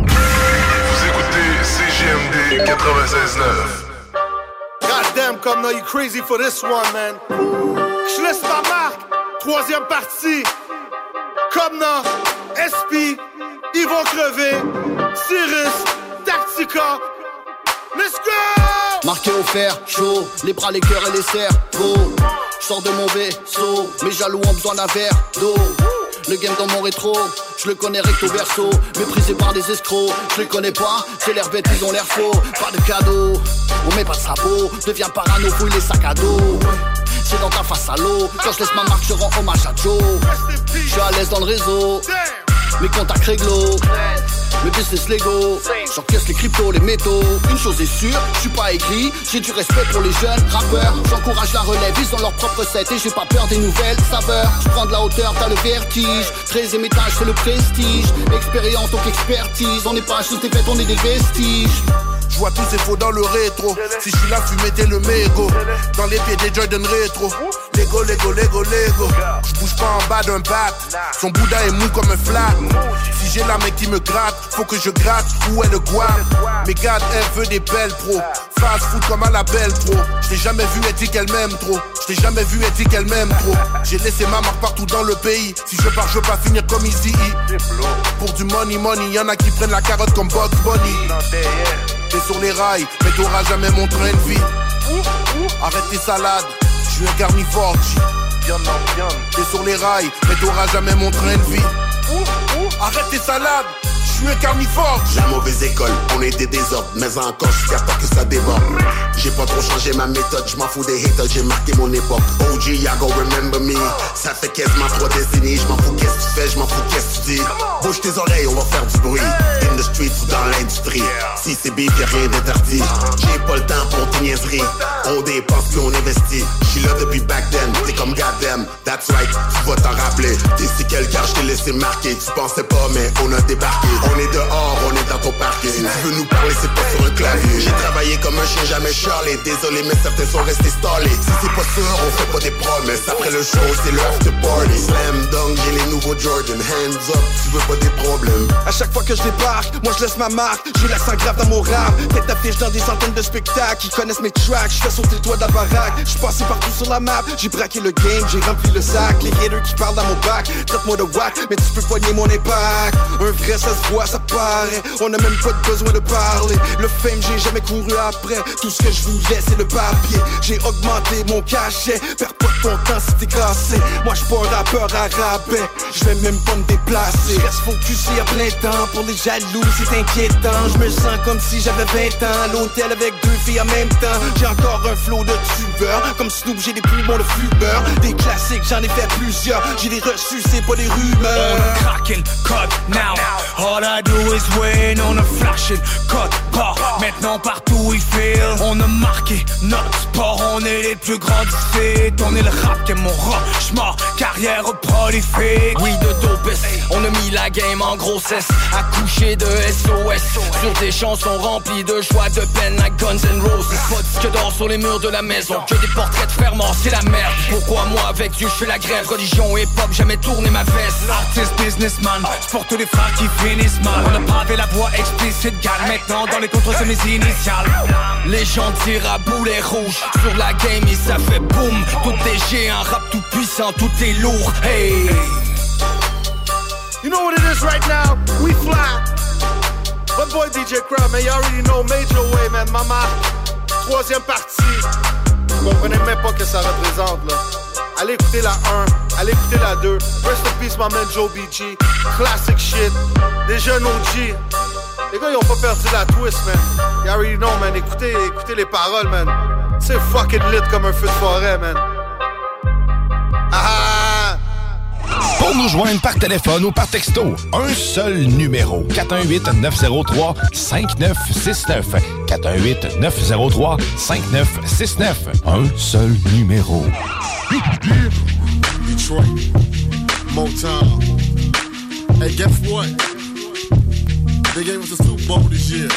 écoutez CGMD 96.9. Goddamn, comme now you crazy for this one, man. Je laisse ma marque. Troisième partie. Comme now, SP, ils vont crever. Cyrus, Tactica. Let's go! Marqué au fer, chaud, les bras, les cœurs et les cerveaux. Je sors de mon vaisseau, mes jaloux ont besoin d'un verre d'eau. Le game dans mon rétro, je le connais recto verso, méprisé par les escrocs, je les connais pas, c'est l'air bête, ils ont l'air faux, pas de cadeau, on met pas de sabot, deviens parano, fouille les sacs à dos. C'est dans ta face à l'eau, quand je laisse ma marque, je rends hommage à Joe. Je suis à l'aise dans le réseau, mes contacts réglo. Le business Lego, j'encaisse les cryptos, les métaux. Une chose est sûre, je suis pas aigri, j'ai du respect pour les jeunes rappeurs. J'encourage la relève, ils ont leur propre set et j'ai pas peur des nouvelles saveurs. Je prends de la hauteur, t'as le vertige. 13 étage, c'est le prestige. Expérience, donc expertise. On n'est pas juste des bêtes, on est des vestiges. Je vois tous ces faux dans le rétro. Si je suis là, fumez t'es le mégot. Dans les pieds des Jordan rétro. Lego, Lego, Lego, Lego. Je bouge pas en bas d'un bat. Son Bouddha est mou comme un flat. Si j'ai la main qui me gratte, faut que je gratte. Où est le guap Mes gars, elle veut des belles pros. Fast food comme à la belle pro. Je l'ai jamais vu, elle dit qu'elle m'aime trop. Je l'ai jamais vu, elle dit qu'elle m'aime trop. J'ai laissé ma marque partout dans le pays. Si je pars, je veux pas finir comme Easy. Pour du money, money, y'en a qui prennent la carotte comme Bugs Bunny. T'es sur les rails, mais t'auras jamais mon train de vie. Arrête tes salades, je suis un carnivore. Bien, bien. T'es sur les rails, mais t'auras jamais mon train de vie. Arrête tes salades, je suis un carnivore. La mauvaise école, on était des hommes, mais encore jusqu'à temps que ça déborde. J'ai pas trop changé ma méthode, je m'en fous des haters, j'ai marqué mon époque. OG, ya go remember me. Ça fait quasiment trois décennies, je m'en fous qu'est-ce que tu fais, je m'en fous qu'est-ce que tu dis. Bouge tes oreilles, on va faire du bruit. Game de the streets ou dans l'industrie. Si c'est beef, y'a rien d'interdit. J'ai pas le temps pour tes niaiseries. On dépense puis on investit. J'suis là depuis back then, t'es comme goddamn. That's right, tu vas t'en rappeler. T'es si quelqu'un, je t'ai laissé marquer. Tu pensais pas, mais on a débarqué. On est dehors, on est dans ton parquet. Si tu veux nous parler, c'est pas sur le clavier. J'ai travaillé comme un chien, jamais charlé. Désolé, mais certains sont restés stallés. Si c'est pas sûr, on fait pas des promesses. Après le show, c'est le after party. Slam dunk, j'ai les nouveaux Jordan. Hands up, tu veux pas des problèmes. À chaque fois que je débarque, moi je laisse ma marque. J'ai l'accent grave dans mon rap. Tête d'affiche dans des centaines de spectacles. Ils connaissent mes tracks. Je fais sauter le toit de la baraque. Je passé partout sur la map. J'ai braqué le game, j'ai rempli le sac. Les haters qui parlent dans mon bac. Traite-moi de whack, mais tu peux poigner mon impact. Un vrai, ça se voit, ça paraît. On n'a même pas de besoin de parler. Le fame, j'ai jamais couru après. Tout ce que je voulais, c'est le papier. J'ai augmenté mon cachet. Perds pas ton temps si t'es cassé. Moi, je suis pas un rappeur à rabais. Je vais même pas me déplacer. Je reste focusé à plein temps. Pour les jaloux, c'est inquiétant. Je me sens comme si j'avais 20 ans. À l'hôtel avec deux filles en même temps. J'ai encore un flot de tubeurs. Comme Snoop, j'ai des poumons de fumeur. Des classiques, j'en ai fait plusieurs. J'ai des reçus, c'est pas des rumeurs. cracking, cut now. All I do is win, on a flashing, cut pas. Maintenant partout il feel, on a marqué notre sport, on est les plus grands d'ici. On est le rap qui est mon rochement, carrière prolifique. Oui, de dopest, on a mis la game en grossesse. Accouché de SOS, sur des chansons remplies de joie, de peine à Guns N' Roses. Pas de disque d'or sur les murs de la maison, que des portraits de frères morts, c'est la merde. Pourquoi moi avec Dieu, je fais la grève, religion et pop, jamais tourné ma veste. Artiste, businessman, c'est pour tous les frères qui finissent mal. On a bravé la voix explicite, gal. Maintenant dans les contrôles, c'est mes initiales. Les gens tirent à boulet rouge Sur la game et ça fait boum Tout est géant, rap tout puissant, tout est lourd Hey You know what it is right now? We fly. My boy DJ Crowd, man, you already know Major Way, man, maman. Troisième partie. Vous comprenez même pas que ça représente, là. Allez écouter la 1, allez écouter la 2. Rest in peace, my man Joe BG. Classic shit. Des jeunes OG. Les gars, ils ont pas perdu la twist, man. You already know, man. Écoutez, écoutez les paroles, man. C'est fucking lit comme un feu de forêt, man. Pour nous joindre par téléphone ou par texto, un seul numéro 418 903 5969 418 903 5969 un seul numéro. Detroit, Motown. Hey, guess what? They gave us a Super Bowl this year.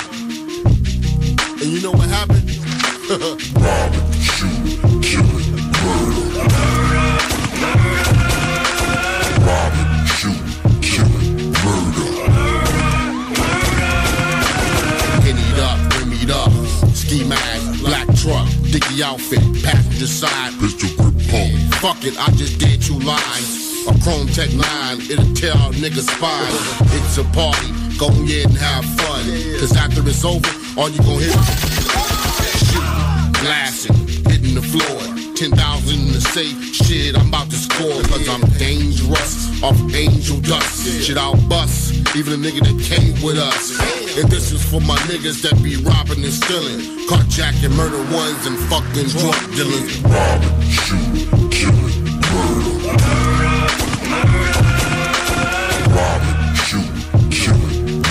And you know what happened? Robin, shoot, kill it, murder. Robin, shoot, kill it, murder. Henny it up, rim it up. Ski mask, black truck, dicky outfit, passenger side. Pistol grip pump. Fuck it, I just did two lines. A chrome tech nine, it'll tear out niggas' spine. It's a party, go ahead and have fun. Cause after it's over, all you gon' hear is shooting, blasting, hitting the floor. 10,000 in the safe, shit, I'm about to score. Cause I'm dangerous, off angel dust. Shit, I'll bust, even a nigga that came with us. And this is for my niggas that be robbing and stealing. Carjacking murder ones and fucking drug dealers. Robbing, shooting, killing, Robbing, shooting, killing,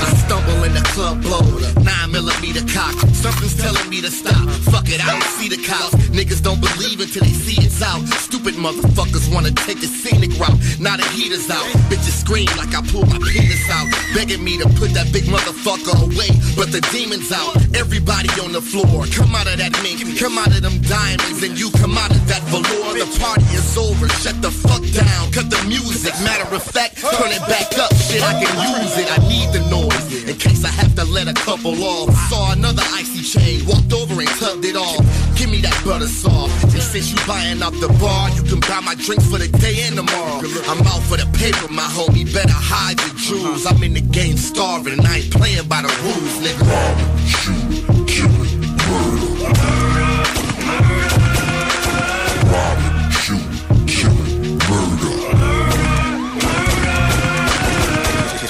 I stumble in the club, blow with a nine millimeter cock. Something's telling me to stop. Fuck it, I don't see the cops. Niggas don't believe until they see it's out. Stupid motherfuckers wanna take the scenic route. Now the heater's out. Bitches scream like I pulled my penis out. Begging me to put that big motherfucker away, but the demon's out. Everybody on the floor, come out of that mink, come out of them diamonds, and you come out of that velour. The party is over, shut the fuck down, cut the music. Matter of fact, turn it back up. Shit, I can use it. I need the noise in case I have to let a couple off. Saw another icy chain, walked over and tugged it off. Give me that butter soft. And since you buying up the bar, you can buy my drinks for the day and tomorrow. I'm out for the paper, my homie. Better hide your jewels. I'm in the game starving, and I ain't playing by the rules, nigga.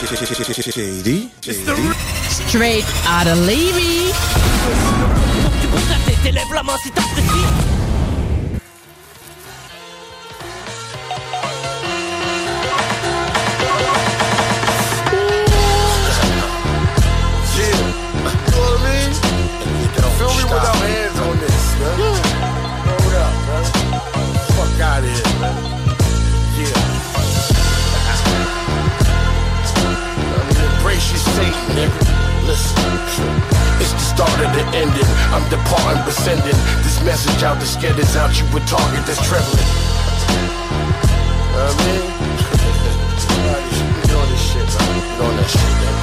JD? Straight out of Levy. end it. I'm the part I'm rescinded. This message out, the scared is out. You would target that's trembling. I mean, you know this shit, man. You know that shit, man.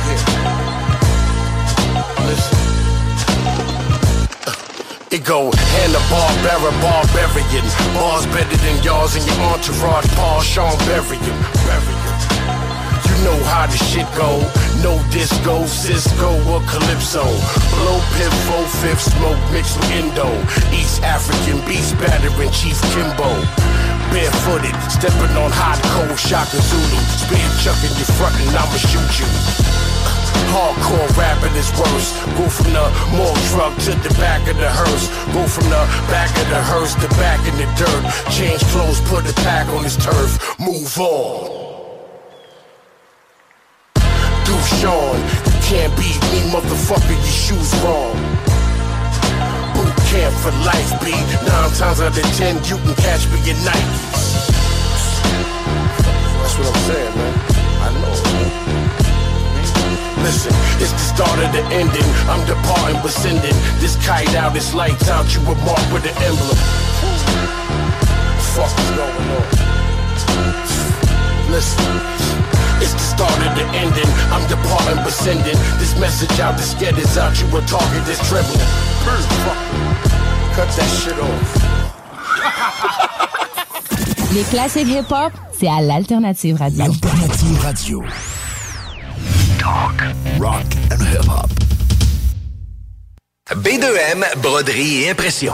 Here. Listen. It go hand to bar, bearer, barbarian. Bars better than yours and your entourage. Paul Sean bury him, bury him. You know how the shit go. No disco, Cisco or Calypso. Blow pip, four fifth smoke mixed with Indo. East African beast battering Chief Kimbo. Barefooted, stepping on hot cold shaka Zulu. Spear chucking you frontin', I'ma shoot you. Hardcore rapping is worse. Go from the more truck to the back of the hearse. Go from the back of the hearse to back in the dirt. Change clothes, put a pack on his turf. Move on. Dushan, you can't beat me, motherfucker. Your shoes wrong. Boot camp for life, B. Nine times out of ten, you can catch me at night. That's what I'm saying, man. I know. Listen, it's the start of the ending. I'm departing, rescinding. This kite out, it's lights out. You were marked with an emblem. Fuck is going on? Listen, it's the start of the ending. I'm departing, rescinding. This message out, this get is out. You were target, this trembling. Fuck. Cut that shit off. Les classiques hip-hop, c'est à l'Alternative Radio. L'Alternative Radio. Talk, rock and hip-hop. B2M, broderie et impression.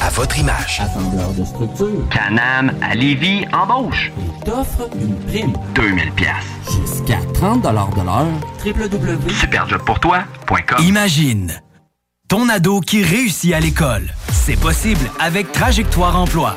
à votre image. Assembleur de structure. Canam à Lévis embauche. Il t'offre une prime. 2000 pièces. Jusqu'à 30 de l'heure. www.superjobpourtoi.com Imagine ton ado qui réussit à l'école. C'est possible avec Trajectoire Emploi.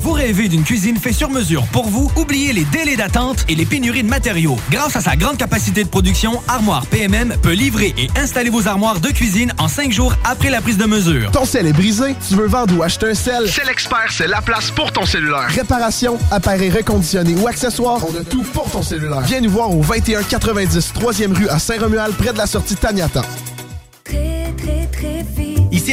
Vous rêvez d'une cuisine faite sur mesure pour vous? Oubliez les délais d'attente et les pénuries de matériaux. Grâce à sa grande capacité de production, Armoire PMM peut livrer et installer vos armoires de cuisine en cinq jours après la prise de mesure. Ton sel est brisé, tu veux vendre ou acheter un sel? C'est l'expert, c'est la place pour ton cellulaire. Réparation, appareil reconditionné ou accessoire, on a tout pour ton cellulaire. Viens nous voir au 2190 3e rue à Saint-Romuald, près de la sortie Taniata. Ici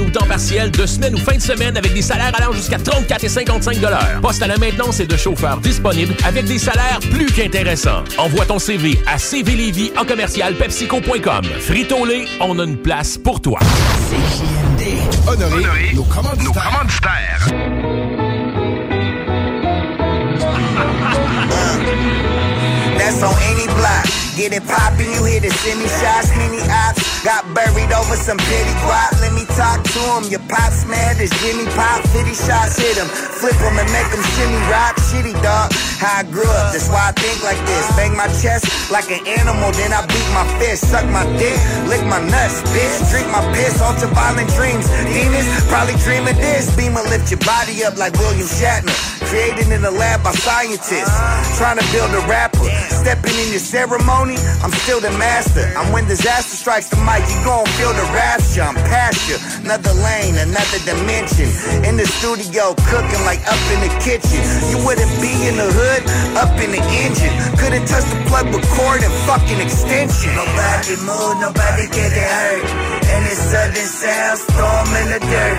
ou temps partiel, de semaine ou fin de semaine, avec des salaires allant jusqu'à 34 et 55 Poste à la maintenance et de chauffeurs disponibles avec des salaires plus qu'intéressants. Envoie ton CV à cvlévy en commercial pepsico.com. Frito-Lay, on a une place pour toi. Honoré, nos commanditaires. That's on any block. Get it poppin', you hear the semi shots, mini ops. Got buried over some petty guap. Let me talk to him. Your pop's mad as Jimmy Pop. 50 shots hit him. Flip him and make him shimmy rock. Shitty dog. How I grew up, that's why I think like this. Bang my chest like an animal, then I beat my fist. Suck my dick, lick my nuts, bitch. Drink my piss, ultra violent dreams. Demons probably dream of this. Beamer lift your body up like William Shatner. Created in the lab by scientists. Trying to build a rapper. Stepping in your ceremony, I'm still the master. I'm when disaster strikes the mic, you gon' feel the rapture. I'm past you. Another lane, another dimension. In the studio, cooking like up in the kitchen. You wouldn't be in the hood, up in the engine. Couldn't touch the plug, record, and fucking extension. Nobody move, nobody get it hurt. And it's sudden sound, storm in the dirt.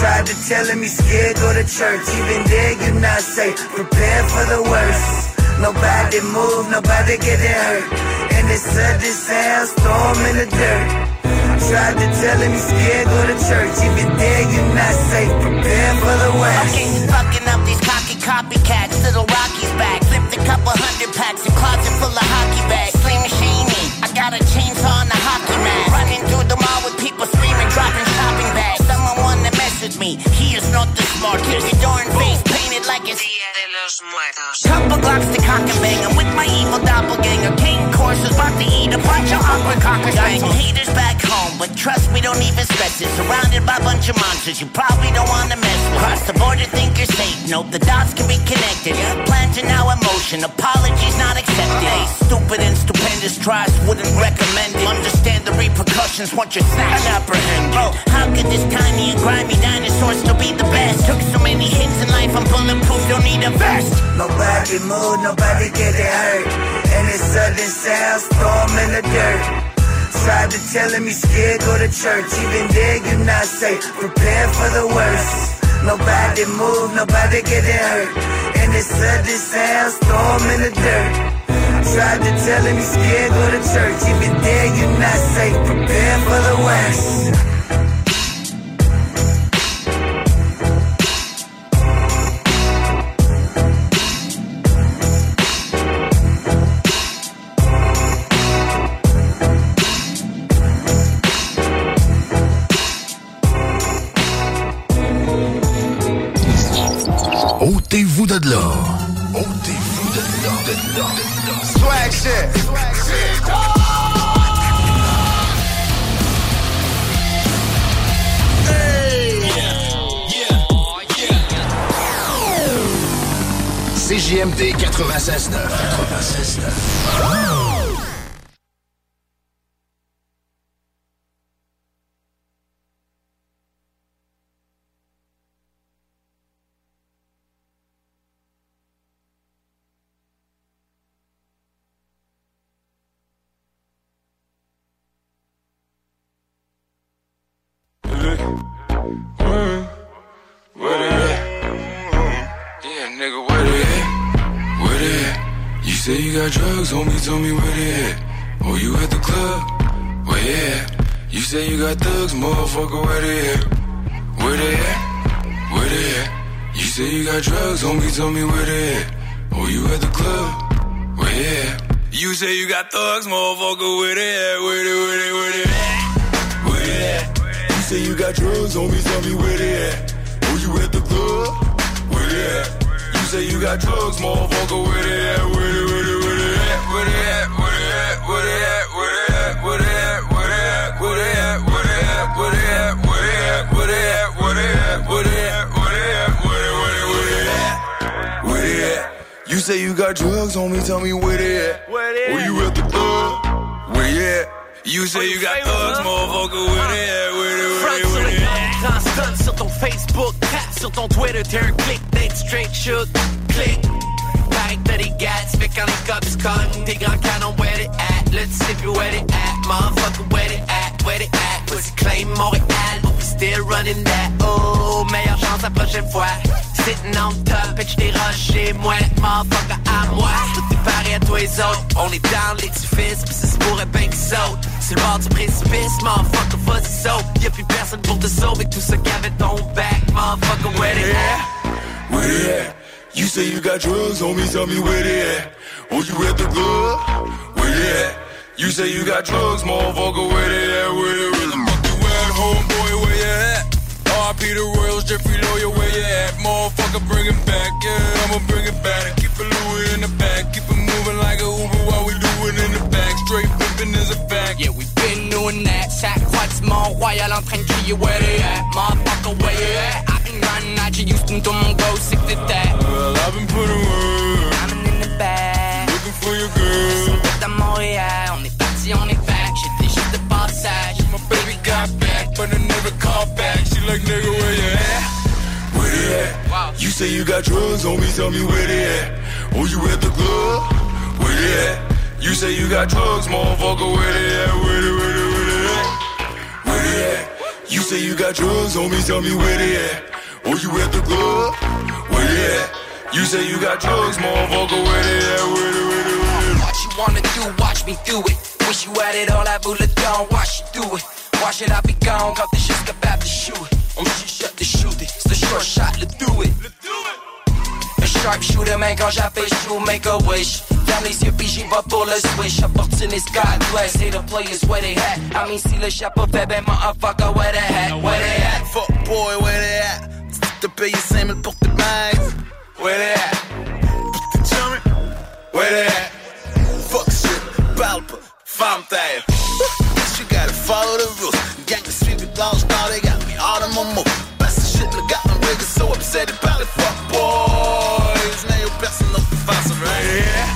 tried to tell him he's scared, go to church. Even there, you're not safe. Prepare for the worst. Nobody move, nobody getting hurt. And it's sudden sandstorm in the dirt. Tried to tell him he's scared, go to church. Even there, you're not safe. Prepare for the I'm worst. getting fucking up these cocky copycats. Little Rocky's back. Flipped a couple hundred packs. A closet full of hockey bags. Slim Sheeny. I got a chainsaw on a hockey mask. Running through the mall with people screaming, dropping shopping bags. Someone wanted to message me. He is not the smart. Here's your darn face painted like it's Dia de los Muertos. Couple glocks to cock and bang. I'm with my evil doppelganger. King Corso's about to eat a bunch of awkward cockers. Got some haters back home, but trust me, don't even stress it. Surrounded by a bunch of monsters you probably don't want to mess with. Cross the border, think you're safe. Nope, the dots can be connected. Plans are now in motion. Apologies not accepted. Hey, stupid and stupendous tries wouldn't recommend it. Understand the repercussions once you're snatched and apprehended. Bro, how could this tiny and grimy dinosaur still be the best? Took so many hits in life, I'm bulletproof, don't need a vest. Nobody move, nobody getting hurt. And it's sudden sandstorm in the dirt. Tried to tell him he's scared, go to church. Even there, you're not safe. Prepare for the worst. Nobody move, nobody getting hurt. And it's sudden sandstorm in the dirt. Tried to tell him he's scared, go to church. Even there, you're not safe. Prepare for the worst. Ôtez-vous de là. Ôtez-vous de là, de là, de là. Swag shit. CJMD 96.9. 96.9. What it? Yeah, nigga, what it? What it? You say you got drugs, homie, tell me what it? Oh, you at the club? Well, yeah. You say you got thugs, motherfucker, what it? What it? What it? You say you got drugs, homie, tell me what it? Oh, you at the club? Well, yeah. You say you got thugs, motherfucker, with it, with it, with it, with it. With it. You say you got drugs, homie, tell me where they at. Were you at the club? Where they at? You say you got drugs, motherfucker, where they at? Where they, where they, where they at? Where they at? Where they at? Where they at? Where they at? Where they at? Where they at? Where they at? Where they at? Where they at? Where they at? Where they at? Where they at? Where they at? Where they at? Where they, where they, where they at? Where they at? You say you got drugs, homie, tell me where they at. Were you at the club? Where you at? You say you got thugs, motherfucker, where they at? Where they, where they, where they at? Constant sur ton Facebook, tape sur ton Twitter, t'es un clic, date straight shoot, click. Pareil que t'as des gats, fait quand les cops cognent, tes grands canons, where they at? Là tu sais plus where they at, motherfucker, where they at, where they at? Pussy claim Montréal, but we still running that. Oh, meilleure chance la prochaine fois. Sitting on top, et j't'ai rushé, moi, motherfucker, à moi. Tout est pareil à toi les autres, on est dans l'édifice, pis ça se pourrait bien qu'ils sautent. C'est le bord du précipice, motherfucker, vas-y saute. Y'a plus personne pour te sauver, tout ce qu'avait ton back, motherfucker, where they at? Where they at? You say you got drugs, homie, tell me where they at. Oh, you at the club? Where they at? You say you got drugs, motherfucker, where they at? Where they at? Fuck you at, homeboy, where you at? R.I.P. the Royals, Jeffrey Lawyer, where you at? Motherfucker, bring it back, yeah, I'ma bring it back. Keep it Louis in the back, keep it moving like a Uber while we do it in the back. Straight pimpin' is a fact. Yeah, we been doing that. Chaque fois tu m'en royal en train de crier where they at, motherfucker, where you at? I've been running out you Houston to mon go sick to that. Well, I've been putting work. I'm in the bag. Looking for your girl. Tout à Montréal, on est parti, on est back. J'étais juste de passage. My baby got back, but I never called back. She like, nigga, where you at? Where they at? You say you got drugs, homie, tell me where they at. Oh, you at the club? Where they at? You say you got drugs, motherfucker, where they at? Where they, where they, where they at? Where they at? You say you got drugs, homie, tell me where they at. Oh, you at the club? Where they at? You say you got drugs, motherfucker, where they at? Where they, where they, where they? What you wanna do, watch me do it. Wish you had it all, I rule it down, watch you do it. Watch it, I be gone, got the shit's about to shoot. Oh, I'm shit shut to shoot it. It's a short shot, let's do it. Un sharpshooter, man, quand j'appelle shoot, make a wish. Dans les yeux, puis j'y vais pour le switch. Opportunist, God bless. Hey, the players, where they at? I mean, si le chapeau fait, ben, motherfucker, where they at? Where they at? Fuck boy, where they at? Te payer 5000 pour tes bagues. Where they at? Pour tes chums. Where they at? Fuck shit, parle pas, femme taille. Bitch, you gotta follow the rules. Gang the street with laws, now they got me all on my move. Best of shit, look out, my niggas so upset about it. Fuck boys, now you're passing off the fast right here.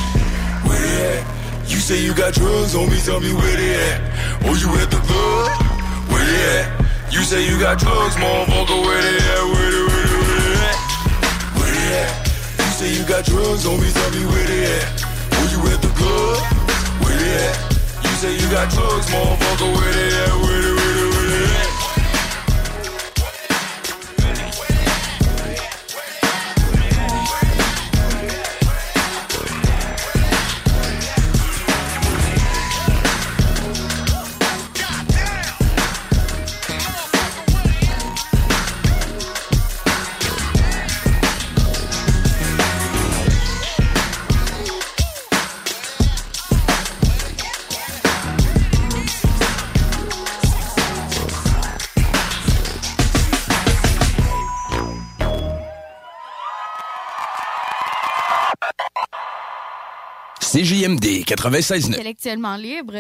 Where they at? You say you got drugs, homie, tell me where they at. Oh, you at the club? Where they at? You say you got drugs, motherfucker, where they at? Where they, where they, where they at? Where they at? You say you got drugs, homie, tell me where they at. Oh, you at the club? Where they at? You say you got drugs, motherfucker, where they at? Where they, where they, where they at? CJMD 96.9. Intellectuellement libre.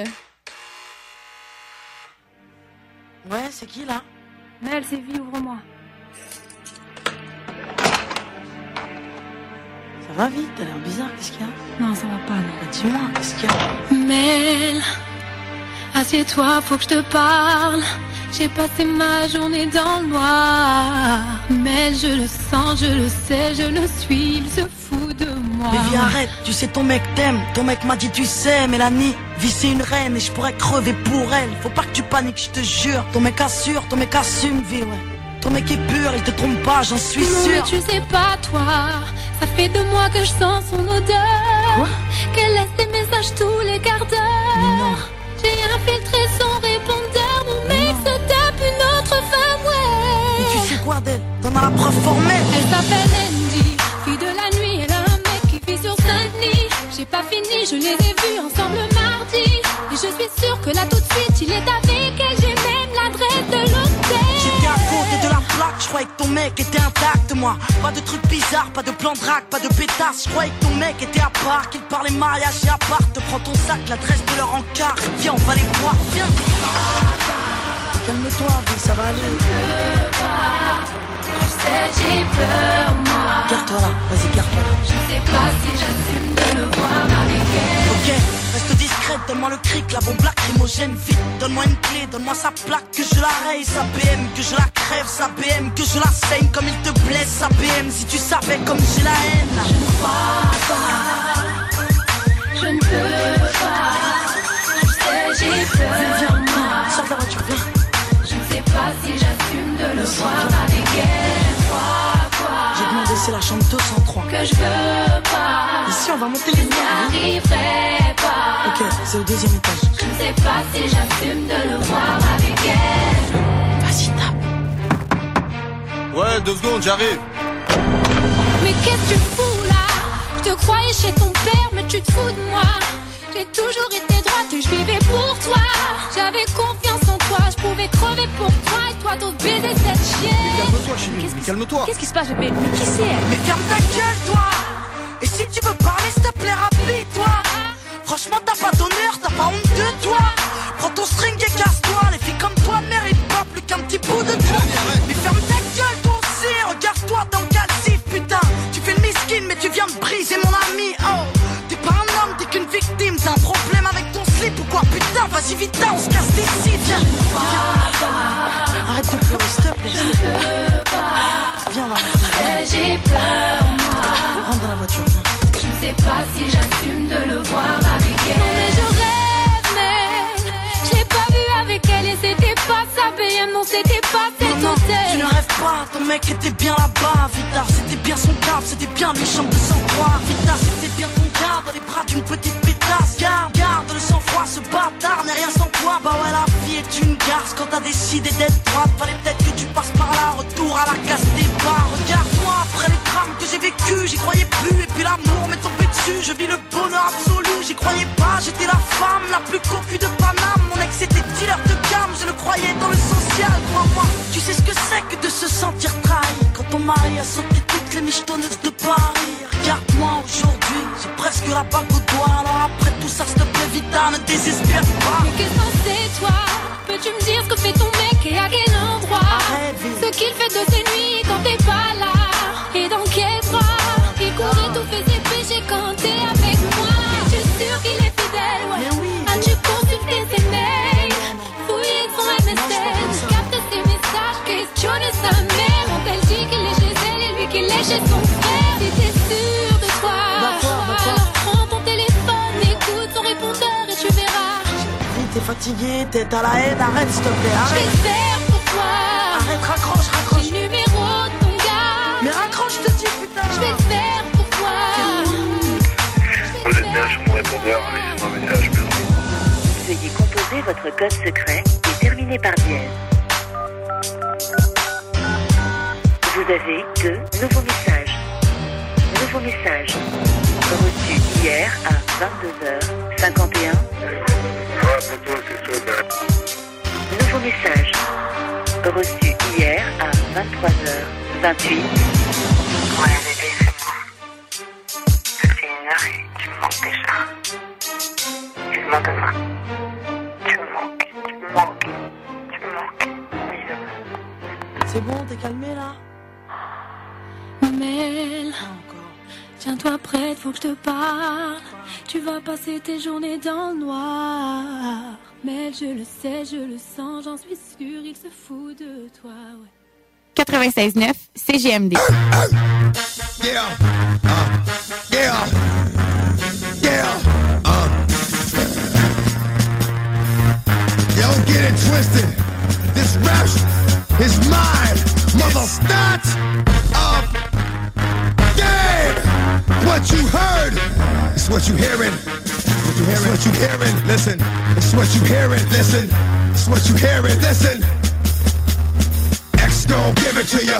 Ouais, c'est qui là Noël Séville, ouvre-moi. Ça va vite, t'as l'air bizarre, qu'est-ce qu'il y a Non, ça va pas, non. Bah, Dis-moi, qu'est-ce qu'il y a Mel, assieds-toi, faut que je te parle. J'ai passé ma journée dans le noir. Mais je le sens, je le sais, je le suis, il se fout de moi. Mais Ah. viens, arrête, tu sais, ton mec t'aime. Ton mec m'a dit, tu sais, Mélanie, vie c'est une reine et je pourrais crever pour elle. Faut pas que tu paniques, je te jure. Ton mec assure, ton mec assume, vie, ouais. Ton mec est pur, il te trompe pas, j'en suis non, sûr. mais tu sais pas, toi, ça fait deux mois que je sens son odeur. Qu'elle laisse des messages tous les quarts d'heure. J'ai infiltré son répondeur, mon mec se tape une autre femme, ouais. Mais tu sais quoi d'elle T'en as la preuve formelle. Elle s'appelle Andy, fille de la nuit, elle a un mec qui vit sur Saint-Denis. J'ai pas fini, je les ai vus ensemble mardi. Et je suis sûre que là tout de suite, il est avec elle, j'ai même l'adresse de l'hôtel. J'ai bien faute de la plaque, je croyais que ton mec était intact, moi. Pas de trucs bizarres, pas de plan de rack, pas de pétasse. Je croyais que ton mec était à part, qu'il parlait mariage et à part. Te prends ton sac, l'adresse de leur encart. Viens, on va les voir, viens. Calme-toi, vie, ça va aller. Je sais, j'ai peur, moi. Garde-toi là, vas-y, garde-toi là. Je sais pas si j'assume de le voir avec elle. Ok, reste discrète, donne-moi le cric, la bombe lacrymogène, vite. Donne-moi une clé, donne-moi sa plaque, que je la raye, sa BM, que je la crève, sa BM, que je la saigne comme il te blesse, sa BM. Si tu savais comme j'ai la haine. là. Je ne peux pas. Je sais, j'ai peur, moi. Sors de la voiture, viens. Je ne sais pas si j'assume de le voir avec elle. Toi, toi, J'ai demandé, c'est la chambre 203. que je veux pas. Ici, on va monter Je les liens. n'arriverai pas. Ok, c'est au deuxième étage. Je ne sais pas si j'assume de le voir avec elle. Vas-y, tape. Ouais, deux secondes, j'arrive. Mais qu'est-ce que tu fous là Je te croyais chez ton père, mais tu te fous de moi. J'ai toujours été droite et je vivais pour toi. J'avais confiance en toi, je pouvais crever pour toi et toi t'as baiser cette chienne. Calme-toi, Chimie, mais calme-toi. Qu'est-ce qui se passe, bébé Mais qui c'est elle Mais ferme ta gueule, toi Et si tu veux parler, s'il te plaît, rapide-toi Franchement, t'as pas d'honneur, t'as pas honte de toi Prends ton string et casse-toi Les filles comme toi méritent pas plus qu'un petit bout de toi Mais ferme ta gueule, toi aussi Regarde-toi dans le calcif, putain Tu fais le miskin, mais tu viens me briser, mon ami Oh T'es pas un homme, t'es qu'une victime T'as un problème avec ton slip ou quoi Putain, vas-y vite, là, on se casse d'ici, viens Viens. Arrête de pleurer, s'il te plaît Viens, on va Mais J'ai peur, moi. Rentre dans la voiture, Je ne sais pas si j'assume de le voir avec elle. Non, mais je rêve, mais je l'ai pas vu avec elle et c'était pas sa BM non, c'était pas cet Non, non, hôtel. Tu ne rêves pas, ton mec était bien là-bas. Vita, c'était bien son taf, c'était bien les chambres de sang-froid. Vita, c'était bien ton gars dans les bras d'une petite pétasse. Garde, garde le sang-froid, ce bâtard n'est rien sans toi. Bah ouais, la vie est une garce quand t'as décidé d'être droite. Fallait peut-être que tu passes par là, retour à la casse des bars. Regarde-moi après les drames que j'ai vécu, j'y croyais plus. Et puis l'amour m'est tombé dessus, je vis le bonheur absolu. J'y croyais pas, j'étais la femme la plus confuse de Paname. Mon ex était dealer de gamme, je le croyais dans le social, crois-moi. Tu sais ce que c'est que de se sentir trahi quand ton mari a sauté toutes les michetonneuses de Paris. Regarde-moi aujourd'hui, j'ai presque la bague au doigt. Alors après tout ça, s'il te plaît, Vita, ne désespère pas. Mais qu'est-ce qu'on sait, toi Peux-tu me dire ce que fait ton mec et à quel endroit Ce qu'il fait de ses nuits quand t'es pas là Et dans quel bras Il courait tout fait ses péchés quand t'es avec moi Es-tu sûr qu'il est fidèle ouais. As-tu consulté ses mails Fouillé son MSN Capte ses messages, questionne sa mère Ont-elle dit qu'il est chez elle et lui qu'il est chez son frère Si t'es sûr de toi Alors prends ton téléphone, écoute son répondeur et tu verras Vite, T'es fatigué, t'es à la haine, arrête s'il te plaît, arrête. J'espère pour toi. Arrête, raccroche, raccroche. J'ai le numéro de ton gars. Mais raccroche, je te dis, putain. Je vais le faire pour toi. Vous êtes bien sur mon répondeur, laissez un message. Veuillez composer votre code secret et terminer par dièse. Vous avez deux nouveaux messages. Nouveau message. Reçu hier à 22h51. Nouveau message. Reçu hier à 23h28. Ouais, bébé, c'est moi. Ça fait une heure et tu me manques déjà. Tu me manques de moi. Tu me manques, tu me manques, tu me manques. C'est bon, t'es calmé là Mamel, tiens-toi prête, faut que je te parle. Tu vas passer tes journées dans le noir. Mais je le sais, je le sens, j'en suis sûre, il se fout de toi. ouais. 96.9 CGMD. Yeah. Uh, yeah. Yeah. Uh. Don't get it twisted. This rap is mine. Mother stats of dead. What you heard is what you hearing. It's what you hearing. Listen. It's what you hearing. Listen. It's what you hearing. Listen. X gon' give it to you.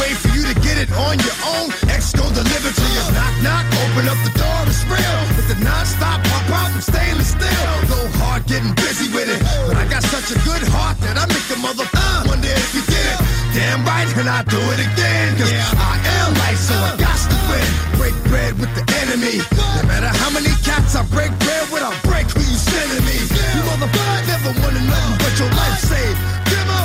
Wait for you to get it on your own. X gon' deliver to you. Knock, knock, open up the door, it's real. With the non-stop pop out from stainless steel. Go hard, getting busy with it. But I got such a good heart that I make a mother uh, wonder if you did it. Damn right, and I do it again. Cause I am life, so I got to win. Break bread with the enemy. No matter how many cats I break bread with, I break who you sending me. You motherfucker never wanted nothing but your life saved.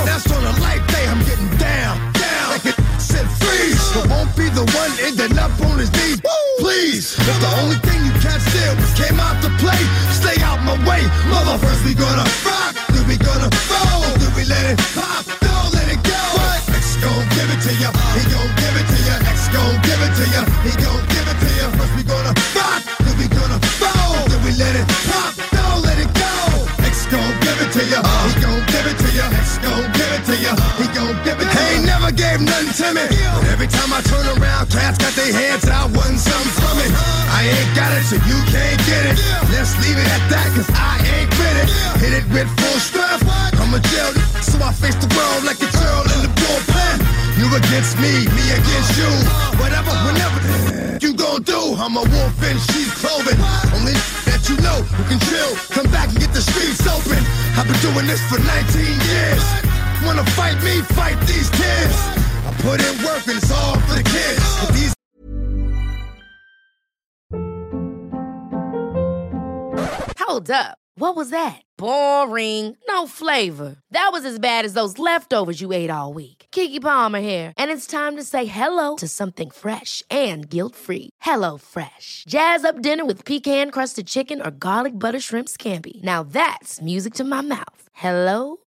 That's on a life day, I'm getting down, down. Like it said freeze. But won't be the one ending up on his knees. Please, if the only thing you can't steal was came out to play, stay out my way. Mother, first we gonna rock, then we gonna roll, then we let it pop, don't let it go. X gon' give it to ya, he gon' give it to ya. X gon' give it to ya, he gon' give it to ya. First we gonna rock, then we gonna roll, then we let it pop, don't let it go. X gon' give it to ya, he gon' give it to ya. X gon' give it to ya, he gon' give it to ya. He ain't never gave nothing to me. But every time I turn around, cats got their hands out, wanting something from it. I ain't got it, so you can't get it. Let's leave it at that, cause I ain't with it. Hit it with full strength. I'm a jail, so I face the world like a girl in the bullpen. You against me, me against you. Whatever, whenever you gon' do, I'm a wolf in sheep's clothing. Only that you know who can chill. Come back and get the streets open. I've been doing this for 19 years. Wanna fight me? Fight these kids. I put in work and it's all for the kids. But these Hold up. What was that? Boring. No flavor. That was as bad as those leftovers you ate all week. Kiki Palmer here, and it's time to say hello to something fresh and guilt-free. Hello Fresh. Jazz up dinner with pecan-crusted chicken or garlic butter shrimp scampi. Now that's music to my mouth. Hello